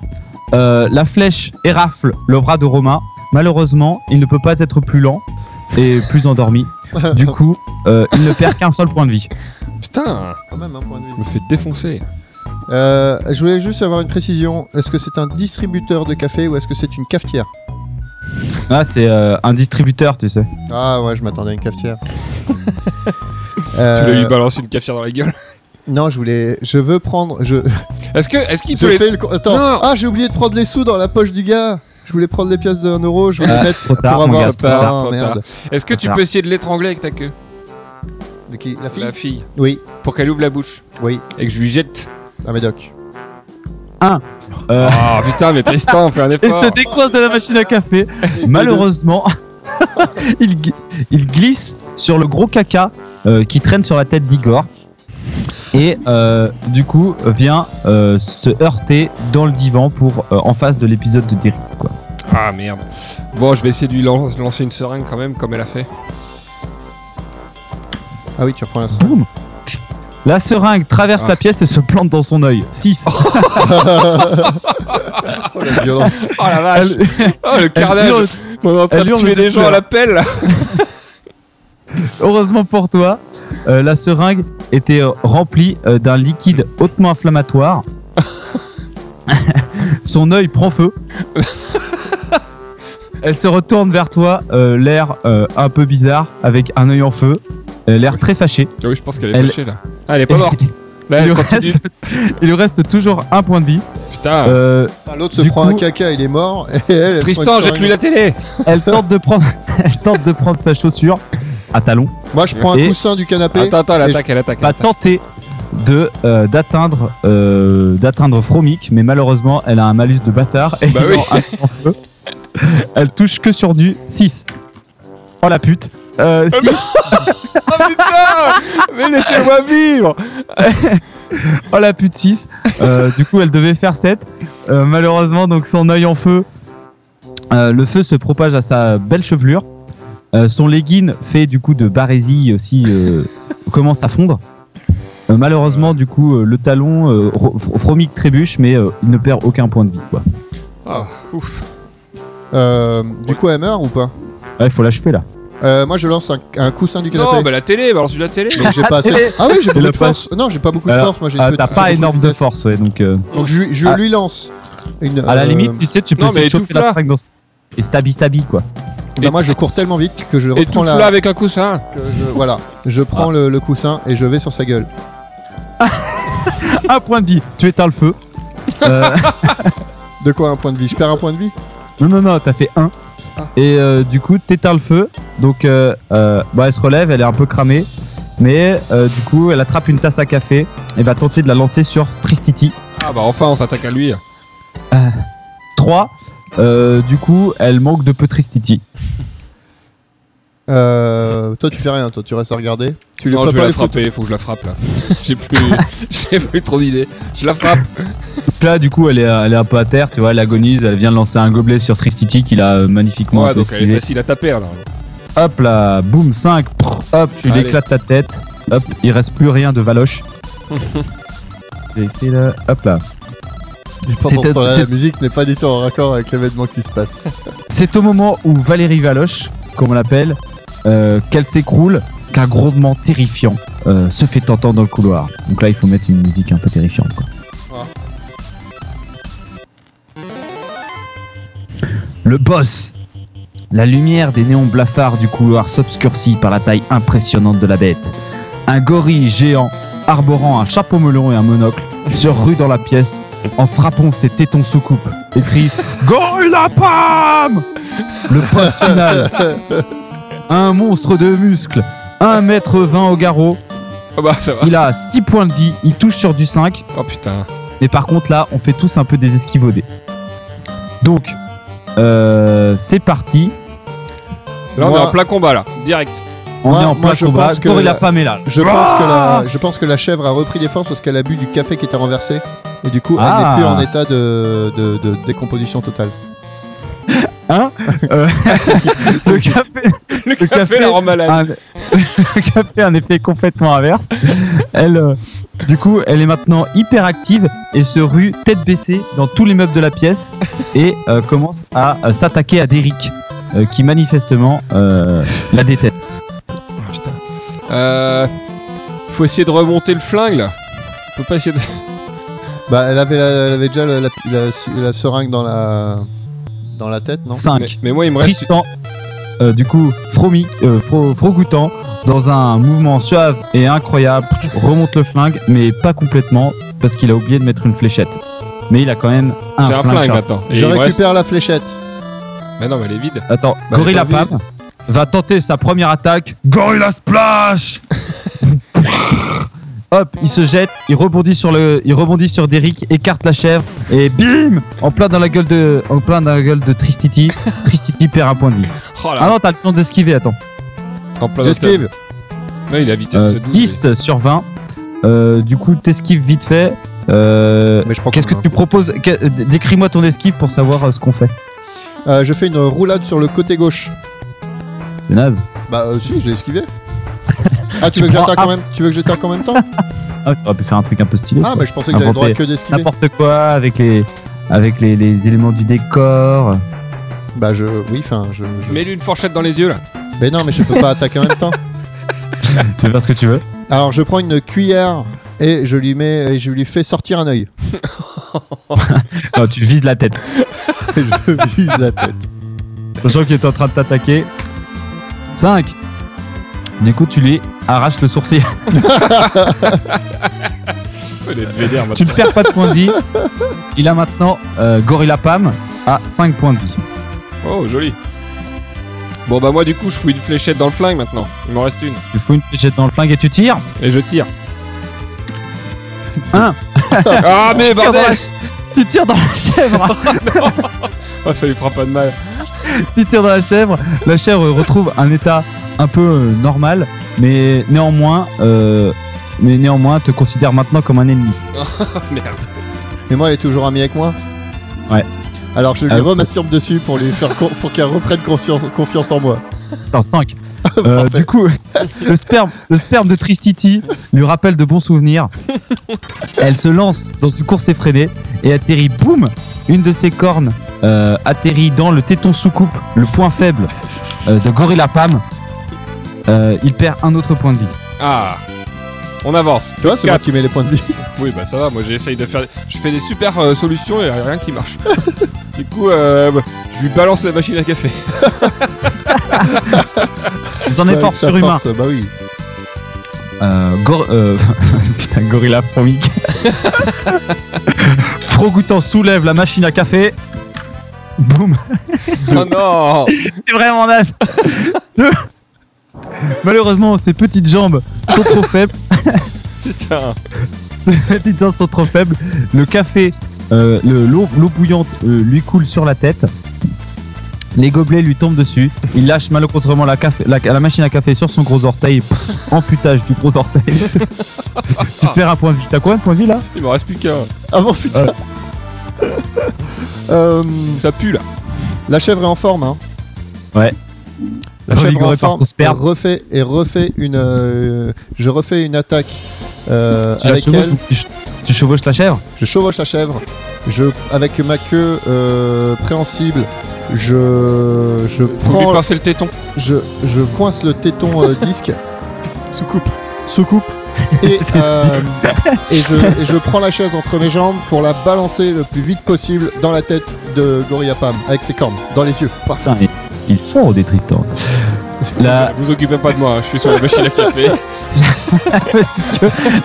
C: euh, la flèche érafle le bras de Romain malheureusement il ne peut pas être plus lent et plus endormi du coup euh, il ne perd qu'un seul point de vie
B: Putain,
D: Quand même, un point de vue.
B: je me fais défoncer.
D: Euh, je voulais juste avoir une précision. Est-ce que c'est un distributeur de café ou est-ce que c'est une cafetière
C: ah c'est euh, un distributeur tu sais
D: Ah ouais, je m'attendais à une cafetière.
B: Tu
D: Euh,
B: lui balances une cafetière dans la gueule.
D: non, je voulais. Je veux prendre. Je,
B: Est-ce que, est-ce qu'il
D: je
B: peut les-
D: fais le. co- Attends.
B: Non.
D: Ah, j'ai oublié de prendre les sous dans la poche du gars. Je voulais prendre les pièces de 1 euro. Je voulais
C: Ah,
D: mettre
C: trop tard,
D: pour
C: mon
D: avoir
C: gars,
D: le
C: trop tard,
D: Ah,
B: trop
D: merde.
B: Est-ce que tu
C: Voilà.
B: peux essayer de l'étrangler avec ta queue
D: De qui La fille
B: La fille.
D: Oui,
B: Pour qu'elle ouvre la bouche.
D: oui. Ah,
B: Et que je lui jette.
D: Un médoc.
C: Euh,
B: Ah putain, mais Tristan, fais un
C: et
B: effort.
C: se décoince de la machine à café Malheureusement, il, gl- il glisse sur le gros caca euh, qui traîne sur la tête d'Igor. Et euh, du coup, vient euh, se heurter dans le divan pour euh, en face de l'épisode de Derry. Quoi.
B: Ah merde. Bon, je vais essayer de lui lan- lancer une seringue quand même, comme elle a fait.
D: Ah oui, tu reprends la seringue.
C: Boum La seringue traverse
B: Ah.
C: la pièce et se plante dans son œil. 6.
D: Oh la violence.
B: Oh la vache.
C: elle,
B: Oh le
C: elle
B: carnage.
C: hurle.
B: On est en train
C: elle
B: de
C: hurle
B: tuer
C: de
B: des
C: toute
B: gens à
C: couleur.
B: l'appel.
C: Heureusement pour toi, euh, la seringue était euh, remplie euh, d'un liquide hautement inflammatoire. Son œil prend feu. Elle se retourne vers toi, euh, l'air euh, un peu bizarre, avec un œil en feu, euh, l'air très fâché.
B: Ah oui, je pense qu'elle est
C: Elle-
B: fâchée là. Ah, elle est pas morte. Là, elle
C: il, lui
B: continue.
C: reste, il lui reste toujours un point de vie.
B: Putain.
C: Euh,
D: Ah, L'autre se
C: Du
D: prend un
C: coup-
D: caca, il est mort. Et elle, elle se prend
B: Tristan,
D: une
B: jette-lui
D: seringue.
B: la télé.
C: elle, tente de prendre, elle tente de prendre sa chaussure à talons.
D: Moi, je prends un
C: Et-
D: coussin du canapé.
B: Attends, attends, elle
D: Et je-
B: attaque, elle attaque. elle
C: va
B: attaque.
C: tenter de euh, d'atteindre euh, d'atteindre Fromic, mais malheureusement elle a un malus de bâtard et
B: Bah oui.
C: un en feu. Elle touche que sur du 6. Oh la pute. Euh,
B: Ah bah
C: 6.
B: Oh putain Mais laissez-moi vivre
C: Oh la pute 6. Euh, du coup elle devait faire 7. Euh, malheureusement donc son œil en feu. euh, le feu se propage à sa belle chevelure. Euh, son legging fait du coup de barésie aussi euh, commence à fondre. Euh, malheureusement du coup euh, le talon euh, Ro- Fro- Fromic trébuche mais euh, il ne perd aucun point de vie quoi.
B: Ah, Ouf.
D: Euh, du coup, elle meurt ou pas
C: Ouais, Ah, faut l'achever là.
D: Euh, Moi, je lance un, un coussin du canapé.
B: Non, bah la télé, balance-lui la télé.
D: Donc j'ai pas assez. Ah oui, j'ai beaucoup
C: la
D: de force. Non, j'ai pas beaucoup de
C: Alors,
D: force. Moi, j'ai
C: Ah,
D: peu-
C: t'as
D: j'ai
C: pas
D: beaucoup
C: énorme de
D: vitesse.
C: force, ouais. Donc, euh,
D: Donc je, lui- je
C: Ah.
D: lui lance une.
C: à la
D: euh,
C: limite, tu sais, tu peux
B: non, mais
C: essayer de choper
B: étouffe-la.
C: la fringue dans ce- et stabby stabby quoi.
D: bah, moi, je cours tellement vite que je
B: Et
D: reprends
B: tout
D: la.
B: là avec un coussin.
D: que je- voilà, je prends le, le coussin et je vais sur sa gueule.
C: Un point de vie, tu éteins le feu. Euh,
D: De quoi un point de vie Je perds un point de vie
C: non, non, non, t'as fait un. Et euh, du coup, t'éteins le feu. Donc, euh, euh, bah, elle se relève, elle est un peu cramée. Mais euh, du coup, elle attrape une tasse à café et va tenter de la lancer sur Tristiti.
B: Ah bah enfin, on s'attaque à lui.
C: 3. Euh, du coup, elle manque de peu Tristiti.
D: Euh, toi, tu fais rien, toi, tu restes à regarder. Tu lui
B: non, je vais la
D: prépares les photos.
B: frapper, faut que je la frappe là. J'ai plus, j'ai plus trop d'idées. Je la frappe.
C: Donc là, du coup, elle est, elle est un peu à terre, tu vois, elle agonise, elle vient de lancer un gobelet sur Tristiti qu'il a euh, magnifiquement
B: Ouais,
C: un peu
B: donc elle est
C: esquivé.
B: facile à taper alors.
C: Hop là, boum, 5, hop, tu
B: Allez.
C: l'éclates ta tête, hop, il reste plus rien de Valoche. Et t'es là, hop là.
D: Pendant ce
C: C'était-
D: temps-là, la
C: c'est-
D: musique n'est pas du tout en raccord avec l'événement qui se passe.
C: C'est au moment où Valérie Valoche, comme on l'appelle, euh, qu'elle s'écroule, qu'un grondement terrifiant euh, se fait entendre dans le couloir. Donc là, il faut mettre une musique un peu terrifiante. quoi. Le boss La lumière des néons blafards du couloir s'obscurcit par la taille impressionnante de la bête. Un gorille géant, arborant un chapeau melon et un monocle, se rue dans la pièce en frappant ses tétons sous coupe et crie la PAM Le boss final Un monstre de muscles 1m20 au garrot,
B: Ah bah ça va.
C: il a 6 points de vie, il touche sur du 5,
B: Oh putain.
C: mais par contre, là, on fait tous un peu des esquivaudés. Donc, euh, c'est parti.
B: Là, on
D: Moi-
B: est en plein combat là, direct.
C: On
D: Moi-
C: est en
D: moi,
C: plein
D: je
C: combat.
D: pense que-
C: Gorilla Pam est là.
D: Je pense, que
C: Ah,
D: la, je pense que la chèvre a repris des forces parce qu'elle a bu du café qui était renversé. Et du coup, elle
C: Ah.
D: n'est plus en état de, de- de décomposition totale.
C: Le café,
B: Le café,
C: café
B: la rend malade.
C: un, le café Ah, a un effet complètement inverse. Elle, euh, du coup, elle est maintenant hyper active et se rue tête baissée dans tous les meubles de la pièce et euh, commence à euh, s'attaquer à Derrick, euh, qui manifestement euh, la déteste.
B: Ah, putain. Euh, faut essayer de remonter le flingue là. On peut pas essayer de.
D: Bah, elle avait, la- elle avait déjà la, la- la- la seringue dans la, dans la tête, non
C: 5.
B: Mais, mais moi, il me reste.
C: Tristan, euh, du coup, Fromi, euh, Fro- Frogoutan, dans un mouvement suave et incroyable, remonte le flingue, mais pas complètement, parce qu'il a oublié de mettre une fléchette. Mais il a quand même un
B: J'ai un
C: flingue.
B: flingue hein.
C: chargé.
B: maintenant. Et
D: Ah, Je
B: il me reste-
D: récupère la fléchette.
B: Mais non, mais elle est vide.
C: Attends,
D: Bah,
C: Gorilla
D: j'ai pas vu.
C: Pam va tenter sa première attaque. Gorilla Splash Hop, il se jette, il rebondit sur le, il rebondit sur Derrick, écarte la chèvre et bim, en plein dans la gueule de, en plein dans la gueule de Tristiti. Tristiti perd un point de vie.
B: Oh
C: Ah
B: là.
C: non, t'as le temps d'esquiver, attends.
B: en plein
D: Ah. J'esquive.
B: Non, il a vitesse
C: Euh,
B: 12.
C: 10 sur 20. Euh, du coup, t'esquives vite fait. Euh,
D: Mais je prends
C: Qu'est-ce que
D: quand
C: tu proposes Que- d- Décris-moi ton esquive pour savoir euh, ce qu'on fait.
D: même. Euh, Je fais une roulade sur le côté gauche.
C: C'est naze.
D: Bah, euh, si, je l'ai esquivé. Ah, tu veux que
C: prends
D: j'attaque
C: un-
D: en même Tu veux que j'attaque en même temps
C: Ah, t'aurais pu faire un truc un peu stylé.
D: Ah,
C: quoi.
D: mais je pensais que j'avais le droit
C: Inventé.
D: que d'esquiver.
C: N'importe quoi avec les avec les, les éléments du décor.
D: Bah, je. Oui, enfin, je. je-
B: Mets-lui une fourchette dans les yeux là.
D: Mais non, mais je peux pas attaquer en même temps.
C: tu veux faire ce que tu veux.
D: Alors, je prends une cuillère et je lui mets. Et je lui fais sortir un œil.
C: Non, tu vises la tête.
D: je vise la tête.
C: Sachant qu'il est en train de t'attaquer. 5. Du coup, tu lui arraches le sourcil.
B: Elle est vénère maintenant.
C: tu ne perds pas de points de vie. Il a maintenant euh, Gorilla Pam à 5 points de vie.
B: Oh, joli. Bon, bah, moi, du coup, je fous une fléchette dans le flingue maintenant. Il m'en reste une.
C: Tu fous une fléchette dans le flingue et tu tires.
B: Et je tire.
C: Un.
B: ah, mais
C: Tu tires dans la
B: bordel
C: ch- Tu tires dans la chèvre.
B: Oh, ça lui fera pas de mal.
C: tu tires dans la chèvre. La chèvre retrouve un état un peu euh, normal, mais néanmoins, euh, mais néanmoins, te considère maintenant comme un ennemi.
B: Oh, merde.
D: Mais moi, elle est toujours amie avec moi
C: Ouais.
D: Alors, je lui
C: Ah,
D: remasturbe dessus pour lui faire con- pour qu'elle reprenne conscience- confiance en moi.
C: Attends, 5.
D: Parfait.
C: Euh, du coup, le sperme, le sperme de Tristiti lui rappelle de bons souvenirs. Elle se lance dans une course effrénée et atterrit, boum Une de ses cornes euh, atterrit dans le téton sous-coupe, le point faible euh, de Gorilla Pam. Euh, il perd un autre point de vie.
B: Ah. On avance.
D: Tu vois, c'est moi
B: Quatre.
D: qui mets les points de vie.
B: Oui, bah ça va, moi j'essaye de faire. Je fais des super euh, solutions et y a rien qui marche. du coup, euh, bah, je lui balance la machine à café.
C: Dans un
D: Ouais,
C: effort
D: sa
C: surhumain,
D: force, Bah oui.
C: euh, gor- euh, putain, Gorilla Promic. Frogoutan soulève la machine à café. Boum
B: oh non
C: C'est vraiment naze. Deux. Malheureusement, ses petites jambes sont trop faibles.
B: Putain.
C: Les petites gens sont trop faibles. Le café, euh, le- l'eau l'eau bouillante euh, lui coule sur la tête. Les gobelets lui tombent dessus. Il lâche malencontreusement la, café- la, la machine à café sur son gros orteil. Pff, amputage du gros orteil. tu perds un point de vie. T'as quoi un point de vie là
B: Il m'en reste plus qu'un.
D: Ah bon, putain. Euh,
B: Ça pue là.
D: la chèvre est en forme. Hein. La chèvre est en
C: Rigoré par
D: forme.
C: contre, se
D: Et
C: perd.
D: refait, et refait une. euh, je refais une attaque euh,
C: Tu la
D: avec
C: chevauches
D: elle.
C: ou tu ch- tu chevauches la chèvre
D: Je chevauche la chèvre. Je, avec ma queue euh, préhensible, je, je
B: Faut lui
D: prends,
B: pincer le téton.
D: je, je coince le téton euh, disque,
B: Sous coupe.
D: soucoupe, et, euh, et, je, et je prends la chaise entre mes jambes pour la balancer le plus vite possible dans la tête de Gloria Pam avec ses cornes, dans les yeux. Paf.
C: Putain, ils- ils sont des Tristan. La,
B: Vous occupez pas de moi, hein, je suis sur la machine à café.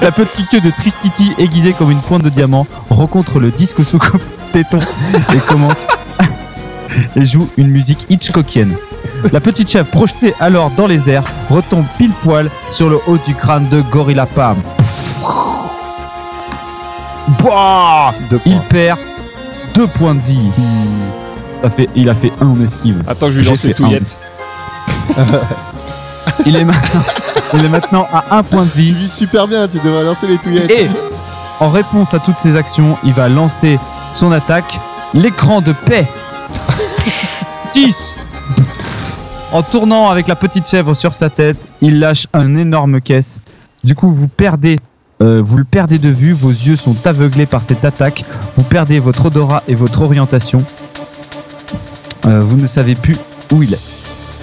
C: La petite queue de Tristiti, aiguisée comme une pointe de diamant, rencontre le disque sous coupe téton et commence et joue une musique Hitchcockienne. La petite chèvre projetée alors dans les airs retombe pile poil sur le haut du crâne de Gorilla Pam. Pouah
D: Deux
C: Il
D: points. Hmm.
C: perd deux points de vie. Il a fait, il a fait un en esquive.
B: Attends, que je lui
C: J'ai
B: lance les
C: fait un.
B: touillettes.
C: Il est maintenant, il est maintenant à un point de vie.
D: Tu vis super bien, tu devrais lancer les touillettes.
C: Et en réponse à toutes ces actions, il va lancer son attaque, l'écran de paix. 6 En tournant avec la petite chèvre sur sa tête, il lâche un énorme caisse. Du coup, vous perdez, euh, vous le perdez de vue, vos yeux sont aveuglés par cette attaque, vous perdez votre odorat et votre orientation. Euh, vous ne savez plus où il est.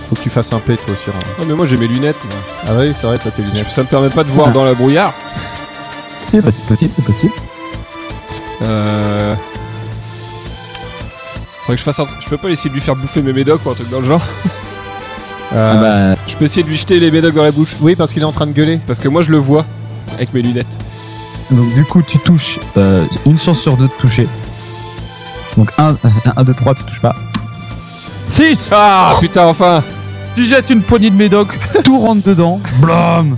D: Faut que tu fasses un P toi aussi. Romain.
B: Non, mais moi j'ai mes lunettes. moi.
D: Ah oui, c'est vrai, t'as tes
B: Je-
D: lunettes.
B: Ça me permet pas de voir dans la brouillard.
C: C'est possible, c'est possible.
B: Euh. Faudrait que je fasse un... Je peux pas essayer de lui faire bouffer mes médocs ou un truc dans le genre.
C: Ah bah.
D: Euh,
B: Je peux essayer de lui jeter les médocs dans la bouche.
D: Oui, parce qu'il est en train de gueuler.
B: Parce que moi je le vois avec mes lunettes.
C: Donc du coup tu touches euh, une chance sur deux de toucher. Donc euh, 1, 2, 3, tu touches pas. 6
B: Ah putain, enfin
C: Tu jettes une poignée de médoc, tout rentre dedans. Blâme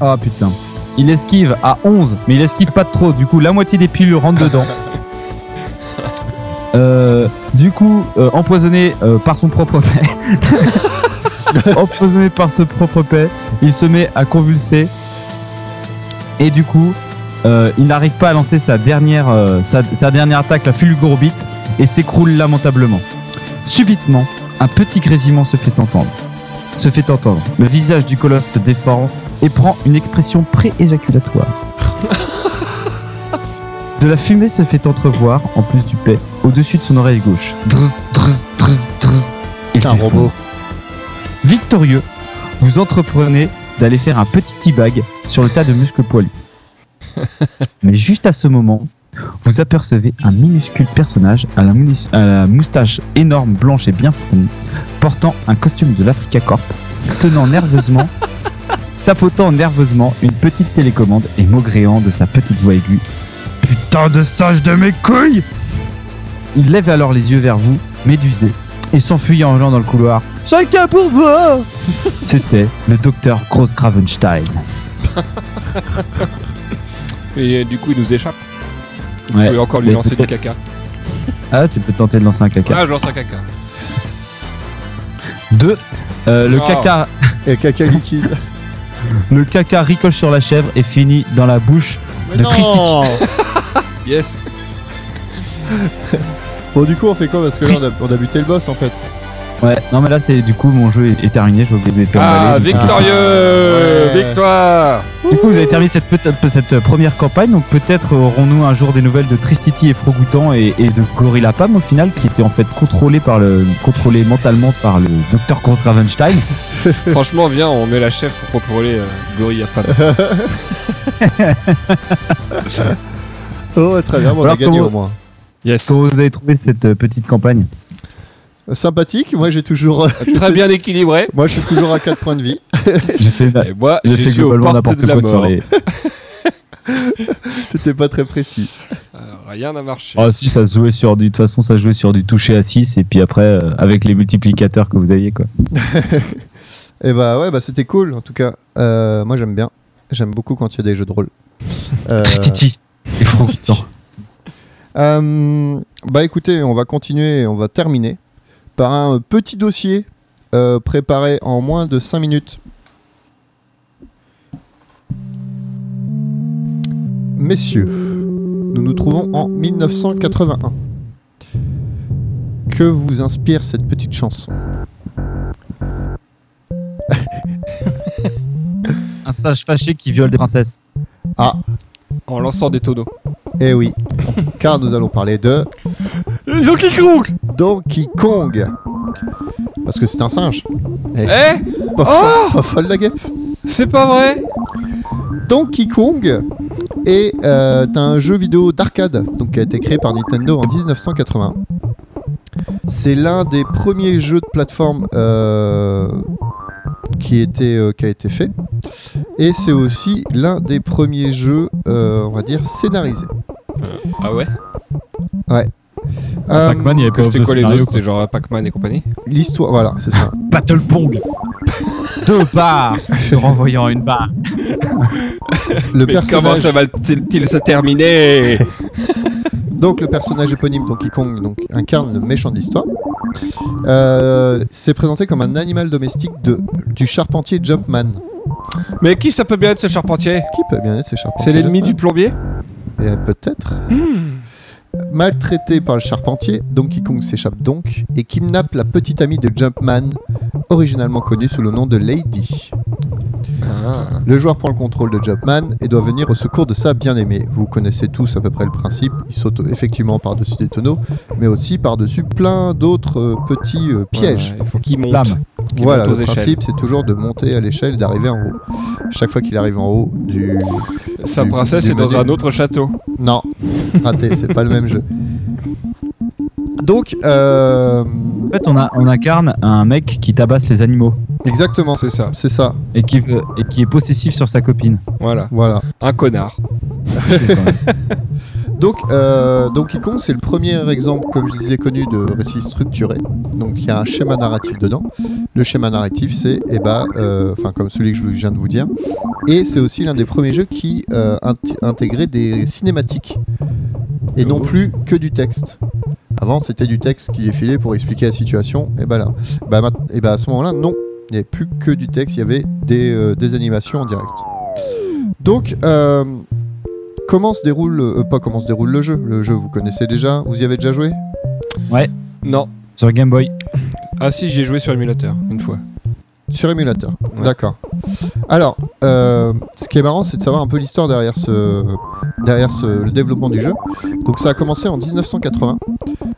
C: Ah putain. Il esquive à 11, mais il esquive pas de trop. Du coup, la moitié des pilules rentre dedans. Euh, du coup, euh, empoisonné euh, par son propre paix. empoisonné par ce propre paix, il se met à convulser. Et du coup, euh, il n'arrive pas à lancer sa dernière, euh, sa, sa dernière attaque, la fulgurobite, et s'écroule lamentablement. Subitement, un petit grésillement se fait s'entendre. Se fait entendre. Le visage du colosse se déforme et prend une expression pré-éjaculatoire. de la fumée se fait entrevoir, en plus du paix, au-dessus de son oreille gauche. Drz, drz, drz, drz. Il
D: T'es un
C: s'effondre.
D: robot.
C: Victorieux, vous entreprenez d'aller faire un petit teabag sur le tas de muscles poilus. Mais juste à ce moment, vous apercevez un minuscule personnage à la, munis- à la moustache énorme, blanche et bien fournie, portant un costume de l'Africa Corp, tenant nerveusement, tapotant nerveusement une petite télécommande et maugréant de sa petite voix aiguë. Putain de sage de mes couilles Il lève alors les yeux vers vous, médusé, et s'enfuit en hurlant dans le couloir. Chacun pour soi C'était le docteur Gross Gravenstein.
B: Et euh, du coup il nous échappe.
C: Ouais.
B: Je peux encore lui
C: Mais
B: lancer du
C: peut-être-
B: caca.
C: Ah, tu peux tenter de lancer un caca.
B: Ah je lance un caca.
C: Deux, euh, le
B: Oh.
C: caca
D: Et caca liquide.
C: Le caca ricoche sur la chèvre et finit dans la bouche.
D: Mais
C: De
D: non
C: Christique.
B: Yes
D: Bon, du coup, on fait quoi Parce que là, on a, on a buté le boss en fait.
C: Ouais, non mais là c'est du coup mon jeu est, est terminé, je vois que vous avez été
B: Ah
C: emballés.
B: victorieux
D: Ouais.
B: Victoire
C: Du coup vous avez terminé cette, peut- cette première campagne, donc peut-être aurons-nous un jour des nouvelles de Tristiti et Frogoutan et, et de Gorilla Pam au final, qui étaient en fait contrôlés par le contrôlés mentalement par le docteur Gross Gravenstein.
B: Franchement viens on met la chef pour contrôler euh, Gorilla Pam.
D: Oh, très bien, bon, on a
C: Alors,
D: gagné
C: comment-
D: au moins.
B: Yes
C: Comment vous avez trouvé cette euh, petite campagne
D: Sympathique, moi j'ai toujours. euh,
B: Très bien équilibré.
D: moi je suis toujours à 4 points de vie.
C: J'ai fait,
B: Et moi
C: j'ai
B: je
C: fait
B: suis au
C: globalement
B: portes
C: n'importe
B: de la
C: quoi sur
B: mort.
C: les.
D: T'étais pas très précis.
B: Rien n'a marché.
C: Ah si ça se jouait sur du de toute façon ça se jouait sur du toucher à 6 et puis après euh, avec les multiplicateurs que vous aviez quoi.
D: Et bah ouais, bah c'était cool en tout cas. Euh, moi j'aime bien. J'aime beaucoup quand il y a des jeux de rôle. Euh,
C: Titi. Et Francis.
D: euh, bah écoutez, on va continuer, et on va terminer par un petit dossier euh, préparé en moins de 5 minutes. Messieurs, nous nous trouvons en 1981. Que vous inspire cette petite chanson
C: Un sage fâché qui viole des princesses.
D: Ah,
B: En lançant des tonneaux.
D: eh oui, car nous allons parler de
B: Donkey Kong
D: Donkey Kong. Parce que c'est un singe. Eh,
B: Eh
D: pas,
B: Oh
D: fo- pas folle la guêpe.
B: C'est pas vrai
D: Donkey Kong est euh, un jeu vidéo d'arcade donc qui a été créé par Nintendo en 1980. C'est l'un des premiers jeux de plateforme euh, qui, était, euh, qui a été fait. Et c'est aussi l'un des premiers jeux, euh, on va dire, scénarisés.
B: Ah ouais
D: Euh,
C: Pac-Man, il y avait
B: Que
C: pas
B: c'était
C: de
B: quoi les
C: scénario,
B: autres
C: quoi.
B: C'était genre Pac-Man et compagnie
D: L'histoire, voilà, c'est ça.
C: Battle Pong. Deux barres. Se renvoyant une barre.
D: Le
B: Mais comment ça va-t-il se terminer
D: Donc le personnage éponyme Donkey Kong donc, incarne le méchant de l'histoire. Euh, c'est présenté comme un animal domestique de, du charpentier Jumpman.
B: Mais qui ça peut bien être ce charpentier
D: Qui peut bien être ces charpentiers
B: C'est l'ennemi du Hmm. plombier
D: Jumpman Eh, Peut-être. Maltraité par le charpentier, Donkey Kong s'échappe donc et kidnappe la petite amie de Jumpman, originalement connue sous le nom de Lady.
B: Ah,
D: Le joueur prend le contrôle de Jumpman et doit venir au secours de sa bien-aimée. Vous connaissez tous à peu près le principe, il saute effectivement par-dessus des tonneaux, mais aussi par-dessus plein d'autres euh, petits euh, pièges.
B: Ouais, Il faut qu'il monte.
C: Flamme.
B: Qu'il
D: Voilà,
B: monte
D: le
B: aux échelles.
D: principe c'est toujours de monter à l'échelle et d'arriver en haut. Chaque fois qu'il arrive en haut du...
B: Sa
D: du-
B: princesse
D: du
B: est dans
D: modèle.
B: un autre château.
D: Non, raté, c'est pas le même jeu. Donc, euh,
C: En fait, on, a, on incarne un mec qui tabasse les animaux
D: exactement,
B: C'est ça.
D: c'est ça,
C: et qui, veut- et qui est possessif sur sa copine.
B: Voilà.
D: voilà.
B: Un connard.
D: Donc, euh, Donkey Kong, c'est le premier exemple, comme je disais, connu de récit structuré. Donc, il y a un schéma narratif dedans. Le schéma narratif, c'est, eh ben, euh, enfin, comme celui que je vous- je viens de vous dire. Et c'est aussi l'un des premiers jeux qui euh, int- intégrait des cinématiques. Et non
B: Oh.
D: plus que du texte. Avant, c'était du texte qui défilait pour expliquer la situation. Et ben là, bah, mat- eh ben, à ce moment-là, non. Il n'y avait plus que du texte, il y avait des, euh, des animations en direct. Donc, euh, comment se déroule, euh, pas comment se déroule le jeu Le jeu, vous connaissez déjà, vous y avez déjà joué
B: Non.
C: Sur Game Boy.
B: Ah si, j'ai joué sur émulateur, une fois.
D: Sur émulateur,
B: Ouais.
D: d'accord. Alors, euh, ce qui est marrant, c'est de savoir un peu l'histoire derrière, ce, derrière ce- le développement du jeu. Donc ça a commencé en 1980.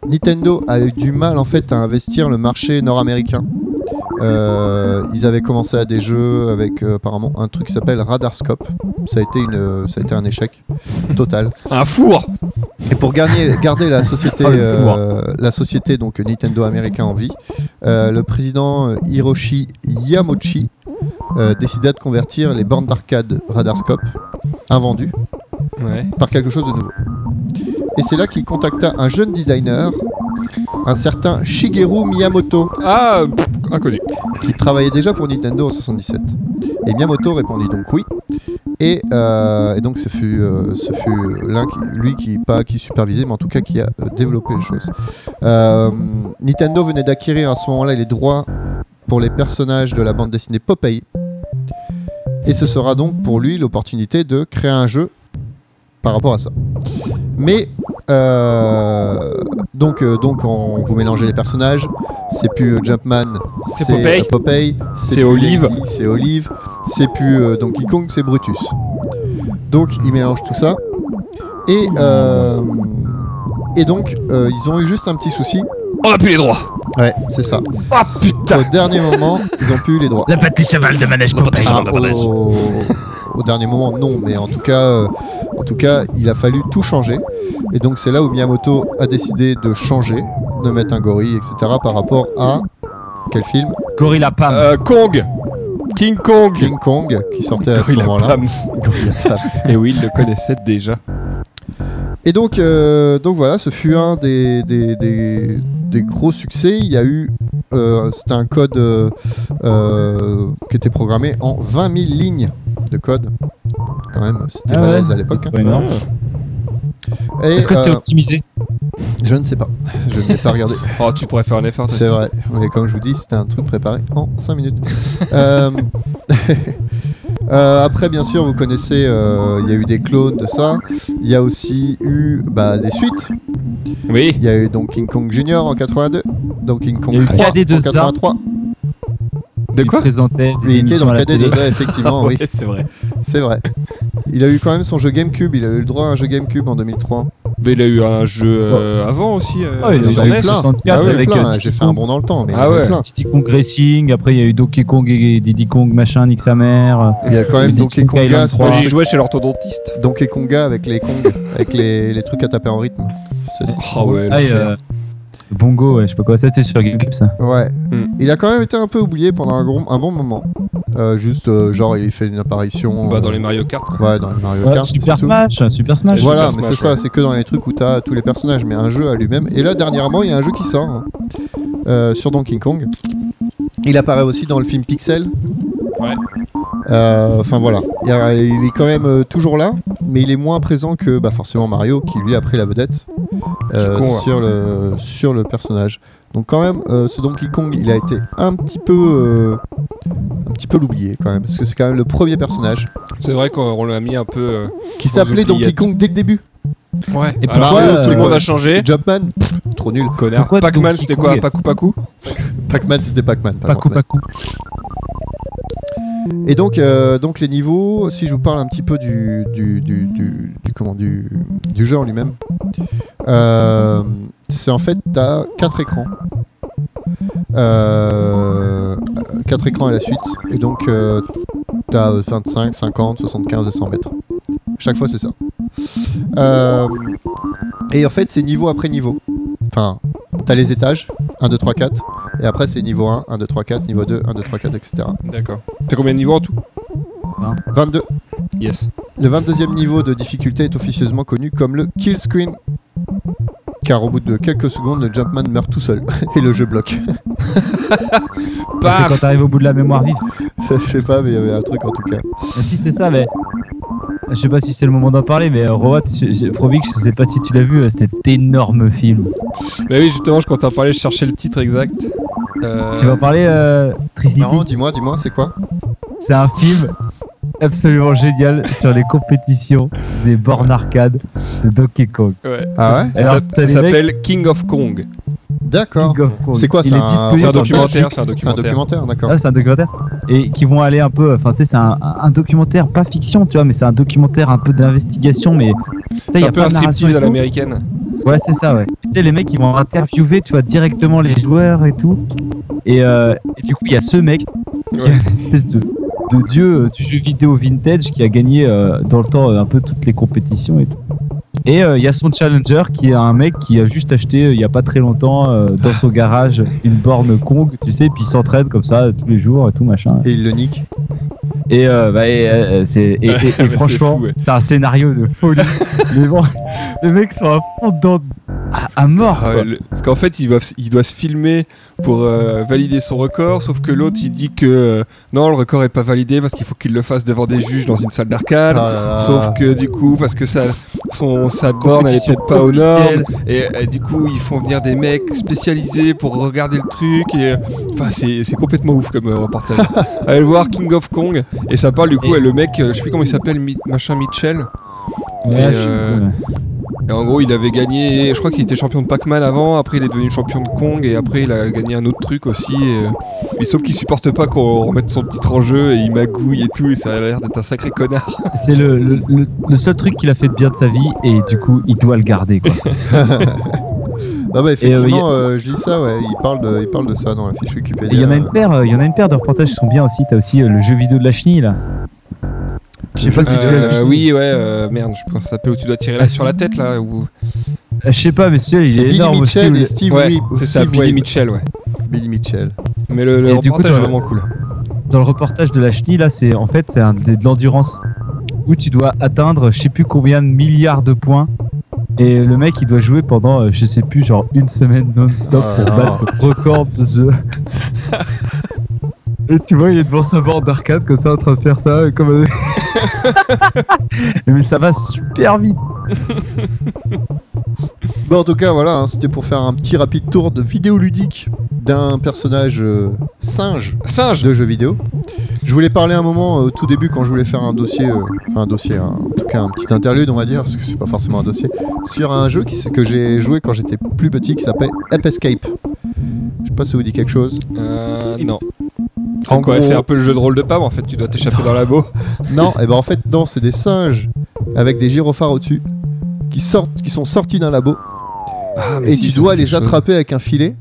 D: Nintendo a eu du mal en fait à investir le marché nord-américain. Euh, ils avaient commencé à des jeux avec euh, apparemment un truc qui s'appelle Radarscope. Ça a été, une, euh, ça a été un échec total.
B: Un four
D: Et pour gagner- garder la société,
C: Ah, le
D: euh,
C: pouvoir.
D: la société donc Nintendo américain en vie, euh, le président euh, Hiroshi Yamauchi euh, décida de convertir les bornes d'arcade Radarscope invendues
B: Ouais.
D: par quelque chose de nouveau. Et c'est là qu'il contacta un jeune designer, un certain Shigeru Miyamoto,
B: Ah, pff, inconnu.
D: qui travaillait déjà pour Nintendo en 77. Et Miyamoto répondit donc oui. Et, euh, et donc ce fut, euh, ce fut l'un qui- lui qui pas qui supervisait, mais en tout cas qui a euh, développé les choses. Euh, Nintendo venait d'acquérir à ce moment-là les droits pour les personnages de la bande dessinée Popeye. Et ce sera donc pour lui l'opportunité de créer un jeu par rapport à ça. Mais euh, donc, euh, donc on, vous mélangez les personnages. C'est plus euh, Jumpman,
B: C'est
D: euh,
B: Popeye.
D: Popeye,
B: C'est
D: plus
B: Olive.
D: Lady, C'est Olive. C'est plus euh, Donkey Kong, c'est Brutus. Donc ils mélangent tout ça. Et, euh, et donc euh, ils ont eu juste un petit souci.
B: On a plus les droits
D: Ouais, c'est ça.
B: Ah putain
D: Au dernier moment, ils ont plus eu les droits.
C: La pâtisserie cheval de manège Popeye.
D: Ah, au, au dernier moment, non, mais en tout cas, euh, en tout cas, il a fallu tout changer. Et donc c'est là où Miyamoto a décidé de changer, de mettre un gorille, etc. Par rapport à quel film
C: Gorilla Pam. Ah
B: Euh, Kong King Kong
D: Ah. King Kong qui sortait à ce
B: Gorilla
D: moment-là.
B: Pam.
D: Gorilla Pam.
B: Et oui, il le connaissait déjà.
D: Et donc, euh, donc voilà, ce fut un des, des, des- des gros succès. Il y a eu euh, c'était un code euh, euh, qui était programmé en 20 000 lignes de code. Quand même, c'était
C: Ah ouais.
D: balèze à l'époque. hein.
C: Pas énorme.
D: Et,
E: Est-ce que c'était
D: euh,
E: optimisé
D: je ne sais pas. Je ne l'ai pas regardé.
B: Oh, tu pourrais faire un effort, toi.
D: C'est vrai. Mais comme je vous dis, c'était un truc préparé en 5 minutes. Euh, euh, après, bien sûr, vous connaissez, euh, il y a eu des clones de ça. Il y a aussi eu bah, des suites.
B: Oui.
D: Il y a eu donc King Kong Junior en 82, donc King
C: Il y a
D: Kong
C: eu
D: 3 en
C: KD2A.
D: 83.
B: De quoi Ah
C: présentait des
D: Il était
C: émissions
D: dans
C: à la télé.
D: KD2A, effectivement, oui,
B: Ouais, C'est vrai.
D: c'est vrai. Il a eu quand même son jeu GameCube, il a eu le droit à un jeu GameCube en 2003.
B: Mais il a eu un jeu euh, avant aussi. euh,
C: Ah, il
D: Il y
B: sur
D: en a eu
B: NES.
D: plein, il y en
C: Ah
D: a
C: oui,
D: eu
C: avec,
D: plein,
C: euh,
D: j'ai fait un bond dans le temps, mais il y en
B: Ah
D: a eu
B: ouais.
D: plein.
C: Diddy Kong Racing, après il y a eu Donkey Kong et Diddy Kong machin, nique sa mère.
D: Il y a quand même
C: Diddy
D: Donkey
C: Kong
D: Konga,
C: Island
D: c'était
B: Moi,
D: un
B: j'y
D: truc-
B: jouais chez l'orthodontiste.
D: Donkey Konga avec les Kong, avec les, les trucs à taper en rythme. Ceci.
B: Ah ouais.
C: Ah, et,
B: l'enfer.
C: euh, Bongo, ouais, je sais pas quoi, ça c'était sur GameCube ça.
D: Ouais.
B: Hmm.
D: Il a quand même été un peu oublié pendant un, gros- un bon moment. Euh, juste, euh, genre, il fait une apparition.
B: Bah, dans les
D: euh,
B: Mario Kart, quoi.
D: Ouais, dans les Mario
C: Ouais,
D: Kart.
C: Super
D: c'est tout.
C: Smash, Super Smash.
B: Ouais.
D: Voilà,
B: Super
D: mais c'est
B: Smash,
D: ça, c'est que dans les trucs où t'as tous les personnages, mais un jeu à lui-même. Et là, dernièrement, il y a un jeu qui sort hein, euh, sur Donkey Kong. Il apparaît aussi dans le film Pixel.
B: Ouais.
D: Euh, Enfin voilà, il, y a- il est quand même euh, toujours là, mais il est moins présent que bah, forcément Mario, qui lui a pris la vedette euh,
B: Qui court.
D: sur, le, sur le personnage. Donc quand même, euh, ce Donkey Kong, il a été un petit peu, euh, un petit peu l'oublié quand même, parce que c'est quand même le premier personnage
B: C'est vrai qu'on l'a mis un peu. euh,
D: qui s'appelait Donkey
B: oubliette.
D: Kong dès le début.
B: Ouais.
C: Et
B: Alors,
D: pourquoi,
B: tout le
D: euh,
B: monde a changé.
D: Jumpman, pff, trop nul.
B: Connard.
C: Pourquoi
B: Pac-Man,
C: Donkey
B: c'était quoi
C: Kong
B: Pacu Pacu
D: Pac-Man, c'était Pac-Man. pas
C: Paco
D: Jumpman.
C: Paco.
D: Et donc, euh, donc les niveaux, si je vous parle un petit peu du, du, du, du, du- comment, du, du jeu en lui-même, euh, c'est en fait, tu as 4 écrans. 4 écrans à la suite. Et donc, euh, tu as 25, 50, 75 et 100 mètres. Chaque fois, c'est ça. Euh, et en fait, c'est niveau après niveau. Enfin, tu as les étages, 1, 2, 3, 4. Et après, c'est niveau 1, 1, 2, 3, 4, niveau 2, 1, 2, 3, 4, etc.
B: D'accord. T'as combien de niveaux en tout
D: 22.
B: Yes.
D: Le 22e niveau de difficulté est officieusement connu comme le Kill Screen. Car au bout de quelques secondes, le Jumpman meurt tout seul et le jeu bloque.
C: Ah, C'est quand
B: Paf
C: t'arrives au bout de la mémoire vive.
D: Je sais pas, mais il y avait un truc en tout cas.
C: Ah, si c'est ça, mais. Je sais pas si c'est le moment d'en parler, mais euh, Roat, je- je- Provic, je sais pas si tu l'as vu, euh, cet énorme film.
B: Mais Bah oui, justement, je compte en parler, je cherchais le titre exact. Euh,
C: Tu vas parler, euh, Tricity
D: Non, dis-moi, dis-moi, c'est quoi
C: C'est un film absolument génial sur les compétitions des bornes arcade de Donkey Kong.
B: ouais.
D: Ah
B: Ça-
D: ouais
B: ça
C: Alors,
B: s'appelle-
C: t'as
B: Ça
C: les
B: s'appelle King of Kong.
D: D'accord.
C: King of Kong.
D: C'est quoi,
C: Il
D: c'est
C: est
D: un-
C: disponible
B: C'est un
C: sur
B: documentaire,
C: Netflix.
B: c'est un
D: C'est un
B: documentaire.
D: documentaire, d'accord.
C: Ah, c'est un documentaire. Et qui vont aller un peu. Enfin, tu sais, c'est un, un documentaire, pas fiction, tu vois, mais c'est un documentaire un peu d'investigation, mais. tu sais, y
B: C'est
C: a
B: un peu
C: pas
B: un
C: de narration
B: striptease
C: et
B: à
C: tout.
B: l'américaine.
C: Ouais, c'est ça, ouais. Tu sais, les mecs, ils vont interviewer, tu vois, directement les joueurs et tout. Et, euh, et du coup, il y a ce mec, qui est
B: Ouais.
C: une espèce de, de dieu euh, du jeu vidéo vintage, qui a gagné euh, dans le temps euh, un peu toutes les compétitions et tout. Et euh, il y a son challenger qui est un mec qui a juste acheté euh, il y a pas très longtemps euh, dans son garage une borne Kong, tu sais, puis il s'entraide comme ça euh, tous les jours et tout machin.
D: Et il le nique.
C: Et, euh, bah, et, euh, c'est, et, et- et
B: c'est
C: franchement,
B: fou, ouais.
C: c'est un scénario de folie. les, gens- les mecs sont à fond dedans, à, à mort.
B: Ah
C: quoi.
B: ouais, le- Parce qu'en fait, il doit, il doit se filmer pour euh, valider son record, sauf que l'autre il dit que euh, non, le record est pas validé parce qu'il faut qu'il le fasse devant des juges dans une salle d'arcade.
D: Ah là là.
B: Sauf que du coup, parce que ça, son, sa borne elle est peut-être pas au normes,
C: Officielle.
B: Et, euh, du coup, ils font venir des mecs spécialisés pour regarder le truc. Et euh, enfin, c'est c'est complètement ouf comme euh, reportage. Allez le voir King of Kong. Et ça parle du coup,
C: Et-
B: et le mec, euh, je sais plus comment il s'appelle, Mi- machin Mitchell.
C: Ouais,
B: Et,
C: je suis-
B: euh,
C: ouais.
B: Et en gros, il avait gagné. Je crois qu'il était champion de Pac-Man avant. Après, il est devenu champion de Kong. Et après, il a gagné un autre truc aussi. Et, euh, et sauf qu'il supporte pas qu'on remette son titre en jeu. Et il magouille et tout. Et ça a l'air d'être un sacré connard.
C: C'est le, le, le- le seul truc qu'il a fait de bien de sa vie et du coup il doit le garder. Quoi.
D: Ah bah
C: Et,
D: effectivement, euh, je lis ça, ouais. Il parle de, il parle de ça dans la fiche
C: Et il
D: Wikipédia.
C: y en a une paire, euh, il y en a une paire de reportages qui sont bien aussi. T'as aussi euh, le jeu vidéo de la chenille là. Je sais pas si tu l'as
B: Euh,
C: vu.
B: oui, ouais, euh, merde, je pense que ça s'appelle où tu dois tirer là
C: Ah,
B: sur la tête là. Ou...
C: Euh, Je sais pas, mais celui-là il
D: C'est
C: est,
D: Billy
C: énorme aussi.
D: Mitchell
C: où
D: et
C: le-
D: Steve
B: ouais,
D: Wee-
B: c'est ça,
D: Steve
B: Billy
D: Wade.
B: Mitchell, ouais.
D: Billy Mitchell.
B: Mais le, le
C: Et du coup,
B: reportage est
C: t'as-
B: vraiment cool.
C: dans le reportage de la chenille là, c'est en fait c'est un- de, de l'endurance où tu dois atteindre je sais plus combien de milliards de points Et le mec, il doit jouer pendant, euh, je sais plus, genre une semaine non-stop
D: Oh
C: pour
D: là là.
C: battre le record de jeu. Et tu vois, il est devant sa borne d'arcade comme ça en train de faire ça. euh, Comme... Mais ça va super vite.
D: Bon, en tout cas, voilà, hein, c'était pour faire un petit rapide tour de vidéo ludique d'un personnage euh, singe
B: Singe
D: de jeux vidéo. Je voulais parler un moment euh, au tout début quand je voulais faire un dossier, euh, enfin un dossier, hein, en tout cas un petit interlude, on va dire, parce que c'est pas forcément un dossier, sur un jeu qui, s- que j'ai joué quand j'étais plus petit qui s'appelle Ape Escape. Je sais pas si ça vous dit quelque chose.
B: Euh, Non.
D: C'est
B: En quoi
D: gros-
B: C'est un peu le jeu de rôle de Pam en fait, tu dois t'échapper dans la beau.
D: Non, et ben en fait, non, c'est des singes avec des gyrophares au-dessus qui, sortent, qui sont sortis d'un labo Ah,
B: Ah,
D: et tu dois les attraper avec un filet.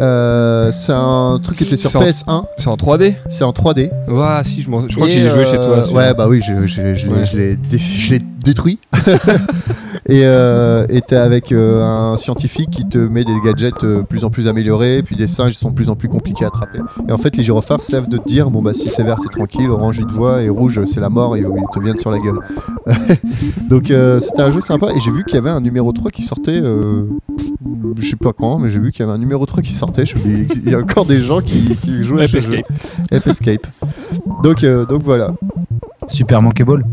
D: Euh, c'est un truc qui était sur
B: Sans-
D: PS1,
B: C'est en 3D
D: c'est en 3D.
B: Ouah, si, je, m'en- je crois que
D: Et,
B: j'ai joué
D: euh,
B: chez toi. celui-là.
D: Ouais, bah oui, je, je- je l'ai-
B: Ouais.
D: je l'ai dé- je l'ai détruit. et euh, et t'es avec euh, un scientifique qui te met des gadgets euh, plus en plus améliorés, puis des singes qui sont plus en plus compliqués à attraper. Et en fait, les gyrophares servent de te dire bon bah si c'est vert c'est tranquille, orange il te voit et rouge c'est la mort et ils te viennent sur la gueule. Donc euh, c'était un jeu sympa et j'ai vu qu'il y avait un numéro 3 qui sortait. euh, je sais pas quand, mais j'ai vu qu'il y avait un numéro 3 qui sortait. Je me dis, il y a encore des gens qui, qui jouent à
B: Ape
D: ce jeu.
B: Escape.
D: Ape Escape. Donc, euh, donc voilà.
C: Super Monkey Ball.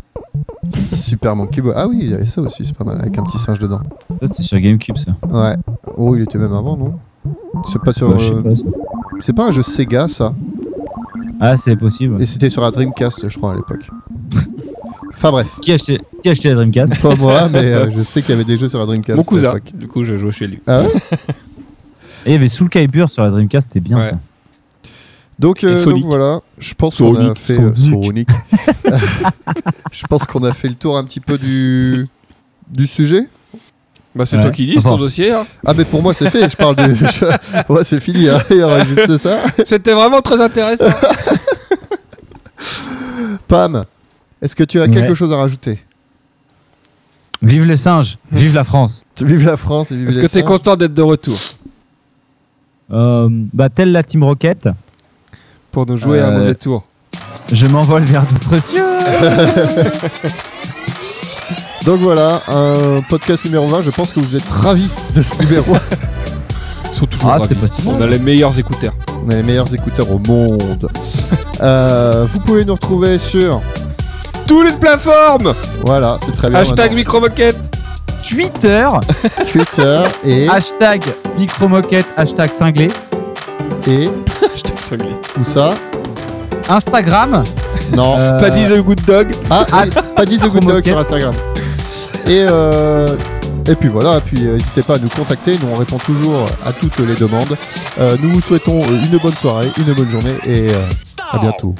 D: Super Monkey Ball. Ah oui, il y avait ça aussi, c'est pas mal, avec un petit singe dedans.
C: Ça, C'est sur Gamecube ça.
D: Ouais. Oh, il était même avant, non C'est pas sur.
C: Bah, je sais
D: euh,
C: pas, ça.
D: C'est pas un jeu Sega, ça.
C: Ah, c'est possible.
D: Et c'était sur la Dreamcast, je crois, à l'époque. Enfin bref,
C: Qui a acheté, qui a acheté la Dreamcast
D: pas moi, mais euh, je sais qu'il y avait des jeux sur la Dreamcast.
B: Mon
D: à
B: cousin.
D: l'époque.
B: Du coup, je jouais chez lui.
D: Ah ouais
C: Et il y avait Soul Calibur sur la Dreamcast, c'était bien
B: Ouais.
C: ça.
D: donc, euh,
B: Et Sonic.
D: donc voilà, je pense qu'on a
B: Sonic,
D: fait. euh, Sonic. je pense qu'on a fait le tour un petit peu du. du sujet.
B: Bah, c'est
C: Ouais.
B: toi qui dis, c'est ton
C: Enfin.
B: dossier. hein.
D: Ah, mais pour moi, c'est fait, je parle de. je- Ouais, c'est fini, hein. il y aura juste ça.
B: C'était vraiment très intéressant.
D: Pam, est-ce que tu as
C: Ouais.
D: quelque chose à rajouter
C: Vive les singes, vive la France.
D: Vive la France et vive
B: Est-ce
D: les
B: que t'es
D: singes.
B: content d'être de retour
C: Euh, bah, telle la Team Rocket,
B: pour nous jouer à un
C: Euh,
B: mauvais tour
C: je m'envole vers d'autres cieux.
D: Donc voilà, un podcast numéro 20. Je pense que vous êtes ravis de ce numéro.
B: Ils sont toujours
C: Ah,
B: ravis.
C: c'est pas si mal.
B: On a les meilleurs écouteurs.
D: On a les meilleurs écouteurs au monde. Euh, vous pouvez nous retrouver sur.
B: Toutes les plateformes
D: Voilà, c'est très bien.
B: Hashtag micro-moquette
E: Twitter,
D: maintenant. Twitter et,
C: Hashtag micromoquette, hashtag cinglé.
D: et.
B: Hashtag cinglé.
D: Où ça
C: Instagram.
D: Non.
C: euh,
B: Pas dit The Good Dog
D: Ah, oui, pas 10 secondes
C: Promoquette.
D: sur Instagram. Et, euh, et puis voilà, puis euh, n'hésitez pas à nous contacter, nous on répond toujours à toutes les demandes. Euh, nous vous souhaitons euh, une bonne soirée, une bonne journée et euh, à bientôt.